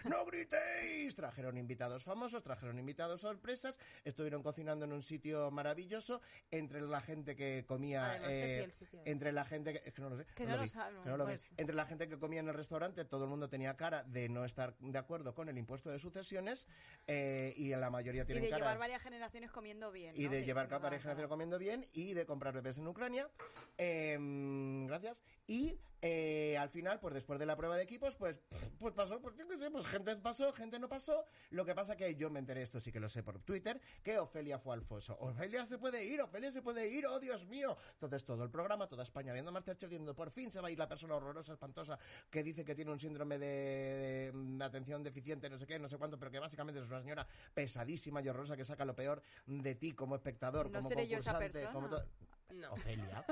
[SPEAKER 1] no gritéis. Trajeron invitados famosos, trajeron invitados sorpresas, estuvieron cocinando en un sitio maravilloso, entre la gente que comía.
[SPEAKER 2] Además Ah, que
[SPEAKER 1] eh,
[SPEAKER 2] sí, el sitio.
[SPEAKER 1] entre la gente que, es que no lo sé
[SPEAKER 3] Que no lo
[SPEAKER 1] vi,
[SPEAKER 3] sabemos,
[SPEAKER 1] que no lo vi.
[SPEAKER 2] pues.
[SPEAKER 1] entre la gente que comía en el restaurante todo el mundo tenía cara de no estar de acuerdo con el impuesto de sucesiones eh, y la mayoría
[SPEAKER 3] Y
[SPEAKER 1] tienen
[SPEAKER 3] de llevar
[SPEAKER 1] caras
[SPEAKER 3] varias generaciones comiendo bien.
[SPEAKER 1] y
[SPEAKER 3] ¿no?
[SPEAKER 1] de
[SPEAKER 3] Que
[SPEAKER 1] llevar
[SPEAKER 3] eso no
[SPEAKER 1] capa de
[SPEAKER 3] pasa nada.
[SPEAKER 1] generación comiendo bien y de comprar bebés en Ucrania. Eh, gracias. Y eh, al final, pues después de la prueba de equipos, pues, pff, pues pasó, pues, yo qué sé, pues gente pasó, gente no pasó. Lo que pasa que yo me enteré, esto sí que lo sé por Twitter, que Ofelia fue al foso. Ofelia se puede ir, Ofelia se puede ir, oh Dios mío. Entonces todo el programa, toda España viendo Masterchef diciendo, por fin se va a ir la persona horrorosa, espantosa, que dice que tiene un síndrome de, de atención deficiente, no sé qué, no sé cuánto, pero que básicamente es una señora pesadísima y horrorosa que saca lo peor de ti como espectador,
[SPEAKER 3] No
[SPEAKER 1] como
[SPEAKER 3] seré yo esa
[SPEAKER 1] concursante, como
[SPEAKER 3] persona.
[SPEAKER 1] todo.
[SPEAKER 2] No.
[SPEAKER 1] Ofelia,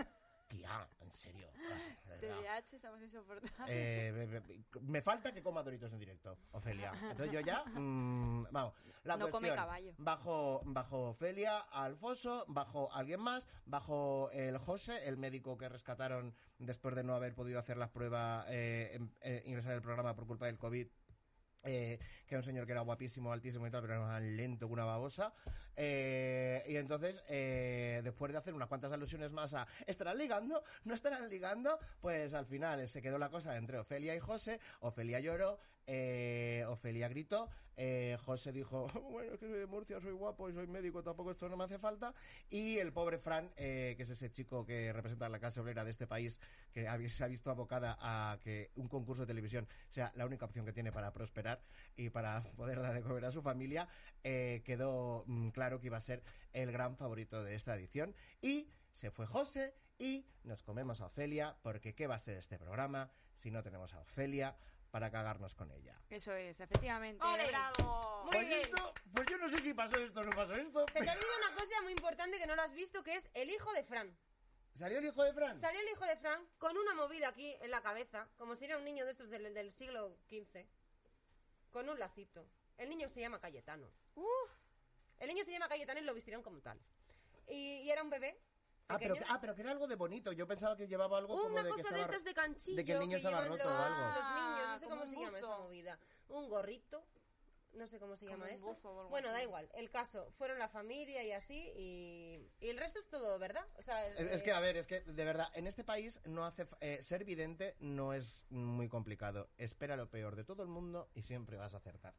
[SPEAKER 1] tía, en serio. Ah,
[SPEAKER 3] TDAH somos insoportables.
[SPEAKER 1] Eh, be- be- be- me falta que coma Doritos en directo, Ofelia. Entonces yo ya, mm, vamos. La
[SPEAKER 3] No come
[SPEAKER 1] cuestión,
[SPEAKER 3] caballo.
[SPEAKER 1] Bajo, bajo Ofelia, Alfonso, bajo alguien más, bajo el José, el médico que rescataron después de no haber podido hacer las pruebas, eh, em- eh, ingresar al programa por culpa del COVID. eh, que era un señor que era guapísimo, altísimo y tal, pero era más lento que una babosa. Eh, y entonces, eh, después de hacer unas cuantas alusiones más a ¿estarán ligando? ¿No estarán ligando? Pues al final eh, se quedó la cosa entre Ofelia y José. Ofelia lloró, eh, Ofelia gritó. eh, José dijo: Bueno, es que soy de Murcia, soy guapo y soy médico, tampoco esto no me hace falta. Y el pobre Fran, eh, que es ese chico que representa a la clase obrera de este país, que ha- se ha visto abocada a que un concurso de televisión sea la única opción que tiene para prosperar y para poder dar de comer a su familia, eh, quedó mm, claro que iba a ser el gran favorito de esta edición. Y se fue José y nos comemos a Ofelia, porque ¿qué va a ser este programa si no tenemos a Ofelia para cagarnos con ella?
[SPEAKER 3] Eso es, efectivamente.
[SPEAKER 2] ¡Ole!
[SPEAKER 3] ¡Bravo!
[SPEAKER 2] Muy
[SPEAKER 1] pues
[SPEAKER 2] bien.
[SPEAKER 1] esto, pues yo no sé si pasó esto o no pasó esto.
[SPEAKER 2] Se te
[SPEAKER 1] pero-
[SPEAKER 2] olvida una cosa muy importante que no la has visto, que es el hijo de Fran.
[SPEAKER 1] ¿Salió el hijo de Fran?
[SPEAKER 2] Salió el hijo de Fran con una movida aquí en la cabeza, como si era un niño de estos del, del siglo XV, con un lacito. El niño se llama Cayetano. El niño se llama Cayetano y lo vistieron como tal. Y, y era un bebé.
[SPEAKER 1] Ah pero,
[SPEAKER 2] pequeño.
[SPEAKER 1] ah, pero que era algo de bonito. Yo pensaba que llevaba algo como
[SPEAKER 2] una
[SPEAKER 1] de que
[SPEAKER 2] cosa de
[SPEAKER 1] estaba-
[SPEAKER 2] estas de canchillo
[SPEAKER 1] de que el niño estaba
[SPEAKER 2] llevan
[SPEAKER 1] roto o
[SPEAKER 2] los,
[SPEAKER 1] algo.
[SPEAKER 2] los niños, no sé
[SPEAKER 3] Ah,
[SPEAKER 2] cómo
[SPEAKER 3] como
[SPEAKER 2] se
[SPEAKER 3] un
[SPEAKER 2] llama esa
[SPEAKER 3] buzo.
[SPEAKER 2] movida. Un gorrito, no sé cómo se
[SPEAKER 3] Como
[SPEAKER 2] llama
[SPEAKER 3] un
[SPEAKER 2] eso.
[SPEAKER 3] buzo o algo
[SPEAKER 2] bueno, da
[SPEAKER 3] así.
[SPEAKER 2] igual. El caso, fueron la familia y así, y, y el resto es todo, ¿verdad? O sea, eh, el-
[SPEAKER 1] Es es que, a ver, es que, de verdad, en este país no hace fa- eh, ser vidente no es muy complicado. Espera lo peor de todo el mundo y siempre vas a acertar.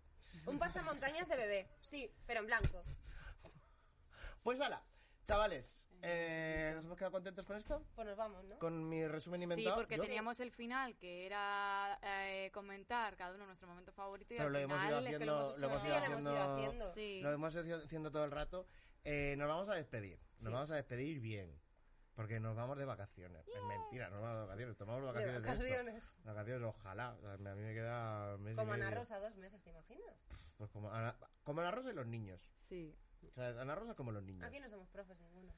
[SPEAKER 2] un pasamontañas de bebé, sí, pero en blanco.
[SPEAKER 1] Pues ala, chavales, eh, ¿nos hemos quedado contentos con esto?
[SPEAKER 2] Pues nos vamos, ¿no?
[SPEAKER 1] ¿Con mi resumen
[SPEAKER 3] Sí,
[SPEAKER 1] inventado?
[SPEAKER 3] porque
[SPEAKER 1] Yo-
[SPEAKER 3] teníamos el final, que era eh, comentar cada uno nuestro momento favorito y
[SPEAKER 1] Pero
[SPEAKER 3] al
[SPEAKER 1] lo hemos
[SPEAKER 3] final
[SPEAKER 1] ido
[SPEAKER 3] es que
[SPEAKER 1] haciendo-
[SPEAKER 3] hecho
[SPEAKER 1] lo hemos
[SPEAKER 2] Sí,
[SPEAKER 1] ido
[SPEAKER 2] ya lo hemos ido
[SPEAKER 1] haciendo-
[SPEAKER 2] haciendo.
[SPEAKER 3] Sí.
[SPEAKER 1] Lo hemos ido haciendo todo el rato. Eh, nos vamos a despedir. Nos vamos a despedir bien. Porque nos vamos de vacaciones. Es mentira, nos vamos de vacaciones. Tomamos vacaciones. de esto.
[SPEAKER 2] vacaciones.
[SPEAKER 1] Vacaciones, ojalá. O sea, a mí me queda. mes y
[SPEAKER 2] Como Ana
[SPEAKER 1] medio.
[SPEAKER 2] Rosa, dos meses, ¿te imaginas?
[SPEAKER 1] Pues como Ana, como Ana Rosa y los niños.
[SPEAKER 3] Sí.
[SPEAKER 1] O sea, Ana Rosa como los niños.
[SPEAKER 2] Aquí no somos profes ninguno.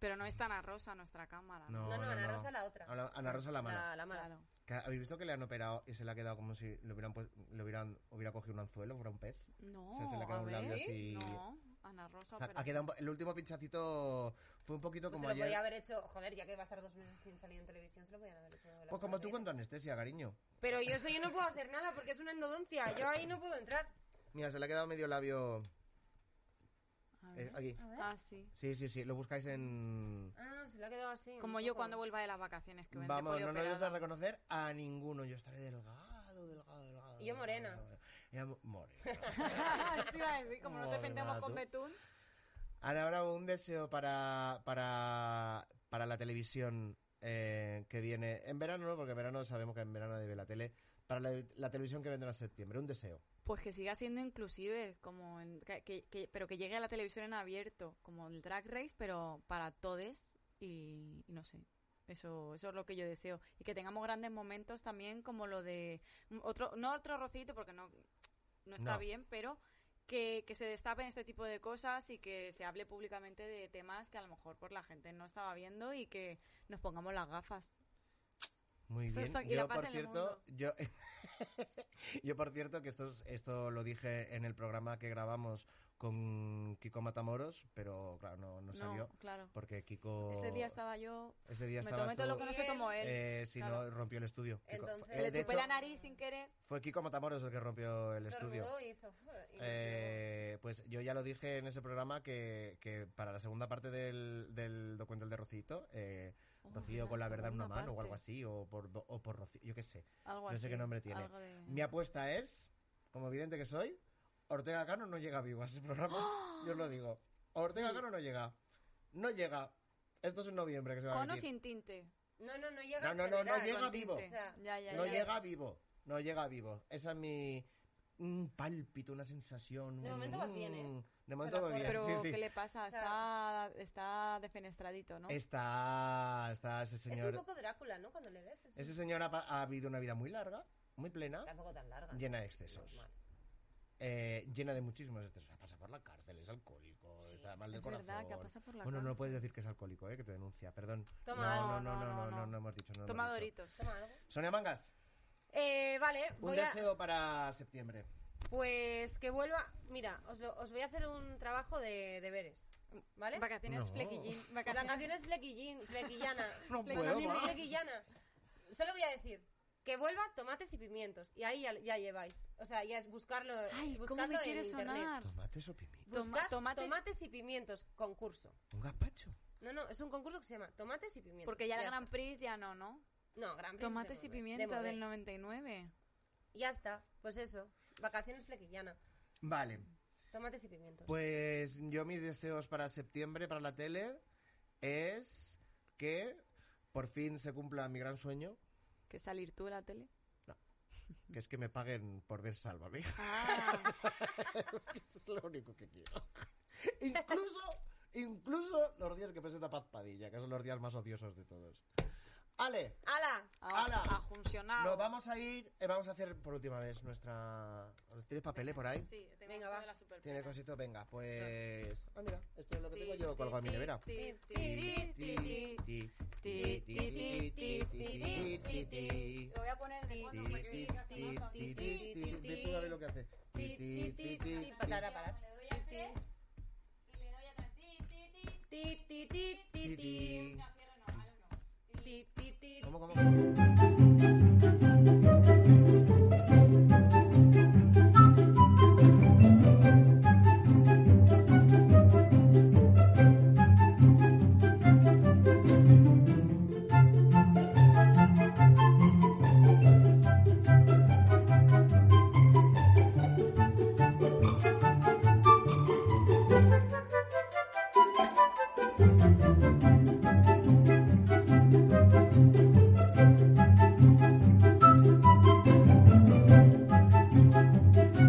[SPEAKER 3] Pero no es tan a rosa nuestra cámara.
[SPEAKER 1] No,
[SPEAKER 2] No, no, Ana Rosa la otra.
[SPEAKER 1] Ana, Ana Rosa la mala.
[SPEAKER 2] La, la mala.
[SPEAKER 3] Claro.
[SPEAKER 1] Que ¿Habéis visto que le han operado y se le ha quedado como si le hubieran, pues- le hubieran hubiera cogido un anzuelo, fuera un pez?
[SPEAKER 3] No,
[SPEAKER 1] O sea, se le ha
[SPEAKER 3] a
[SPEAKER 1] quedado un
[SPEAKER 3] ver.
[SPEAKER 1] labio así.
[SPEAKER 3] No, Ana Rosa.
[SPEAKER 1] O sea,
[SPEAKER 3] pero-
[SPEAKER 1] ha quedado un po- el último pinchacito fue un poquito
[SPEAKER 2] Pues
[SPEAKER 1] como
[SPEAKER 2] se lo podía
[SPEAKER 1] ayer.
[SPEAKER 2] haber hecho, joder, ya que va a estar dos meses sin salir en televisión, se lo podían haber hecho. la
[SPEAKER 1] Pues como
[SPEAKER 2] semana
[SPEAKER 1] tú
[SPEAKER 2] que
[SPEAKER 1] con tu anestesia, cariño.
[SPEAKER 2] viene. Pero yo eso yo no puedo hacer nada porque es una endodoncia, yo ahí no puedo entrar.
[SPEAKER 1] Mira, se le ha quedado medio labio
[SPEAKER 3] A
[SPEAKER 1] eh,
[SPEAKER 3] ver.
[SPEAKER 1] aquí.
[SPEAKER 3] Ah, sí.
[SPEAKER 1] Sí, sí, sí, lo buscáis en...
[SPEAKER 2] Ah, se lo ha quedado así. un
[SPEAKER 3] Como yo
[SPEAKER 2] poco.
[SPEAKER 3] cuando vuelva de las vacaciones que vendré
[SPEAKER 1] Vamos, no nos vais
[SPEAKER 3] polioperada.
[SPEAKER 1] a reconocer a ninguno. Yo estaré delgado, delgado, delgado.
[SPEAKER 2] Y yo morena.
[SPEAKER 1] delgado. Ya mo- morena.
[SPEAKER 3] Esto iba a decir, como no te
[SPEAKER 1] Madre
[SPEAKER 3] pintemos
[SPEAKER 1] mía,
[SPEAKER 3] con
[SPEAKER 1] tú.
[SPEAKER 3] betún.
[SPEAKER 1] Ana Bravo, un deseo para, para, para la televisión eh, que viene en verano, ¿no? Porque en verano sabemos que en verano debe la tele. Para la, la televisión que vendrá en septiembre, un deseo.
[SPEAKER 3] Pues que siga siendo inclusive, como en- que- que- que- pero que llegue a la televisión en abierto, como el Drag Race, pero para todes y, y no sé. Eso, eso es lo que yo deseo. Y que tengamos grandes momentos también como lo de... mm, otro No otro rocito, porque no, no está
[SPEAKER 1] No.
[SPEAKER 3] bien, pero que, que se destapen este tipo de cosas y que se hable públicamente de temas que a lo mejor por la gente no estaba viendo y que nos pongamos las gafas.
[SPEAKER 1] Muy
[SPEAKER 3] Eso
[SPEAKER 1] bien.
[SPEAKER 3] está- y
[SPEAKER 1] yo,
[SPEAKER 3] la paz
[SPEAKER 1] por
[SPEAKER 3] en el
[SPEAKER 1] cierto, yo, yo, por cierto, que esto, es- esto lo dije en el programa que grabamos con Kiko Matamoros, pero claro, no, no salió.
[SPEAKER 3] claro.
[SPEAKER 1] Porque Kiko.
[SPEAKER 3] Ese día estaba yo...
[SPEAKER 1] ese día
[SPEAKER 3] me
[SPEAKER 1] estabas
[SPEAKER 3] tomé todo lo
[SPEAKER 1] tú,
[SPEAKER 3] que no sé como él.
[SPEAKER 1] eh, si
[SPEAKER 3] claro.
[SPEAKER 1] no, rompió el estudio. Kiko-
[SPEAKER 2] Entonces-
[SPEAKER 1] eh,
[SPEAKER 2] Le
[SPEAKER 1] de
[SPEAKER 3] Chupé
[SPEAKER 1] hecho,
[SPEAKER 3] la nariz sin querer.
[SPEAKER 1] fue Kiko Matamoros el que rompió el estudio.
[SPEAKER 2] Estornudó y hizo. y
[SPEAKER 1] Eh, pues yo ya lo dije en ese programa que, que para la segunda parte del, del documental de Rocito, eh,
[SPEAKER 3] Oh,
[SPEAKER 1] Rocío
[SPEAKER 3] la
[SPEAKER 1] con la verdad en una
[SPEAKER 3] segunda
[SPEAKER 1] mano o algo
[SPEAKER 3] parte.
[SPEAKER 1] así, o por, o por Rocío, yo qué sé.
[SPEAKER 3] Algo
[SPEAKER 1] No sé
[SPEAKER 3] así,
[SPEAKER 1] qué nombre tiene.
[SPEAKER 3] algo de-
[SPEAKER 1] Mi apuesta es, como evidente que soy, Ortega Cano no llega vivo a ese programa. Yo os lo digo. Ortega Cano no llega. No llega. Esto es en noviembre que se va
[SPEAKER 3] Con
[SPEAKER 1] a
[SPEAKER 3] o
[SPEAKER 1] emitir.
[SPEAKER 3] sin tinte.
[SPEAKER 2] No, no, no llega.
[SPEAKER 1] No,
[SPEAKER 2] en
[SPEAKER 1] no, no, no
[SPEAKER 2] general.
[SPEAKER 1] llega
[SPEAKER 3] Con
[SPEAKER 1] vivo.
[SPEAKER 3] tinte.
[SPEAKER 2] O sea,
[SPEAKER 3] ya, ya,
[SPEAKER 1] No
[SPEAKER 3] ya.
[SPEAKER 1] llega vivo. No llega vivo. Esa es mi... Un pálpito, una sensación.
[SPEAKER 2] De momento vas bien, ¿eh?
[SPEAKER 1] un- De momento
[SPEAKER 2] la
[SPEAKER 1] voy bien,
[SPEAKER 3] Pero,
[SPEAKER 1] sí, sí.
[SPEAKER 3] ¿qué le pasa?
[SPEAKER 2] O sea-
[SPEAKER 3] está, está defenestradito, ¿no?
[SPEAKER 1] Está, está ese
[SPEAKER 2] Es
[SPEAKER 1] señor.
[SPEAKER 2] un poco Drácula, ¿no? Cuando le ves. es
[SPEAKER 1] Ese señor ha, pa- ha vivido una vida muy larga, muy plena,
[SPEAKER 2] Tampoco tan larga.
[SPEAKER 1] llena de
[SPEAKER 2] Normal.
[SPEAKER 1] excesos. eh, llena de muchísimos excesos. Ha pasado por la cárcel, es alcohólico, está mal del
[SPEAKER 3] es
[SPEAKER 1] corazón.
[SPEAKER 3] verdad, que ha pasado por la
[SPEAKER 1] bueno, no
[SPEAKER 3] cárcel.
[SPEAKER 1] puedes decir que es alcohólico, eh, que te denuncia, perdón.
[SPEAKER 2] Toma
[SPEAKER 1] no, no, no,
[SPEAKER 2] algo,
[SPEAKER 1] no,
[SPEAKER 3] no,
[SPEAKER 1] no, no,
[SPEAKER 3] no, no.
[SPEAKER 1] hemos dicho. No lo
[SPEAKER 3] Toma
[SPEAKER 1] hemos dicho.
[SPEAKER 3] doritos.
[SPEAKER 2] Toma algo.
[SPEAKER 1] Sonia Mangas,
[SPEAKER 2] Eh, vale,
[SPEAKER 1] un
[SPEAKER 2] voy a...
[SPEAKER 1] deseo para septiembre.
[SPEAKER 2] Pues que vuelva... Mira, os, lo- os voy a hacer un trabajo de deberes, ¿vale?
[SPEAKER 3] Vacaciones
[SPEAKER 1] No.
[SPEAKER 3] flequillín.
[SPEAKER 2] La
[SPEAKER 3] Vacaciones.
[SPEAKER 2] canción es flequillín, flequillana.
[SPEAKER 1] No
[SPEAKER 3] Le
[SPEAKER 1] puedo
[SPEAKER 3] cambié
[SPEAKER 1] más.
[SPEAKER 3] el
[SPEAKER 2] flequillana. Solo voy a decir que vuelva tomates y pimientos. Y ahí ya, ya lleváis. O sea, ya es buscarlo,
[SPEAKER 3] Ay, ¿cómo
[SPEAKER 2] buscarlo
[SPEAKER 3] me
[SPEAKER 2] en
[SPEAKER 3] quiere
[SPEAKER 2] internet.
[SPEAKER 3] sonar?
[SPEAKER 1] Tomates o pimientos.
[SPEAKER 3] Toma-
[SPEAKER 2] Buscad tomates...
[SPEAKER 3] tomates-
[SPEAKER 2] y pimientos, concurso.
[SPEAKER 1] Un gazpacho.
[SPEAKER 2] No, no, es un concurso que se llama Tomates y Pimientos.
[SPEAKER 3] Porque ya el Gran
[SPEAKER 2] está.
[SPEAKER 3] Prix ya no, ¿no?
[SPEAKER 2] No, Gran Prix
[SPEAKER 3] Tomates
[SPEAKER 2] de
[SPEAKER 3] y
[SPEAKER 2] Modé, de
[SPEAKER 3] pimienta
[SPEAKER 2] Modé.
[SPEAKER 3] del 99.
[SPEAKER 2] Ya está, pues eso. Vacaciones flequillana.
[SPEAKER 1] Vale,
[SPEAKER 2] Tomates y pimientos.
[SPEAKER 1] Pues yo mis deseos para septiembre, para la tele, es que por fin se cumpla mi gran sueño,
[SPEAKER 3] ¿Que salir tú de la tele?
[SPEAKER 1] que es que me paguen por ver Sálvame.
[SPEAKER 3] Ah,
[SPEAKER 1] es que es lo único que quiero. incluso, incluso los días que presenta Paz Padilla, que son los días más odiosos de todos. Ale,
[SPEAKER 2] ¡Hala!
[SPEAKER 3] a,
[SPEAKER 1] Ala.
[SPEAKER 3] a funcionar.
[SPEAKER 1] nos vamos a ir, eh, vamos a hacer por última vez nuestra... ¿Tienes papeles por ahí?
[SPEAKER 3] Sí, tengo
[SPEAKER 2] Venga,
[SPEAKER 3] esto
[SPEAKER 2] va.
[SPEAKER 3] de la super
[SPEAKER 1] Tiene cositos, venga, pues... Ah, mira, esto es lo que tengo yo colgado en mi nevera. Ti, ti, ti, ti, ti, ti, ti, ti.
[SPEAKER 3] Lo voy a poner de fondo para que digas si no son-
[SPEAKER 1] Ti, ti, ti, ti, ti. Ve tú a ver lo que hace. Ti, ti, ti, ti.
[SPEAKER 2] Patara, para.
[SPEAKER 3] Le doy a tres y le doy a tres. Ti, ti, ti,
[SPEAKER 2] Ti, ti, ti, ti, ti.
[SPEAKER 1] Ti, ti.
[SPEAKER 3] y al cierre no, al uno.
[SPEAKER 2] Ti, ti, ti.
[SPEAKER 1] ¿Cómo, cómo?